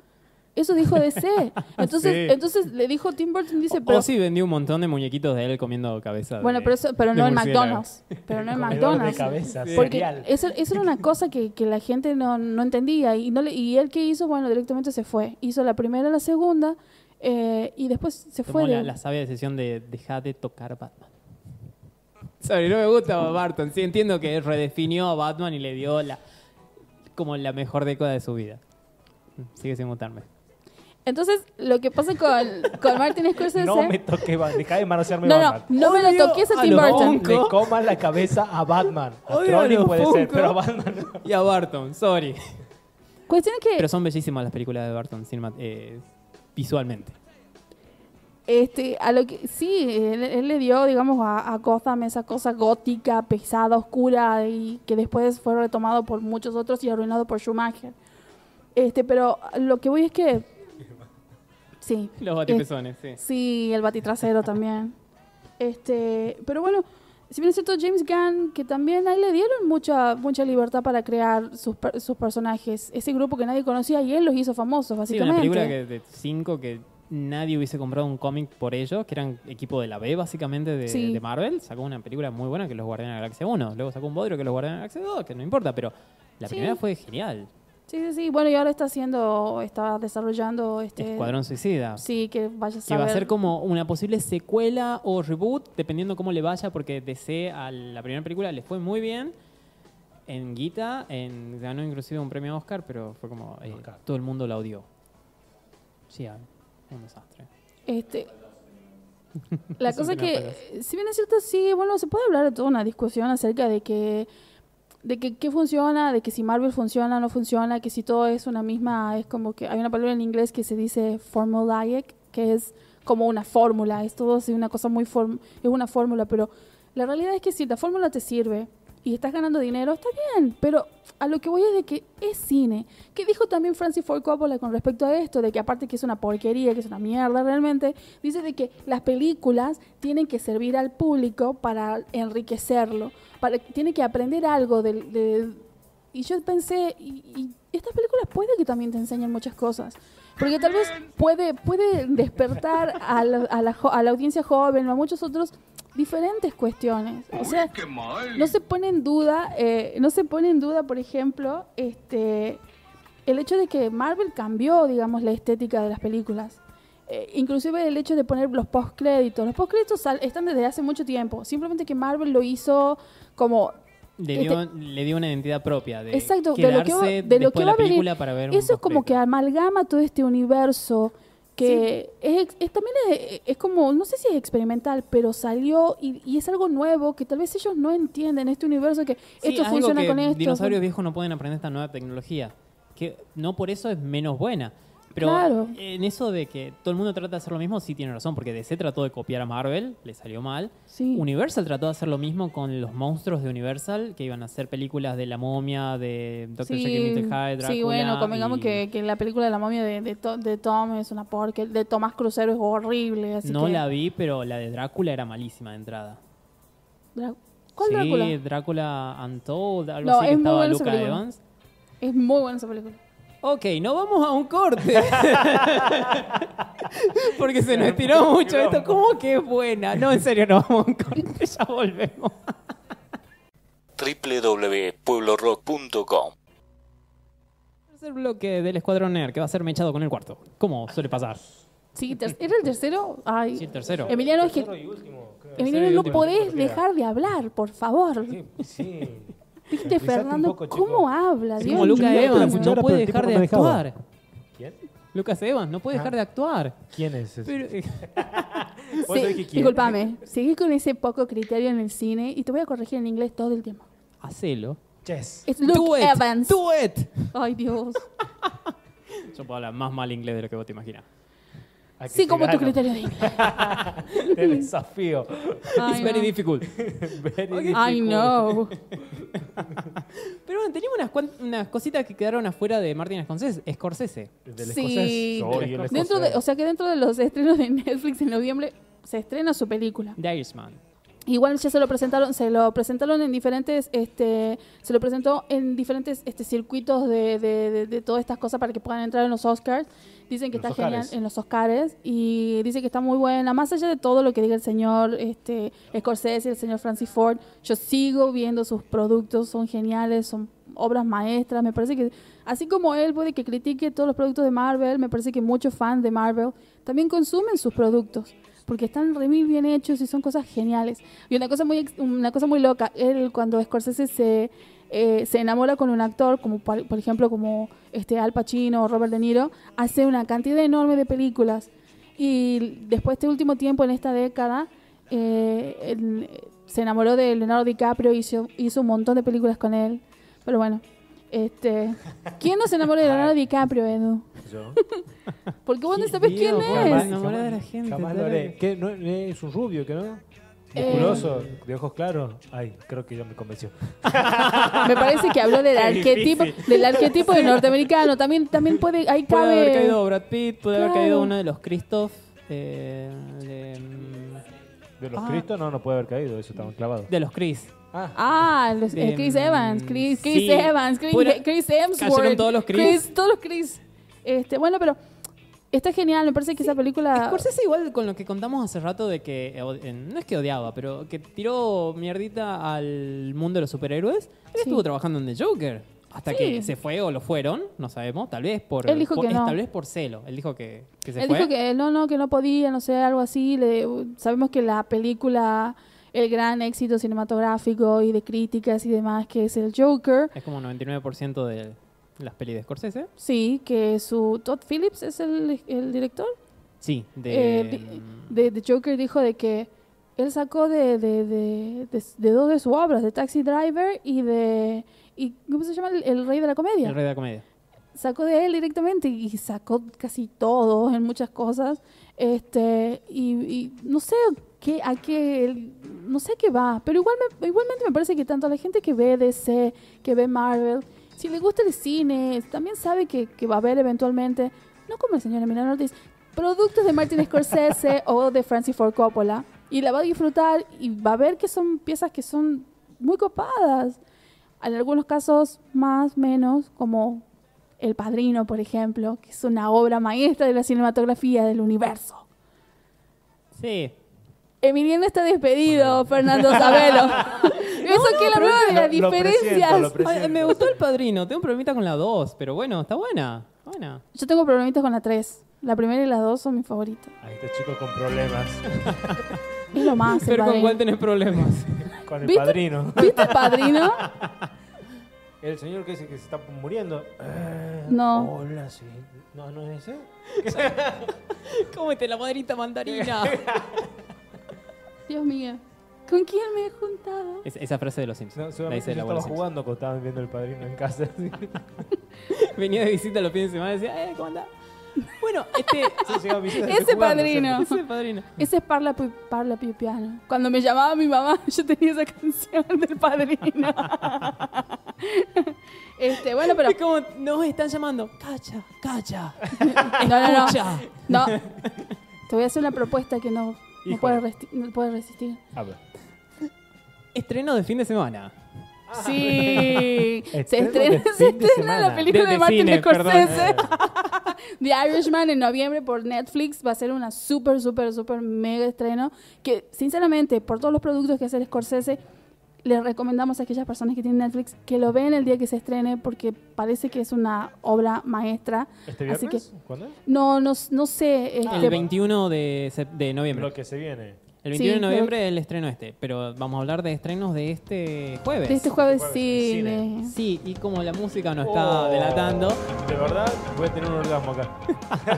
Speaker 2: Eso dijo DC. Entonces,
Speaker 1: Sí.
Speaker 2: entonces le dijo Tim Burton, dice,
Speaker 1: O-
Speaker 2: pero...
Speaker 1: o sí vendió un montón de muñequitos de él comiendo cabeza.
Speaker 2: Bueno,
Speaker 1: de-
Speaker 2: pero, eso- pero
Speaker 1: de
Speaker 2: no en
Speaker 1: murciélago.
Speaker 2: McDonald's.
Speaker 1: *laughs*
Speaker 2: Pero no en
Speaker 3: Comedor de
Speaker 2: McDonald's.
Speaker 3: cabeza,
Speaker 2: Porque
Speaker 3: cereal.
Speaker 2: eso, eso era una cosa que, que la gente no, no entendía. Y, no le- y él que hizo, bueno, directamente se fue. Hizo la primera, la segunda, eh, y después se
Speaker 1: Tomó
Speaker 2: fue.
Speaker 1: la,
Speaker 2: de-
Speaker 1: la sabia decisión de dejar de tocar Batman. *laughs* Sorry, no me gusta Barton. Sí, entiendo que redefinió a Batman y le dio la como la mejor década de su vida. Sigue sin mutarme.
Speaker 2: Entonces, lo que pasa con,
Speaker 1: *laughs*
Speaker 2: con Martin Scorsese...
Speaker 3: No me toque, Ba- deja de manosearme
Speaker 2: no, no,
Speaker 3: Batman.
Speaker 2: no me lo
Speaker 1: Odio
Speaker 2: toques a
Speaker 1: a
Speaker 2: Tim
Speaker 1: los
Speaker 2: Burton.
Speaker 1: Funko.
Speaker 3: Le coman la cabeza a Batman. A
Speaker 1: Odio
Speaker 3: Trolling
Speaker 1: los
Speaker 3: puede ser,
Speaker 1: Funko.
Speaker 3: pero a Batman no.
Speaker 1: *laughs* Y a Barton, sorry.
Speaker 2: Cuestión es que
Speaker 1: Pero son bellísimas las películas de Barton cinema- eh, visualmente.
Speaker 2: Este, a lo que sí, él, él le dio, digamos, a, a Gotham esa cosa gótica, pesada, oscura y que después fue retomado por muchos otros y arruinado por Schumacher. Este, pero lo que voy es que sí,
Speaker 1: Los batipezones, sí.
Speaker 2: sí, el batitrasero también. Este, pero bueno, si bien es cierto James Gunn que también ahí le dieron mucha mucha libertad para crear sus, per- sus personajes, ese grupo que nadie conocía y él los hizo famosos
Speaker 1: Sí,
Speaker 2: básicamente.
Speaker 1: una película que, de cinco que nadie hubiese comprado un cómic por ellos, que eran equipo de la B básicamente de,
Speaker 2: Sí.
Speaker 1: de Marvel. Sacó una película muy buena que es Los Guardianes de la Galaxia 1. Luego sacó un bodrio que es Los Guardianes de la Galaxia 2, que no importa, pero la
Speaker 2: Sí.
Speaker 1: primera fue genial.
Speaker 2: Sí, sí, sí. Bueno, y ahora está haciendo, está desarrollando este.
Speaker 1: Escuadrón Suicida.
Speaker 2: Sí, que vaya a
Speaker 1: Que
Speaker 2: saber.
Speaker 1: va a ser como una posible secuela o reboot, dependiendo cómo le vaya, porque DC a la primera película le fue muy bien. En Guita, en, ganó inclusive un premio Oscar, pero fue como. eh,
Speaker 3: Oscar.
Speaker 1: todo el mundo la odió. Sí, ah, un desastre. *laughs*
Speaker 2: Este. La
Speaker 1: Eso
Speaker 2: cosa
Speaker 1: sí me
Speaker 2: que,
Speaker 1: parece.
Speaker 2: si bien es cierto, sí, bueno, se puede hablar de toda una discusión acerca de que de que qué funciona, de que si Marvel funciona, no funciona, que si todo es una misma, es como que hay una palabra en inglés que se dice formulaic, que es como una fórmula, es todo así una cosa muy form- es una fórmula, pero la realidad es que si la fórmula te sirve y estás ganando dinero, está bien, pero a lo que voy es de que es cine. Que dijo también Francis Ford Coppola con respecto a esto, de que aparte que es una porquería, que es una mierda realmente, dice de que las películas tienen que servir al público para enriquecerlo, para tiene que aprender algo del- de- y yo pensé, y, y estas películas puede que también te enseñen muchas cosas. Porque tal vez puede, puede despertar a la, a la jo- a la audiencia joven o a muchos otros diferentes cuestiones. O sea, no se pone en duda, eh, no se pone en duda, por ejemplo, este, el hecho de que Marvel cambió, digamos, la estética de las películas. Eh, inclusive el hecho de poner los postcréditos. Los postcréditos sal- están desde hace mucho tiempo. Simplemente que Marvel lo hizo como
Speaker 1: Le dio, le dio una identidad propia de
Speaker 2: Este Exacto, de lo que
Speaker 1: quedarse
Speaker 2: va- de lo
Speaker 1: después
Speaker 2: que
Speaker 1: de
Speaker 2: va a
Speaker 1: la
Speaker 2: venir.
Speaker 1: película para ver un
Speaker 2: Eso es como que
Speaker 1: postcrédito.
Speaker 2: amalgama todo este universo que es, ex- es- también es, es como, no sé si es experimental, pero salió y, y es algo nuevo que tal vez ellos no entienden, este universo que
Speaker 1: Sí,
Speaker 2: esto
Speaker 1: algo
Speaker 2: funciona
Speaker 1: que
Speaker 2: con esto.
Speaker 1: Dinosaurios viejos no pueden aprender esta nueva tecnología. Que no por eso es menos buena. Pero
Speaker 2: Claro.
Speaker 1: en eso de que todo el mundo trata de hacer lo mismo, sí tiene razón, porque DC trató de copiar a Marvel, le salió mal.
Speaker 2: Sí.
Speaker 1: Universal trató de hacer lo mismo con los monstruos de Universal, que iban a hacer películas de la momia, de Doctor
Speaker 2: Sí,
Speaker 1: Jekyll, Mr. Hyde, Drácula.
Speaker 2: sí, bueno, convengamos
Speaker 1: y
Speaker 2: que, que la película de la momia de, de, To- de Tom es una porquería, de Tomás Crucero es horrible, así
Speaker 1: No
Speaker 2: que-
Speaker 1: la vi, pero la de Drácula era malísima de entrada.
Speaker 2: Drá- ¿Cuál
Speaker 1: sí,
Speaker 2: Drácula?
Speaker 1: Drácula Untold, algo
Speaker 2: No,
Speaker 1: así,
Speaker 2: es
Speaker 1: que
Speaker 2: muy
Speaker 1: estaba
Speaker 2: buena esa
Speaker 1: Luca
Speaker 2: película.
Speaker 1: Evans.
Speaker 2: Es muy buena esa película.
Speaker 1: Ok, no vamos a un
Speaker 2: *laughs*
Speaker 1: corte. Porque se nos estiró mucho esto. ¿Cómo que es buena? No, en serio, no vamos a un
Speaker 2: *laughs*
Speaker 1: corte. Ya volvemos.
Speaker 4: www.pueblorock.com
Speaker 1: Tercer bloque del Escuadrón Nerd, que va a ser mechado con el cuarto. ¿Como suele pasar? *laughs*
Speaker 2: Sí, ter- ¿era el tercero? Ay.
Speaker 1: Sí, el tercero.
Speaker 2: Emiliano, es que
Speaker 3: Tercero y último, creo.
Speaker 2: Emiliano,
Speaker 1: y
Speaker 2: no
Speaker 1: último.
Speaker 2: podés dejar de hablar, por favor.
Speaker 3: Sí, sí.
Speaker 2: Viste,
Speaker 3: Revisate un
Speaker 2: Fernando,
Speaker 3: poco, chico.
Speaker 2: ¿cómo habla?
Speaker 1: Es
Speaker 2: Dios
Speaker 1: como Lucas
Speaker 2: mío.
Speaker 1: Evans, no
Speaker 3: cuchara, pero
Speaker 1: puede
Speaker 3: el tipo
Speaker 1: dejar
Speaker 3: no
Speaker 1: de
Speaker 3: me dejaba.
Speaker 1: actuar.
Speaker 3: ¿Quién?
Speaker 1: Lucas Evans, no puede
Speaker 3: Ah.
Speaker 1: dejar de actuar.
Speaker 3: ¿Quién es ese?
Speaker 1: Pero, eh,
Speaker 3: Vos sabés que
Speaker 2: Sí,
Speaker 3: quién.
Speaker 2: disculpame, seguí con ese poco criterio en el cine y te voy a corregir en inglés todo el tiempo.
Speaker 1: hacelo.
Speaker 3: Chess.
Speaker 2: Es Luke
Speaker 1: Do it,
Speaker 2: Evans.
Speaker 1: do it.
Speaker 2: Ay, Dios.
Speaker 1: Yo puedo hablar más mal inglés de lo que vos te imaginas.
Speaker 3: A que
Speaker 2: Sí,
Speaker 3: te
Speaker 2: como tu
Speaker 3: gano.
Speaker 2: criterio de inglés.
Speaker 3: Te desafío.
Speaker 1: It's very
Speaker 2: Ay,
Speaker 1: difficult.
Speaker 3: Very
Speaker 2: no. I
Speaker 3: difficult.
Speaker 2: know.
Speaker 1: Pero bueno, teníamos unas, cuan- unas cositas que quedaron afuera de Martin Scorsese. Scorsese.
Speaker 3: Del
Speaker 2: Sí.
Speaker 3: escocés. Soy el
Speaker 2: Dentro de,
Speaker 3: escocés.
Speaker 2: o sea que dentro de los estrenos de Netflix en noviembre se estrena su película.
Speaker 1: The Irishman.
Speaker 2: Igual ya se lo presentaron, se lo presentaron en diferentes, este, se lo presentó en diferentes este, circuitos de, de- de- de todas estas cosas para que puedan entrar en los Oscars. Dicen que
Speaker 3: Los
Speaker 2: está
Speaker 3: Oscars.
Speaker 2: genial en los Oscars y dice que está muy buena. Más allá de todo lo que diga el señor este, Scorsese, el señor Francis Ford, yo sigo viendo sus productos, son geniales, son obras maestras. Me parece que, así como él puede que critique todos los productos de Marvel, me parece que muchos fans de Marvel también consumen sus productos. porque están re mil bien hechos y son cosas geniales. Y una cosa muy, ex- una cosa muy loca, él cuando Scorsese se, eh, se enamora con un actor, como par- por ejemplo como este Al Pacino o Robert De Niro, hace una cantidad enorme de películas. Y después de este último tiempo, en esta década, eh, él, eh, se enamoró de Leonardo DiCaprio, hizo, hizo un montón de películas con él. Pero bueno, este, ¿quién no se enamora de Leonardo DiCaprio, Edu?
Speaker 3: Yo.
Speaker 2: Porque vos no
Speaker 1: Sí,
Speaker 2: sabés
Speaker 1: Dios,
Speaker 2: quién
Speaker 1: por favor.
Speaker 2: es.
Speaker 1: Enamorar a la gente,
Speaker 3: Jamás lo
Speaker 1: claro.
Speaker 3: haré. ¿Qué? ¿No, es un rubio, que no?
Speaker 2: Eh.
Speaker 3: Musculoso, de ojos claros. Ay, creo que ya me convenció.
Speaker 2: Me parece que habló del arquetipo, del arquetipo del norteamericano. También, también puede, ahí
Speaker 1: Puede haber
Speaker 2: cabe.
Speaker 1: caído Brad Pitt, puede haber
Speaker 2: Claro.
Speaker 1: caído uno de los Christoph. eh, de, mm,
Speaker 3: De los
Speaker 1: Ah.
Speaker 3: Cristos no, no puede haber caído, eso estaba clavado.
Speaker 1: de los Chris.
Speaker 3: Ah,
Speaker 2: Ah, los- eh,
Speaker 1: Em,
Speaker 2: Chris Evans, Chris, Chris
Speaker 1: sí.
Speaker 2: Evans, Chris,
Speaker 1: Puede-
Speaker 2: Chris Hemsworth.
Speaker 1: cayeron todos los Chris.
Speaker 2: todos los Chris. Este, bueno, pero está genial. Me parece que esa película.
Speaker 1: Scorsese igual con lo que contamos hace rato de que eh, od- eh, no es que odiaba, pero que tiró mierdita al mundo de los superhéroes. Él
Speaker 2: Sí.
Speaker 1: estuvo trabajando en The Joker hasta
Speaker 2: Sí.
Speaker 1: que se fue o lo fueron, no sabemos, tal vez por
Speaker 2: Él dijo
Speaker 1: por-
Speaker 2: que no.
Speaker 1: tal vez por celo. Él dijo que, que se
Speaker 2: Él
Speaker 1: fue.
Speaker 2: dijo que no, no, que no podía, no sé, algo así. Le- sabemos que la película, el gran éxito cinematográfico y de críticas y demás, que es el Joker.
Speaker 1: Es como 99% de las pelis de Scorsese.
Speaker 2: Sí, que su Todd Phillips es el, el director.
Speaker 1: Sí, de, em,
Speaker 2: Eh, de- de, de Joker dijo de que él sacó de, de, de- de- de dos de sus obras, de Taxi Driver y de... Y, ¿Cómo se llama? El, el Rey de la Comedia.
Speaker 1: El Rey de la Comedia.
Speaker 2: Sacó de él directamente y sacó casi todo en muchas cosas. Este, y, y no sé qué, a qué, no sé a qué va, pero igual me- igualmente me parece que tanto la gente que ve DC, que ve Marvel, si le gusta el cine, también sabe que, que va a haber eventualmente, no como el señor Emiliano Ortiz, productos de Martin Scorsese *laughs* o de Francis Ford Coppola. Y la va a disfrutar y va a ver que son piezas que son muy copadas. En algunos casos más, menos, como El Padrino, por ejemplo, que es una obra maestra de la cinematografía del universo.
Speaker 1: Sí.
Speaker 2: Emiliano está despedido, Fernando
Speaker 3: *laughs*
Speaker 2: Sabelo. *laughs* Eso que es la prueba de las
Speaker 3: lo presiento,
Speaker 2: diferencias.
Speaker 3: lo presiento.
Speaker 1: Ay, me gustó el padrino. Tengo un problemita con la 2, pero bueno, está buena. está buena.
Speaker 2: Yo tengo problemitas con la 3. La primera y la 2 son mis favoritas.
Speaker 3: ahí está chico con problemas. *laughs*
Speaker 2: Es lo más. el
Speaker 1: Pero con
Speaker 2: Padrino.
Speaker 1: cuál tenés problemas.
Speaker 3: Con el
Speaker 2: ¿Viste?
Speaker 3: padrino.
Speaker 2: ¿Viste el Padrino?
Speaker 3: El señor que dice que se está muriendo. Eh,
Speaker 2: No.
Speaker 3: Hola, sí. No, no es ese.
Speaker 1: Cómete la madrita *laughs* mandarina.
Speaker 2: Dios mío. ¿Con quién me he juntado?
Speaker 1: Es- esa frase de los Simpsons.
Speaker 3: No,
Speaker 1: la
Speaker 3: seguramente
Speaker 1: dice
Speaker 3: yo
Speaker 1: la
Speaker 3: estaba
Speaker 1: abuela Simpson.
Speaker 3: jugando cuando estaban viendo el padrino en casa. *laughs*
Speaker 1: Venía de visita los fines de semana y decía, eh, ¿cómo andás? Bueno, este.
Speaker 2: Ese padrino.
Speaker 1: ese padrino.
Speaker 2: Ese es Parla, Pi- Parla Pipiano. Cuando me llamaba mi mamá, *laughs* yo tenía esa canción del padrino. *laughs* este, bueno, pero.
Speaker 1: Es como, nos están llamando. Cacha, cacha.
Speaker 2: No, no, no.
Speaker 1: Escucha.
Speaker 2: No. Te voy a hacer una propuesta que no, no,
Speaker 3: Híjole.
Speaker 2: puedes, resti- no puedes resistir.
Speaker 3: Ah,
Speaker 1: Estreno de fin de semana.
Speaker 2: Sí. se
Speaker 3: Estreno
Speaker 2: estrena,
Speaker 3: de fin
Speaker 2: se
Speaker 3: de
Speaker 2: estrena la
Speaker 3: semana.
Speaker 2: película de,
Speaker 1: De- de
Speaker 2: Martin
Speaker 1: cine,
Speaker 2: Scorsese.
Speaker 3: Eh,
Speaker 2: The Irishman en noviembre por Netflix va a ser una súper, súper, súper mega estreno. Que sinceramente, por todos los productos que hace el Scorsese, les recomendamos a aquellas personas que tienen Netflix que lo vean el día que se estrene porque parece que es una obra maestra.
Speaker 3: ¿Este
Speaker 2: Así
Speaker 3: viernes? ¿Cuándo es?
Speaker 2: No, no, no sé. este,
Speaker 1: El 21 de, sep- de noviembre.
Speaker 3: Lo que se viene.
Speaker 1: El 21
Speaker 2: Sí,
Speaker 1: de noviembre es el estreno este. Pero vamos a hablar de estrenos de este jueves.
Speaker 2: de este jueves
Speaker 3: jueves,
Speaker 2: cine.
Speaker 3: cine.
Speaker 1: Sí, y como la música nos está
Speaker 3: Oh.
Speaker 1: delatando.
Speaker 3: De verdad, voy a tener un orgasmo acá.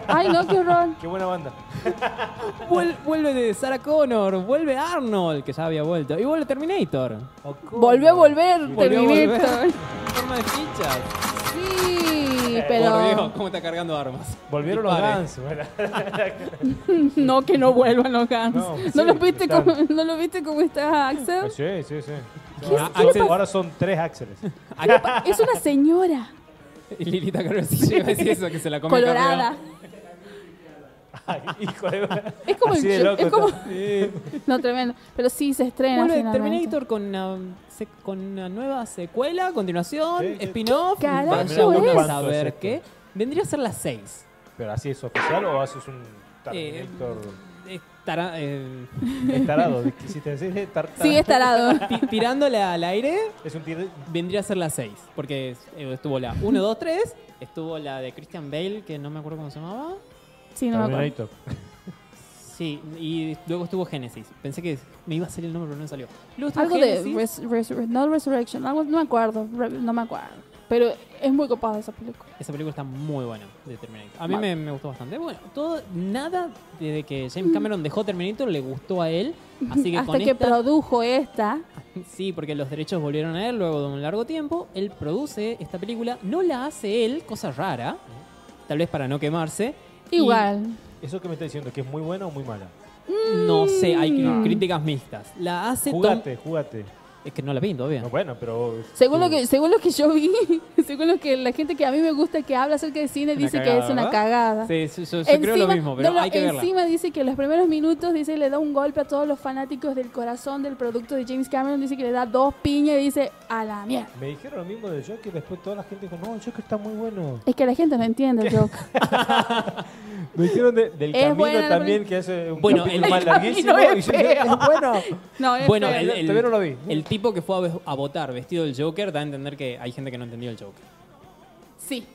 Speaker 2: Ay, no, qué horror.
Speaker 3: Qué buena banda.
Speaker 1: Vuel- vuelve de Sarah Connor, vuelve Arnold, que ya había vuelto, y vuelve Terminator.
Speaker 2: Volvió a volver,
Speaker 1: Volvió a volver. *laughs*
Speaker 2: Terminator.
Speaker 1: En forma de fichas.
Speaker 2: Sí,
Speaker 1: Eh, Por
Speaker 2: pero.
Speaker 1: Dios, cómo está cargando armas.
Speaker 3: Volvieron los
Speaker 1: Dispare.
Speaker 3: Guns. bueno.
Speaker 2: No, que no vuelvan los Guns. No,
Speaker 3: No,
Speaker 2: lo
Speaker 3: sí,
Speaker 2: viste
Speaker 3: están.
Speaker 2: como, ¿No lo viste como está
Speaker 1: Pues,
Speaker 2: Axel?
Speaker 3: Pues Sí, sí, sí.
Speaker 1: es-
Speaker 3: Ah,
Speaker 1: qué le
Speaker 3: Axel,
Speaker 1: pasa?
Speaker 3: ahora son tres Axeles. *laughs*
Speaker 2: Es una
Speaker 1: *laughs*
Speaker 2: señora
Speaker 1: Y Lilita Carver sí llega a decir eso, que se la come
Speaker 2: colorada.
Speaker 3: Ay, hijo de...
Speaker 2: Es como el
Speaker 3: Así de
Speaker 2: yo-
Speaker 3: loco
Speaker 2: es como-
Speaker 3: está.
Speaker 2: No, tremendo. Pero sí, se
Speaker 1: cargado.
Speaker 2: estrena.
Speaker 1: Vuelve
Speaker 2: finalmente.
Speaker 1: Terminator con una, se- con una nueva secuela, continuación,
Speaker 3: Sí, sí.
Speaker 1: spin-off.
Speaker 2: ¿Qué carajo
Speaker 1: Vaya uno
Speaker 3: es?
Speaker 1: a saber
Speaker 3: ¿Cuánto es
Speaker 1: qué.
Speaker 3: esto?
Speaker 1: Vendría a ser las 6.
Speaker 3: ¿Pero así es oficial o haces un Terminator
Speaker 1: Estará, eh,
Speaker 2: *laughs*
Speaker 3: tarado? ¿Quisiste decir? Tar- tar-
Speaker 2: Sí, es tarado.
Speaker 1: ti- tirándole al aire,
Speaker 3: Es un tir-
Speaker 1: vendría a ser la 6. Porque es- eh, estuvo la 1, 2, 3. Estuvo la de Christian Bale, que no me acuerdo cómo se llamaba.
Speaker 2: Sí, no me acuerdo.
Speaker 3: Terminator.
Speaker 1: Sí, y luego estuvo Genesis. Pensé que me iba a salir el nombre, pero no me salió. Luego estuvo
Speaker 2: Algo
Speaker 1: Genesis.
Speaker 2: de res- res- res- No Resurrection, algo, no me acuerdo, re- no me acuerdo. Pero es muy copado esa película.
Speaker 1: Esa película está muy buena de Terminator. A mí
Speaker 2: Vale.
Speaker 1: me, me gustó bastante. Bueno, todo, nada desde que James Cameron dejó Terminator le gustó a él. Así que
Speaker 2: *laughs* Hasta
Speaker 1: con
Speaker 2: que
Speaker 1: esta-
Speaker 2: produjo esta,
Speaker 1: Sí, porque los derechos volvieron a él luego de un largo tiempo. Él produce esta película, no la hace él, cosa rara, tal vez para no quemarse. Y-
Speaker 2: igual.
Speaker 3: Eso que me está diciendo, que es muy buena o muy mala.
Speaker 1: No sé, hay cri-
Speaker 2: Mm.
Speaker 1: críticas mixtas. La hace Tom-
Speaker 3: Jugate, jugate.
Speaker 1: Es que no la vi todavía.
Speaker 3: No, bueno, pero.
Speaker 2: Según
Speaker 1: Mm.
Speaker 2: lo, que, según lo que yo vi, *laughs* según lo que la gente que a mí me gusta que habla acerca de cine
Speaker 1: Una
Speaker 2: dice que
Speaker 1: cagada,
Speaker 2: es una
Speaker 1: ¿verdad?
Speaker 2: cagada.
Speaker 1: Sí, yo, yo- yo creo
Speaker 2: Encima-
Speaker 1: lo mismo, pero
Speaker 2: no, no,
Speaker 1: hay que verla.
Speaker 2: Encima dice que en los primeros minutos dice le da un golpe a todos los fanáticos del corazón del producto de James Cameron. Dice que le da dos piñas y dice a la mierda.
Speaker 3: Me dijeron lo mismo de Joker, después toda la gente dijo, no, el Joker está muy bueno.
Speaker 2: Es que la gente no entiende el
Speaker 1: *laughs*
Speaker 2: joke.
Speaker 3: Me dijeron de- del
Speaker 2: Es
Speaker 3: camino
Speaker 2: buena la
Speaker 3: también, que hace un
Speaker 1: Bueno,
Speaker 3: capítulo
Speaker 1: el-
Speaker 3: más
Speaker 1: el
Speaker 3: larguísimo.
Speaker 2: camino
Speaker 3: y
Speaker 2: es
Speaker 3: yo dije,
Speaker 2: feo.
Speaker 3: "Es bueno.
Speaker 2: No, es
Speaker 1: Bueno,
Speaker 2: feo.
Speaker 1: el, el-
Speaker 3: Todavía no lo vi.
Speaker 1: el tipo que fue a, a votar vestido del Joker da a entender que hay gente que no entendió el Joker.
Speaker 2: Sí.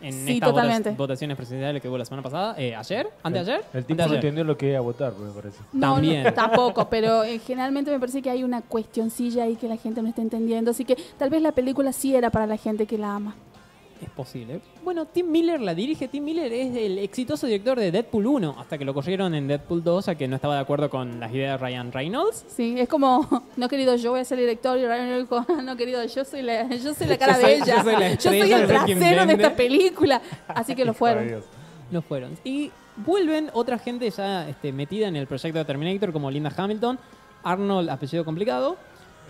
Speaker 1: En
Speaker 2: Sí,
Speaker 1: estas vota-
Speaker 2: totalmente.
Speaker 1: votaciones presidenciales que hubo la semana pasada, eh, ayer, antes de ayer.
Speaker 3: El tipo no
Speaker 1: anteayer.
Speaker 3: entendió lo que iba a votar, me parece.
Speaker 2: No,
Speaker 1: También.
Speaker 2: no, *laughs* tampoco, pero eh, generalmente me parece que hay una cuestioncilla ahí que la gente no está entendiendo, así que tal vez la película sí era para la gente que la ama.
Speaker 1: Es posible. Bueno, Tim Miller la dirige. Tim Miller es el exitoso director de Deadpool 1, hasta que lo corrieron en Deadpool 2, ya que no estaba de acuerdo con las ideas de Ryan Reynolds.
Speaker 2: Sí, es como, *laughs* no querido, yo voy a ser director y Ryan Reynolds dijo, "Ah, *laughs* no querido, yo soy la, yo soy la cara
Speaker 1: Yo soy-
Speaker 2: de ella,
Speaker 1: yo soy la estrella,
Speaker 2: el
Speaker 1: yo soy quien
Speaker 2: trasero de
Speaker 1: vende".
Speaker 2: esta película, así que lo fueron.
Speaker 3: Dios.
Speaker 1: Lo fueron. Y vuelven otra gente ya este, metida en el proyecto de Terminator, como Linda Hamilton, Arnold, apellido complicado.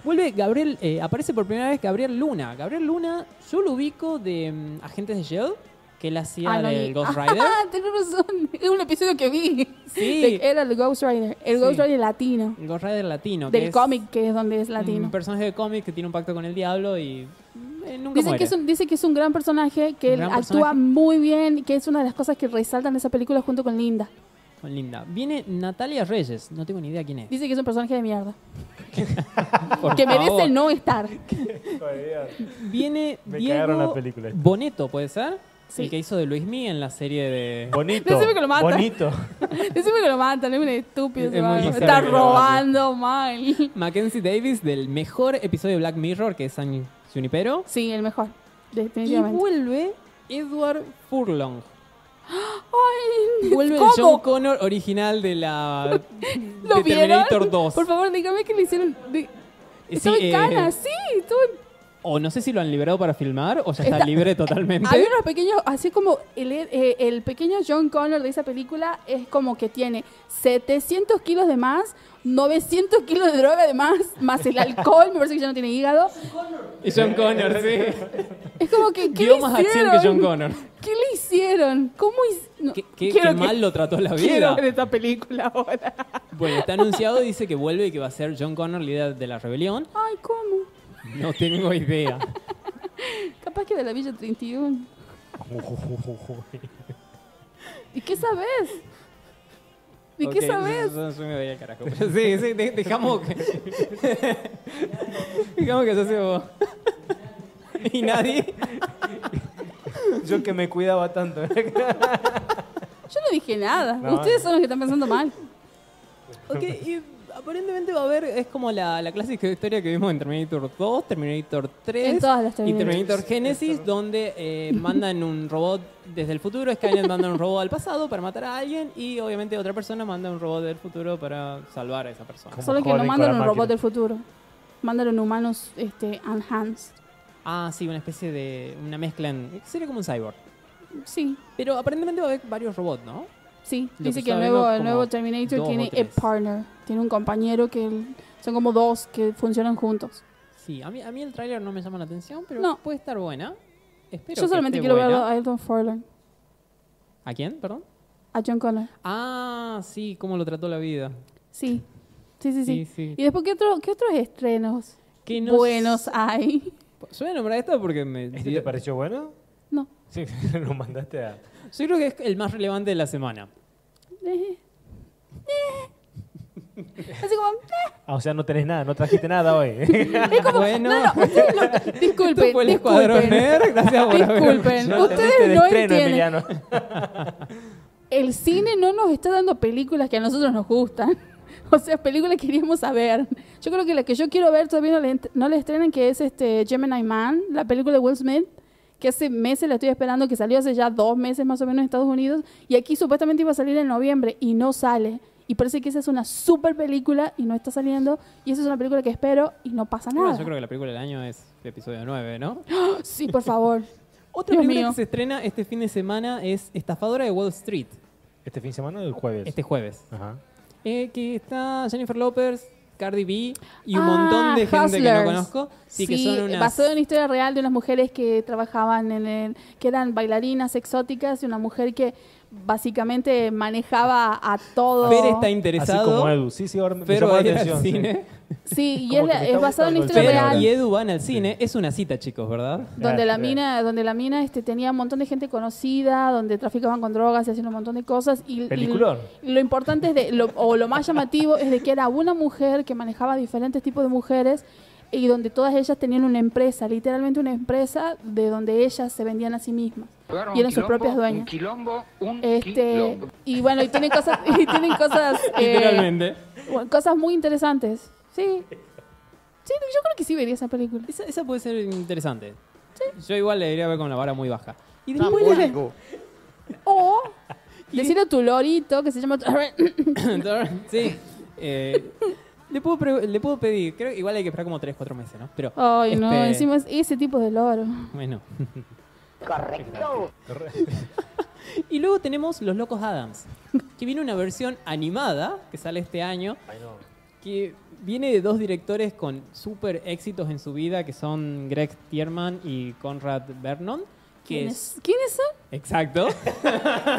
Speaker 1: Vuelve Gabriel, eh, aparece por primera vez Gabriel Luna. Gabriel Luna, yo lo ubico de mm, Agentes de Shield, que él hacía
Speaker 2: Ah, no
Speaker 1: del
Speaker 2: vi. *laughs*
Speaker 1: Ghost Rider.
Speaker 2: Ah, tenés razón, es un episodio que vi.
Speaker 1: Sí.
Speaker 2: De- Era el Ghost Rider, el
Speaker 1: Sí.
Speaker 2: Ghost Rider latino,
Speaker 1: El Ghost Rider latino. que
Speaker 2: del
Speaker 1: es Mm,
Speaker 2: cómic que es donde es latino.
Speaker 1: Un personaje de cómic que tiene un pacto con el diablo y mm, eh, nunca
Speaker 2: Dicen
Speaker 1: muere.
Speaker 2: que, es un, dice que es un gran personaje, que
Speaker 1: Un
Speaker 2: él
Speaker 1: gran
Speaker 2: actúa
Speaker 1: personaje.
Speaker 2: muy bien, que es una de las cosas que resaltan de esa película junto con Linda.
Speaker 1: Con Linda. Viene Natalia Reyes, no tengo ni idea quién es.
Speaker 2: Dice que es un personaje de mierda,
Speaker 1: por
Speaker 2: que merece
Speaker 1: favor.
Speaker 2: no estar.
Speaker 1: Viene
Speaker 3: Me
Speaker 1: Diego
Speaker 3: cagaron la película.
Speaker 1: Boneto, ¿puede ser?
Speaker 2: Sí.
Speaker 1: El que hizo de Luis Mí en la serie de...
Speaker 3: Bonito.
Speaker 2: Decime que lo mata.
Speaker 3: Bonito.
Speaker 2: *laughs* Decime que lo matan, es un estúpido.
Speaker 1: Es
Speaker 2: se
Speaker 1: muy
Speaker 2: va-
Speaker 1: miserable
Speaker 2: está
Speaker 1: que
Speaker 3: lo maten.
Speaker 2: robando mal.
Speaker 1: Mackenzie Davis del mejor episodio de Black Mirror, que es San Junipero.
Speaker 2: Sí, el mejor,
Speaker 1: Y
Speaker 2: definitivamente.
Speaker 1: vuelve Edward Furlong.
Speaker 2: Ay,
Speaker 1: Vuelve el
Speaker 2: ¿cómo?
Speaker 1: John Connor original de la...
Speaker 2: *laughs* ¿Lo
Speaker 1: de
Speaker 2: vieron?
Speaker 1: Terminator 2.
Speaker 2: Por favor, dígame que le hicieron. de-
Speaker 1: Sí,
Speaker 2: Estaba en
Speaker 1: eh,
Speaker 2: Cannes, sí, estuvo en-
Speaker 1: O no sé si lo han liberado para filmar o ya está,
Speaker 2: Está-
Speaker 1: libre totalmente.
Speaker 2: Hay unos pequeños, así como el, eh, el pequeño John Connor de esa película es como que tiene 700 kilos de más, 900 kilos de droga de más, más el alcohol, me parece que ya no tiene hígado.
Speaker 1: Y John Connor, sí.
Speaker 2: Es como que, ¿qué
Speaker 1: Dio
Speaker 2: le
Speaker 1: más
Speaker 2: hicieron?
Speaker 1: acción que John Connor.
Speaker 2: ¿Qué le hicieron? ¿Cómo hicieron?
Speaker 1: Qué, qué- qué mal lo trató la vida.
Speaker 2: quiero ver esta película ahora.
Speaker 1: Bueno, está anunciado, dice que vuelve y que va a ser John Connor líder de la rebelión.
Speaker 2: Ay, ¿cómo?
Speaker 1: No tengo idea.
Speaker 2: Capaz que de la Villa 31.
Speaker 3: Uy.
Speaker 2: ¿Y qué sabes? ¿Y
Speaker 1: Ok,
Speaker 2: qué sabes?
Speaker 1: Yo, yo me voy al carajo. Pero sí, sí, de- dejamos *laughs* que. dejamos que se hace vos. y nadie.
Speaker 3: Yo que me cuidaba tanto.
Speaker 2: Yo no dije nada.
Speaker 3: No,
Speaker 2: Ustedes
Speaker 3: no.
Speaker 2: son los que están pensando mal.
Speaker 1: Ok, y aparentemente va a haber. Es como la, la clásica historia que vimos en Terminator 2, Terminator 3.
Speaker 2: En todas las
Speaker 1: Y
Speaker 2: Terminator.
Speaker 1: Terminator Genesis, donde eh, mandan un robot desde el futuro, Skynet manda un robot al pasado para matar a alguien y obviamente otra persona manda un robot del futuro para salvar a esa persona.
Speaker 3: ¿Cómo?
Speaker 2: Solo que no
Speaker 3: joden con la
Speaker 2: mandan un robot
Speaker 3: máquina.
Speaker 2: del futuro. Mandan un humanos este, enhanced.
Speaker 1: Ah, sí, una especie de. una mezcla en. sería como un cyborg.
Speaker 2: Sí,
Speaker 1: Pero aparentemente va a haber varios robots, ¿no?
Speaker 2: sí.
Speaker 1: Lo
Speaker 2: Dice
Speaker 1: que
Speaker 2: que el
Speaker 1: estaba
Speaker 2: nuevo,
Speaker 1: viendo
Speaker 2: el
Speaker 1: como
Speaker 2: nuevo Terminator
Speaker 1: dos o
Speaker 2: tiene a
Speaker 1: tres.
Speaker 2: partner. Tiene un compañero que el- son como dos que funcionan juntos.
Speaker 1: Sí, a mí, a mí el tráiler no me llama la atención, pero
Speaker 2: No.
Speaker 1: puede estar buena. Espero
Speaker 2: Yo solamente
Speaker 1: que esté
Speaker 2: quiero verlo
Speaker 1: buena.
Speaker 2: a Elton Furlong,
Speaker 1: ¿A quién? Perdón.
Speaker 2: a John Connor.
Speaker 1: Ah, sí, cómo lo trató la vida.
Speaker 2: Sí. Sí, sí, sí.
Speaker 1: Sí, sí.
Speaker 2: ¿Y después qué, otro- qué otros estrenos
Speaker 1: Que no
Speaker 2: buenos hay? *laughs*
Speaker 1: Yo voy a nombrar esta porque me.
Speaker 3: ¿Este te pareció bueno?
Speaker 2: No. *laughs*
Speaker 3: Sí, *laughs* lo mandaste a.
Speaker 1: Yo creo que es el más relevante de la semana.
Speaker 2: Eh. Eh. Así como,
Speaker 3: Ah, o sea, no tenés nada, no trajiste nada hoy.
Speaker 2: *laughs*
Speaker 3: *laughs*
Speaker 1: bueno,
Speaker 2: No, no, ustedes *laughs* lo-
Speaker 1: esto
Speaker 2: disculpen,
Speaker 1: fue el Escuadrón ¿eh?
Speaker 2: disculpen.
Speaker 1: Nerd. Gracias por haber-
Speaker 2: Disculpen,
Speaker 3: No
Speaker 2: ustedes
Speaker 3: teniste de
Speaker 2: no
Speaker 3: estreno,
Speaker 2: entienden.
Speaker 3: Emiliano.
Speaker 2: el cine no nos está dando películas que a nosotros nos gustan. *laughs* O sea, películas que queríamos saber. Yo creo que la que yo quiero ver todavía no le, ent- no le estrenan, que es este Gemini Man, la película de Will Smith, que hace meses la estoy esperando, que salió hace ya dos meses más o menos en Estados Unidos, y aquí supuestamente iba a salir en noviembre, y no sale. Y parece que esa es una super película y no está saliendo, y esa es una película que espero y no pasa nada.
Speaker 1: Bueno, yo creo que la película del año es episodio 9,
Speaker 2: *gasps*
Speaker 1: ¿no?
Speaker 2: *laughs* Sí, por favor.
Speaker 1: Otra
Speaker 2: Dios
Speaker 1: película
Speaker 2: mío.
Speaker 1: que se estrena este fin de semana es Estafadora de Wall Street,
Speaker 3: ¿Este fin de semana o el jueves?
Speaker 1: este jueves.
Speaker 3: Ajá.
Speaker 1: Eh, que está Jennifer Lopez, Cardi B y un
Speaker 2: Ah,
Speaker 1: montón de gente que no
Speaker 2: Hustlers.
Speaker 1: conozco. Sí, que
Speaker 2: Sí,
Speaker 1: son unas...
Speaker 2: basado en una historia real de unas mujeres que trabajaban en el, que eran bailarinas exóticas y una mujer que básicamente manejaba a todo.
Speaker 1: Fer está
Speaker 3: Así como
Speaker 1: interesado,
Speaker 3: Edu. Sí, sí, ahora me
Speaker 1: pero
Speaker 3: llamó
Speaker 1: va
Speaker 3: la
Speaker 1: a ir
Speaker 3: atención.
Speaker 1: al
Speaker 3: sí.
Speaker 1: cine.
Speaker 2: Sí, y
Speaker 3: Como
Speaker 2: es,
Speaker 3: que
Speaker 2: la-
Speaker 3: me
Speaker 2: es
Speaker 3: está
Speaker 2: basado en una
Speaker 3: gustando
Speaker 2: historia
Speaker 3: el
Speaker 1: Fer
Speaker 2: real
Speaker 3: cine
Speaker 1: y Ah, Edu van al cine. Es una cita, chicos, ¿verdad?
Speaker 2: donde la
Speaker 3: Bien.
Speaker 2: mina, donde la mina este, tenía un montón de gente conocida, donde traficaban con drogas y hacían un montón de cosas y, y-
Speaker 3: Peliculón.
Speaker 2: y lo importante es de lo, o lo más llamativo es de que era una mujer que manejaba diferentes tipos de mujeres y donde todas ellas tenían una empresa, literalmente una empresa de donde ellas se vendían a sí mismas y eran sus propias dueñas.
Speaker 5: quilombo, un
Speaker 2: Este y bueno, y tienen cosas y tienen cosas
Speaker 1: *laughs*
Speaker 2: eh,
Speaker 1: Literalmente.
Speaker 2: bueno, cosas muy interesantes. Sí. Sí, yo creo que sí vería esa película.
Speaker 1: Esa, esa puede ser interesante. Yo igual le iría a ver con la vara muy baja. Y después la-
Speaker 6: Tampoco.
Speaker 1: *laughs*
Speaker 2: O decirle a tu lorito que se llama.
Speaker 1: Entonces, *laughs* sí. eh, le, puedo pre- le puedo pedir, creo que igual hay que esperar como 3, 4 meses, ¿no? Pero,
Speaker 2: Ay, no,
Speaker 1: este,
Speaker 2: encima es ese tipo de loro.
Speaker 1: Bueno. Correcto. *laughs* y luego tenemos Los Locos Adams, que viene una versión animada que sale este año, que viene de dos directores con súper éxitos en su vida, que son Greg Tierman y Conrad Vernon. Que es,
Speaker 2: ¿Quiénes quiénes son?
Speaker 1: exacto.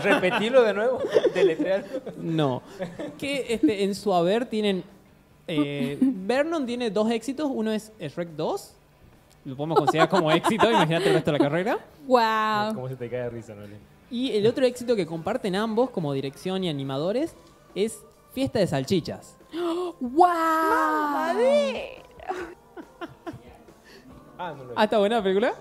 Speaker 6: Repetilo de
Speaker 3: *laughs*
Speaker 6: nuevo. Deletrear.
Speaker 1: No. Que este, en su haber tienen. eh, Vernon tiene dos éxitos. Uno es Shrek 2. Lo podemos considerar como éxito, imagínate el resto de la carrera.
Speaker 2: ¡Wow!
Speaker 3: ¿Cómo se te cae de risa,
Speaker 1: Este,
Speaker 3: Noelia?
Speaker 1: Y el otro éxito que comparten ambos, como dirección y animadores, es Fiesta de Salchichas.
Speaker 2: ¡Wow!
Speaker 3: Ah, no lo
Speaker 1: Ah, está buena la película.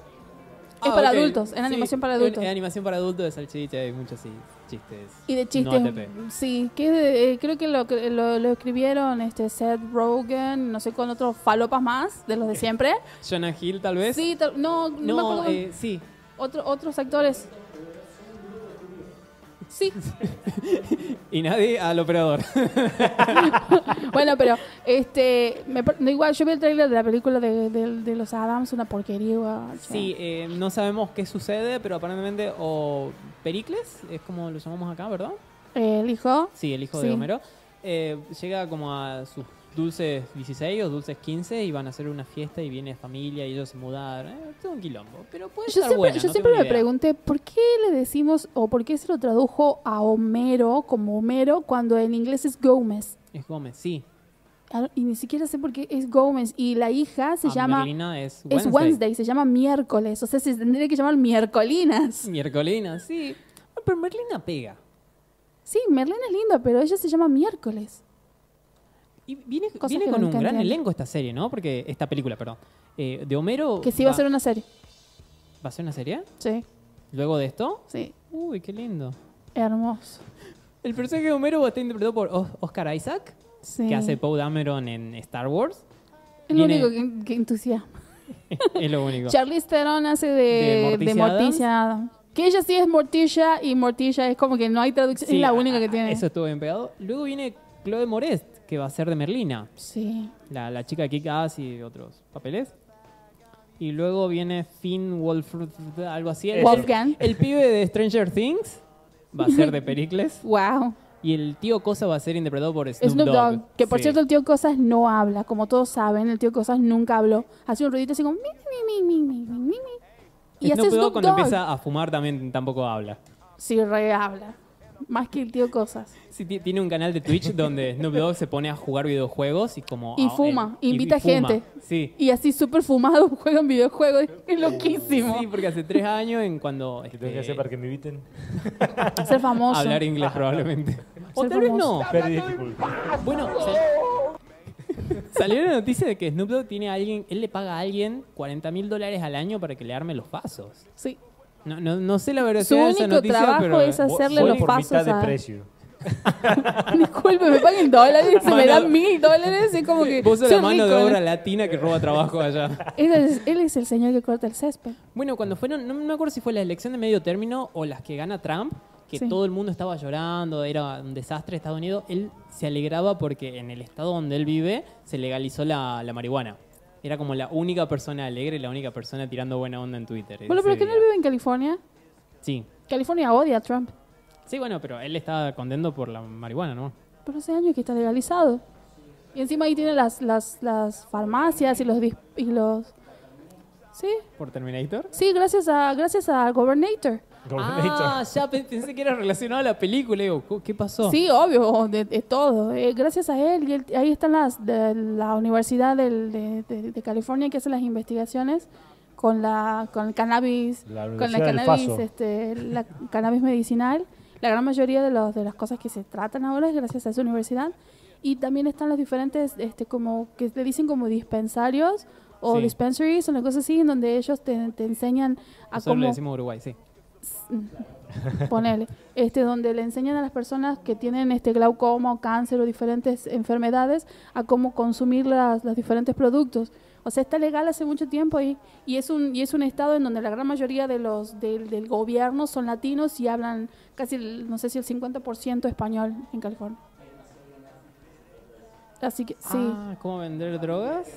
Speaker 1: Ah,
Speaker 2: para
Speaker 1: ok.
Speaker 2: adultos, en animación para
Speaker 1: en-
Speaker 2: adultos.
Speaker 1: En, animación para adultos de salchichas hay muchos sí, chistes.
Speaker 2: Y de
Speaker 1: No
Speaker 2: chistes.
Speaker 1: ATP.
Speaker 2: sí, que de- eh, creo que lo, que lo, lo escribieron este Seth Rogen, no sé con otros falopas más, de los de siempre.
Speaker 1: Jonah Hill, tal vez.
Speaker 2: Sí, tal- no, no, me
Speaker 1: Eh, no,
Speaker 2: acuerdo.
Speaker 1: eh, sí.
Speaker 2: Otro- otros actores. Sí.
Speaker 1: Y nadie al operador.
Speaker 2: Bueno, pero este, me par- no, igual yo vi el tráiler de la película de, de- de los Adams, una porquería. igual, o sea.
Speaker 1: Sí, eh, no sabemos qué sucede, pero aparentemente o Pericles, es como lo llamamos acá, ¿verdad?
Speaker 2: El hijo.
Speaker 1: Sí, el hijo
Speaker 2: Sí.
Speaker 1: de Homero. eh, llega como a sus dulces 16 o dulces 15 y van a hacer una fiesta y viene familia y ellos se mudaron. Eh, todo un quilombo. Pero puede
Speaker 2: Yo
Speaker 1: estar
Speaker 2: siempre,
Speaker 1: buena,
Speaker 2: yo
Speaker 1: no
Speaker 2: siempre
Speaker 1: tengo
Speaker 2: me
Speaker 1: ni idea.
Speaker 2: pregunté por qué le decimos o por qué se lo tradujo a Homero como Homero cuando en inglés es Gómez.
Speaker 1: Es Gómez, sí.
Speaker 2: Ah, Y ni siquiera sé por qué es Gómez. Y la hija se llama.
Speaker 1: Ah, Merlina es
Speaker 2: Es
Speaker 1: Wednesday.
Speaker 2: Wednesday, se llama miércoles. O sea, se tendría que llamar miércolinas.
Speaker 1: Miercolina, sí. Ah, Pero Merlina pega.
Speaker 2: Sí, Merlina es linda, pero ella se llama miércoles.
Speaker 1: Y viene,
Speaker 2: Cosas
Speaker 1: viene
Speaker 2: que
Speaker 1: con un
Speaker 2: nunca
Speaker 1: gran
Speaker 2: entiendo.
Speaker 1: elenco esta serie, ¿no? Porque esta película, perdón. Eh, de Homero.
Speaker 2: Que sí va a ser una serie.
Speaker 1: ¿Va a ser una serie?
Speaker 2: Sí,
Speaker 1: Luego de esto.
Speaker 2: sí.
Speaker 1: Uy, qué lindo.
Speaker 2: Hermoso.
Speaker 1: El personaje de Homero está interpretado por Os- Oscar Isaac,
Speaker 2: Sí.
Speaker 1: que hace Poe Dameron en Star Wars.
Speaker 2: Es lo
Speaker 1: Viene-
Speaker 2: único que, que entusiasma.
Speaker 1: *laughs* es lo único.
Speaker 2: Charlize Theron hace de,
Speaker 1: De Morticia
Speaker 2: de Morticia Adams. Que ella sí es Morticia y Morticia es como que no hay traducción.
Speaker 1: Sí,
Speaker 2: es la
Speaker 1: a-
Speaker 2: única que
Speaker 1: a-
Speaker 2: tiene.
Speaker 1: Eso estuvo bien pegado. Luego viene Chloe Morest, que va a ser de Merlina,
Speaker 2: Sí.
Speaker 1: la, la chica de Kick-Ass y otros papeles. Y luego viene Finn Wolford, algo así. El,
Speaker 2: Wolfgang.
Speaker 1: el pibe de Stranger Things va a
Speaker 2: *laughs*
Speaker 1: ser de Pericles.
Speaker 2: Wow.
Speaker 1: Y el tío Cosa va a ser interpretado por Snoop,
Speaker 2: Snoop Dogg. Que por
Speaker 1: Sí.
Speaker 2: cierto, el tío Cosas no habla. Como todos saben, el tío Cosas nunca habló. Hace un ruidito así como. Mi, mi, mi, mi, mi, mi, mi. Y hace
Speaker 1: Snoop Dogg
Speaker 2: Snoop
Speaker 1: cuando
Speaker 2: Dogg.
Speaker 1: empieza a fumar también tampoco habla.
Speaker 2: Sí, re habla. Más que el tío Cosas.
Speaker 1: Sí, ti- tiene un canal de Twitch
Speaker 3: *laughs*
Speaker 1: donde Snoop Dogg se pone a jugar videojuegos y como...
Speaker 2: Y
Speaker 1: a- eh,
Speaker 2: fuma,
Speaker 1: y- y
Speaker 2: invita
Speaker 1: fuma.
Speaker 2: gente.
Speaker 1: Sí.
Speaker 2: Y así súper fumado *laughs* juegan videojuegos. Es loquísimo.
Speaker 1: Sí, porque hace tres años en cuando...
Speaker 3: ¿Qué tengo que
Speaker 1: este,
Speaker 3: hacer para que me inviten?
Speaker 2: Ser famoso.
Speaker 1: Hablar inglés probablemente. O tal vez no.
Speaker 3: Perdí, disculpa.
Speaker 1: Bueno, sal- salió la noticia de que Snoop Dogg tiene a alguien, él le paga a alguien 40 mil dólares al año para que le arme los vasos.
Speaker 2: Sí. *laughs*
Speaker 1: No, no, no sé la verdad
Speaker 2: Su
Speaker 1: de esa
Speaker 2: único
Speaker 1: noticia,
Speaker 2: trabajo
Speaker 1: pero...
Speaker 2: es hacer- Hacerle
Speaker 3: Voy
Speaker 2: los
Speaker 3: por
Speaker 2: pasos
Speaker 3: mitad de
Speaker 2: a-
Speaker 3: precio.
Speaker 2: Disculpe, me pagan dólares, se me
Speaker 1: Mano-
Speaker 2: dan mil dólares, es como que.
Speaker 1: Vos sos la
Speaker 2: soy
Speaker 1: mano de
Speaker 2: rico.
Speaker 1: obra latina que roba trabajo allá.
Speaker 2: Él es, él es el señor que corta el césped.
Speaker 1: Bueno, cuando fueron, no me acuerdo si fue la elección de medio término o las que gana Trump, que
Speaker 2: Sí.
Speaker 1: todo el mundo estaba llorando, era un desastre Estados Unidos, él se alegraba porque en el estado donde él vive se legalizó la, la marihuana. Era como la única persona alegre, la única persona tirando buena onda en Twitter.
Speaker 2: Bueno,
Speaker 1: ese
Speaker 2: pero que no
Speaker 1: día.
Speaker 2: él vive en California.
Speaker 1: Sí.
Speaker 2: California odia a Trump.
Speaker 1: Sí, bueno, pero él estaba contento por la marihuana, ¿no?
Speaker 2: Pero hace años que está legalizado. Y encima ahí tiene las, las, las farmacias y los, dis- y los. Sí,
Speaker 1: Por Terminator.
Speaker 2: sí, gracias a gracias al Governator. *laughs*
Speaker 1: Ah, ya pe- pensé que era relacionado a la película. Digo, "Cu- ¿qué pasó?
Speaker 2: Sí, obvio, de, de todo. Eh, gracias a él, y él- ahí están las de la Universidad del- de, de- de California que hace las investigaciones con la con el cannabis,
Speaker 3: La
Speaker 2: con la
Speaker 3: Universidad del
Speaker 2: cannabis,
Speaker 3: Paso.
Speaker 2: este, la cannabis medicinal. La gran mayoría de los de las cosas que se tratan ahora es gracias a esa universidad. Y también están los diferentes, este, como que le dicen como dispensarios o
Speaker 1: Sí.
Speaker 2: dispensaries o una cosa así, en donde ellos te, te enseñan a
Speaker 1: Nosotros le
Speaker 2: cómo
Speaker 1: decimos Uruguay, sí.
Speaker 2: ponele, este, donde le enseñan a las personas que tienen este glaucoma o cáncer o diferentes enfermedades a cómo consumir las, los diferentes productos. O sea, está legal hace mucho tiempo y, y es un y es un estado en donde la gran mayoría de los del, del gobierno son latinos y hablan casi, el- no sé si el 50% español en California. Así que sí,
Speaker 1: Ah, ¿cómo vender drogas?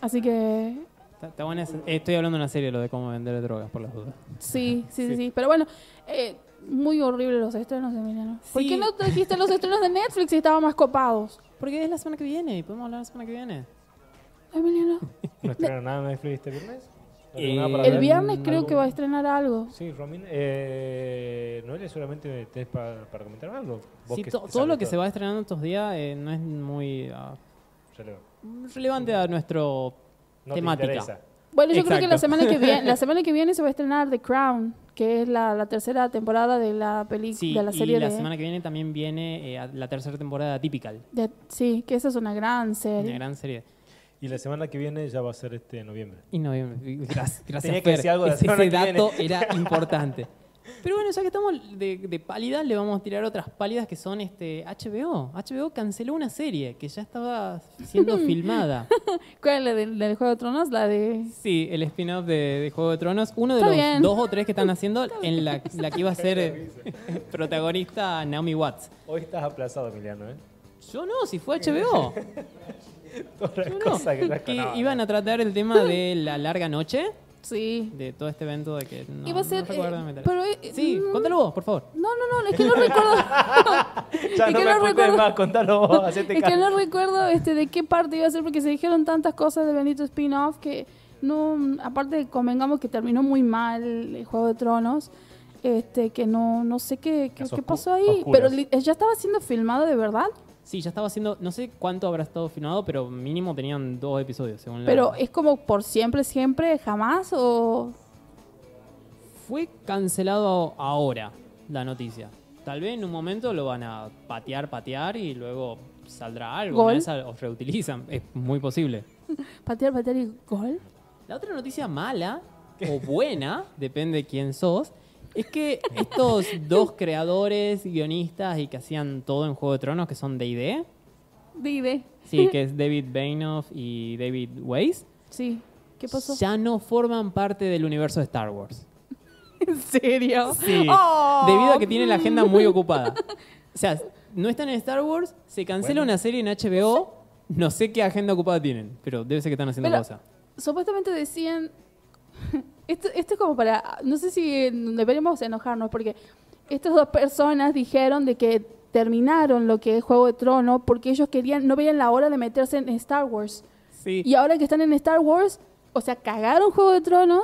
Speaker 2: así que
Speaker 1: Está- está buena esa- eh, estoy hablando de una serie, lo de cómo vender drogas, por las dudas.
Speaker 2: Sí, sí, sí,
Speaker 1: Sí.
Speaker 2: sí. Pero bueno, eh, muy horrible los estrenos, Emiliano. ¿Por
Speaker 1: Sí.
Speaker 2: qué no trajiste los estrenos de Netflix si estaban más copados?
Speaker 1: Porque es la semana que viene y podemos hablar la semana que viene.
Speaker 2: Emiliano.
Speaker 3: ¿No estrenaron nada en Netflix este viernes? ¿No
Speaker 1: Eh,
Speaker 3: nada para
Speaker 2: El
Speaker 3: ver?
Speaker 2: viernes creo
Speaker 3: ¿Algo?
Speaker 2: que va a estrenar algo.
Speaker 3: Sí, Romín. Eh, Noelia, solamente tenés pa- para comentar algo. Vos
Speaker 1: Sí,
Speaker 3: que
Speaker 1: to-
Speaker 3: te
Speaker 1: todo
Speaker 3: sabes
Speaker 1: lo que se va estrenando estos días eh, no es muy ah,
Speaker 3: Ya leo.
Speaker 1: relevante a nuestro
Speaker 3: No
Speaker 1: Temática.
Speaker 3: te interesa.
Speaker 2: Bueno, yo creo que la
Speaker 1: Exacto.
Speaker 2: semana que
Speaker 1: *laughs*
Speaker 2: viene, la semana que viene se va a estrenar The Crown, que es la, la tercera temporada de la película
Speaker 1: sí,
Speaker 2: de la serie
Speaker 1: y la
Speaker 2: de,
Speaker 1: semana que viene también viene eh, a- la tercera temporada de Atypical,
Speaker 2: de- sí, que esa es una gran
Speaker 1: una
Speaker 2: serie.
Speaker 1: gran serie.
Speaker 3: Y la semana que viene ya va a ser este noviembre.
Speaker 1: Y no,
Speaker 3: *laughs*
Speaker 1: gracias, gracias
Speaker 3: Tenía que
Speaker 1: Fer.
Speaker 3: decir algo de la
Speaker 1: ese,
Speaker 3: semana
Speaker 1: ese
Speaker 3: que viene.
Speaker 1: dato era
Speaker 3: *laughs*
Speaker 1: importante. Pero bueno, ya que estamos de, de pálidas, le vamos a tirar otras pálidas que son este HBO. HBO canceló una serie que ya estaba
Speaker 2: *laughs*
Speaker 1: siendo filmada.
Speaker 2: ¿Cuál es la del, del Juego de Tronos? La de...
Speaker 1: Sí, el spin-off de, de Juego de Tronos. Uno de
Speaker 2: Está
Speaker 1: los
Speaker 2: bien.
Speaker 1: dos o tres que están haciendo en la, la
Speaker 3: *laughs*
Speaker 1: que iba a ser *laughs* eh, protagonista Naomi Watts.
Speaker 3: Hoy estás aplazado, Emiliano, ¿eh? *laughs*
Speaker 1: Yo no, si
Speaker 2: Eh,
Speaker 1: fue
Speaker 2: *laughs*
Speaker 1: HBO.
Speaker 3: Todas las
Speaker 1: Yo no.
Speaker 3: cosas que, no
Speaker 1: Que
Speaker 3: no,
Speaker 1: iban a tratar el tema de la larga noche,
Speaker 2: Sí.
Speaker 1: de todo este evento de que no,
Speaker 2: Iba a ser...
Speaker 1: no recuerdo,
Speaker 2: eh,
Speaker 1: me enteré.
Speaker 2: pero, eh,
Speaker 1: Sí,
Speaker 2: mm,
Speaker 1: cuéntalo vos, por favor.
Speaker 2: No, no, no, es que
Speaker 1: *laughs*
Speaker 2: no recuerdo.
Speaker 3: Ya
Speaker 2: *laughs* es
Speaker 3: no
Speaker 2: que
Speaker 3: me
Speaker 2: no
Speaker 3: apuntes
Speaker 2: recuerdo-
Speaker 3: más, contalo vos, hacete
Speaker 2: Es
Speaker 1: *laughs*
Speaker 2: que
Speaker 3: cargo.
Speaker 2: no recuerdo este, de qué parte iba a ser porque se dijeron tantas cosas de Benito Spin-off que no, aparte convengamos que terminó muy mal el Juego de Tronos, este, que no, no sé qué, qué,
Speaker 3: Las
Speaker 2: qué
Speaker 3: oscu-
Speaker 2: pasó ahí,
Speaker 3: oscuras.
Speaker 2: pero li- ya estaba siendo filmado de verdad,
Speaker 1: Sí, ya estaba haciendo, no sé cuánto habrá estado filmado, pero mínimo tenían dos episodios, según la...
Speaker 2: pero es como por siempre, siempre, jamás o...
Speaker 1: Fue cancelado ahora la noticia. Tal vez en un momento lo van a patear, patear y luego saldrá algo.
Speaker 2: Gol.
Speaker 1: Una de esas os reutilizan. Es muy posible.
Speaker 2: Patear, patear y gol.
Speaker 1: La otra noticia mala o buena, depende quién sos, es que estos dos creadores, guionistas y que hacían todo en Juego de Tronos, que son D&D,
Speaker 2: Vive.
Speaker 1: sí, que es David Bainoff y David Weiss,
Speaker 2: Sí. ¿Qué pasó?
Speaker 1: ya no forman parte del universo de Star Wars.
Speaker 2: *laughs* ¿En serio?
Speaker 1: Sí.
Speaker 2: Oh.
Speaker 1: Debido a que tienen la agenda muy
Speaker 2: *laughs*
Speaker 1: ocupada. O sea, no están en Star Wars, se cancela una serie en HBO, no sé qué agenda ocupada tienen, pero debe ser que están haciendo
Speaker 2: Pero-
Speaker 1: cosas.
Speaker 2: supuestamente decían. *laughs* Esto, esto es como para. No sé si deberíamos enojarnos, porque estas dos personas dijeron de que terminaron lo que es Juego de Trono porque ellos querían, no veían la hora de meterse en Star Wars.
Speaker 1: Sí.
Speaker 2: Y ahora que están en Star Wars, o sea, cagaron Juego de Tronos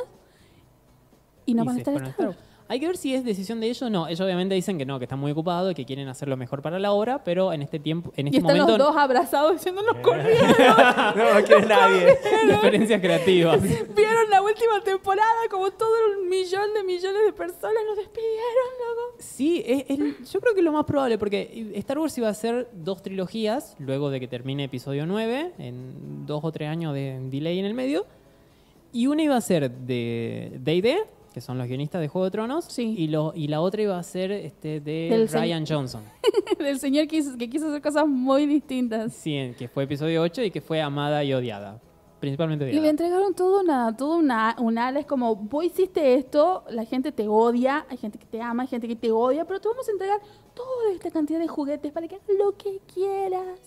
Speaker 2: y no
Speaker 1: y
Speaker 2: van a
Speaker 1: se
Speaker 2: estar en
Speaker 1: fueron a
Speaker 2: Star Wars.
Speaker 1: Star Wars. Hay que ver si es decisión de ellos o no. Ellos obviamente dicen que no, que están muy ocupados y que quieren hacer lo mejor para la obra, pero en este tiempo, en
Speaker 2: Y
Speaker 1: este
Speaker 2: están los
Speaker 1: momento, Eh.
Speaker 2: dos abrazados diciendo los
Speaker 1: *laughs*
Speaker 2: corrieron.
Speaker 3: No, no quiere
Speaker 2: *laughs*
Speaker 3: nadie.
Speaker 1: diferencias creativas.
Speaker 2: Vieron la última temporada como todo un millón de millones de personas nos despidieron, loco. *laughs*
Speaker 1: Sí, es- es- yo creo que es lo más probable, porque Star Wars iba a ser dos trilogías, luego de que termine episodio 9, en dos o tres años de delay en el medio, y una iba a ser de D&D que son los guionistas de Juego de Tronos,
Speaker 2: Sí.
Speaker 1: y, lo, y la otra iba a ser este, de
Speaker 2: Del señor-
Speaker 1: Ryan Johnson,
Speaker 2: del señor que hizo- que quiso hacer cosas muy distintas.
Speaker 1: sí, en- que fue episodio 8 y que fue amada y odiada, principalmente
Speaker 2: Y le
Speaker 1: odiada.
Speaker 2: entregaron todo una, todo una, un ala, es como, vos hiciste esto, la gente te odia, hay gente que te ama, hay gente que te odia, pero te vamos a entregar toda esta cantidad de juguetes para que hagas lo que quieras.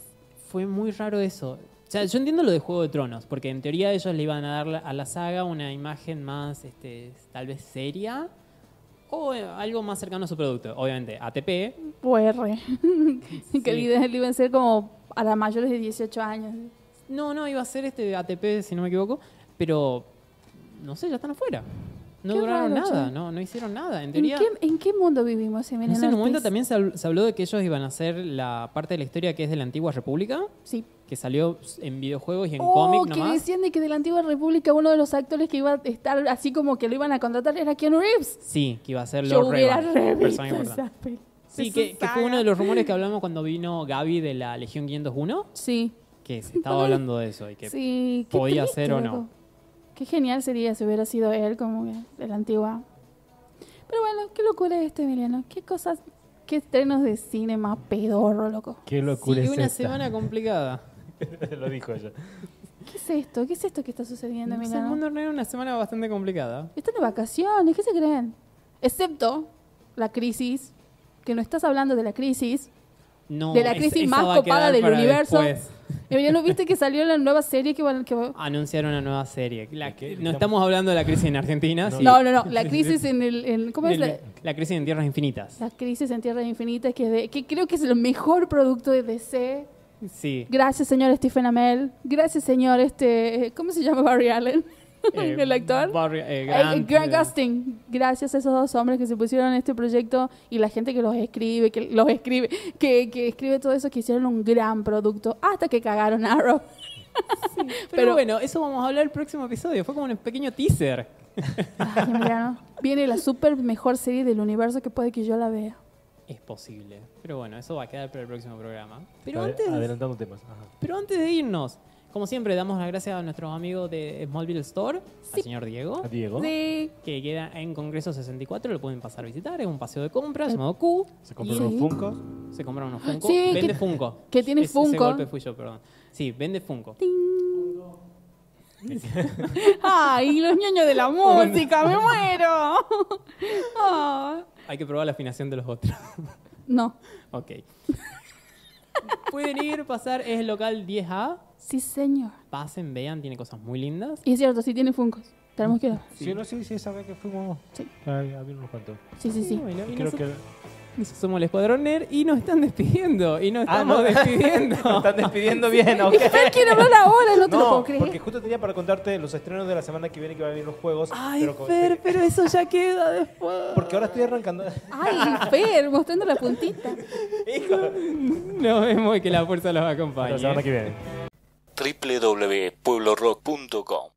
Speaker 1: Fue muy raro eso. O sea, yo entiendo lo de Juego de Tronos, porque en teoría ellos le iban a dar la- a la saga una imagen más, este, tal vez seria, o eh, algo más cercano a su producto. Obviamente, ATP,
Speaker 2: QR.
Speaker 1: Sí.
Speaker 2: *laughs* que el video iba a ser como para mayores de 18 años.
Speaker 1: No, no, iba a ser este ATP, si no me equivoco, pero no sé, ya están afuera. No
Speaker 2: Qué
Speaker 1: duraron
Speaker 2: raro,
Speaker 1: nada,
Speaker 2: che.
Speaker 1: no, no hicieron nada. En
Speaker 2: ¿En
Speaker 1: teoría,
Speaker 2: qué, en qué mundo vivimos,
Speaker 1: no
Speaker 2: Emiliano
Speaker 1: sé, en un
Speaker 2: Ortiz?
Speaker 1: momento también se habl- se habló de que ellos iban a hacer la parte de la historia que es de la antigua república,
Speaker 2: Sí.
Speaker 1: que salió en videojuegos y en
Speaker 2: Oh,
Speaker 1: cómics
Speaker 2: que
Speaker 1: nomás.
Speaker 2: decían de que de la antigua república uno de los actores que iba a estar así como que lo iban a contratar era Keanu Reeves.
Speaker 1: Sí, que iba a ser
Speaker 2: Yo
Speaker 1: Lord
Speaker 2: hubiera
Speaker 1: Revan,
Speaker 2: revisto
Speaker 1: personaje
Speaker 2: esa
Speaker 1: importante.
Speaker 2: peli-
Speaker 1: Sí,
Speaker 2: esa
Speaker 1: que, que fue
Speaker 2: saga.
Speaker 1: uno de los rumores que hablamos cuando vino Gaby de la Legión 501,
Speaker 2: Sí,
Speaker 1: que se estaba
Speaker 2: Ay.
Speaker 1: hablando de eso y que
Speaker 2: sí. qué
Speaker 1: podía
Speaker 2: triste,
Speaker 1: ser o
Speaker 2: loco.
Speaker 1: no.
Speaker 2: Qué genial sería si hubiera sido él como que de la antigua. Pero bueno, qué locura es este, Emiliano. Qué cosas, qué estrenos de cine más pedorro, loco.
Speaker 3: Qué locura
Speaker 1: Sí,
Speaker 3: es
Speaker 1: una
Speaker 3: esta.
Speaker 1: semana complicada.
Speaker 3: *laughs* Lo dijo ella.
Speaker 2: ¿Qué es esto? ¿Qué es esto que está sucediendo,
Speaker 1: El
Speaker 2: Emiliano?
Speaker 1: mundo era una semana bastante complicada.
Speaker 2: Están de vacaciones, ¿qué se creen? Excepto la crisis, que no estás hablando de la crisis.
Speaker 1: No,
Speaker 2: De la
Speaker 1: es-
Speaker 2: crisis
Speaker 1: eso
Speaker 2: más
Speaker 1: va a
Speaker 2: copada
Speaker 1: quedar
Speaker 2: del
Speaker 1: para
Speaker 2: universo.
Speaker 1: después.
Speaker 2: Emiliano, ¿viste que salió la nueva serie que, va- que va-
Speaker 1: Ah, Anunciaron una nueva serie. La-
Speaker 3: ¿De qué?
Speaker 1: no estamos hablando de la crisis en Argentina, sí.
Speaker 2: No, no, no, la crisis en el... en- ¿Cómo es?
Speaker 1: Del-
Speaker 2: La,
Speaker 1: la, crisis en Tierras Infinitas.
Speaker 2: la crisis en Tierras Infinitas, que, es de- que creo que es el mejor producto de DC.
Speaker 1: Sí.
Speaker 2: Gracias, señor Stephen Amell. Gracias, señor, este... ¿Cómo se llama Barry Allen?
Speaker 1: *laughs* Eh,
Speaker 2: *laughs* el actor.
Speaker 1: Barry- eh,
Speaker 2: Eh,
Speaker 1: Grant,
Speaker 2: eh, Grant
Speaker 1: eh,
Speaker 2: Gustin. Gracias a esos dos hombres que se pusieron en este proyecto y la gente que los escribe, que los escribe, que, que escribe todo eso, que hicieron un gran producto hasta que cagaron
Speaker 1: *laughs*
Speaker 2: a Arrow.
Speaker 1: pero,
Speaker 2: pero-
Speaker 1: bueno, eso vamos a hablar el próximo episodio. Fue como un pequeño teaser.
Speaker 2: Ay, Emiliano, Viene la super mejor serie del universo que puede que yo la vea.
Speaker 1: Es posible. Pero bueno, eso va a quedar para el próximo programa. Pero
Speaker 3: Ade-
Speaker 1: antes, Ah.
Speaker 3: Adelantando temas. Ajá.
Speaker 1: pero antes de irnos, como siempre, damos las gracias a nuestros amigos de Smallville Store, al
Speaker 2: Sí.
Speaker 1: señor Diego.
Speaker 3: ¿A Diego.
Speaker 2: Sí.
Speaker 1: que queda en Congreso 64, lo pueden pasar a visitar, es un paseo de compras llamado Q.
Speaker 3: Se compró
Speaker 1: y
Speaker 3: unos
Speaker 2: Sí.
Speaker 3: Funkos.
Speaker 1: se compran unos Funko.
Speaker 2: Sí,
Speaker 1: vende
Speaker 2: que-
Speaker 1: Funko.
Speaker 2: que tiene
Speaker 1: Ese- Ese
Speaker 2: Funko.
Speaker 1: golpe fui yo, perdón. Sí, vende Funko. *laughs*
Speaker 2: Ay, los ñoños de
Speaker 1: *laughs*
Speaker 2: la música, me muero. *laughs* Ah.
Speaker 1: Hay que probar la afinación de los otros. *laughs*
Speaker 2: No.
Speaker 1: ok. Pueden ir, pasar, es el local 10A.
Speaker 2: Sí, señor.
Speaker 1: Pasen, vean, tiene cosas muy lindas.
Speaker 2: Y es cierto, sí tiene funcos. Tenemos que ir. a-
Speaker 3: Sí, no, sí, sí, esa vez que fuimos.
Speaker 2: Sí.
Speaker 3: Ay, había unos cuantos.
Speaker 2: Sí, sí, sí.
Speaker 1: Bueno, y
Speaker 3: Creo
Speaker 1: nosotros
Speaker 3: que.
Speaker 1: somos el Escuadrón Nerd y nos están despidiendo. Y nos
Speaker 6: Ah,
Speaker 1: estamos
Speaker 6: no.
Speaker 1: despidiendo.
Speaker 2: *laughs*
Speaker 6: Nos están despidiendo bien, ok.
Speaker 2: Fer quiere hablar ahora, no te lo puedo creer.
Speaker 3: porque justo tenía para contarte los estrenos de la semana que viene que van a venir los juegos.
Speaker 1: Ay,
Speaker 3: pero con-
Speaker 1: Fer, pero eso ya queda después. *laughs*
Speaker 3: Porque ahora estoy arrancando.
Speaker 2: Ay, Fer, mostrando la puntita.
Speaker 1: Nos vemos y que la fuerza los acompañe.
Speaker 3: La semana que viene.
Speaker 4: www.pueblorock.com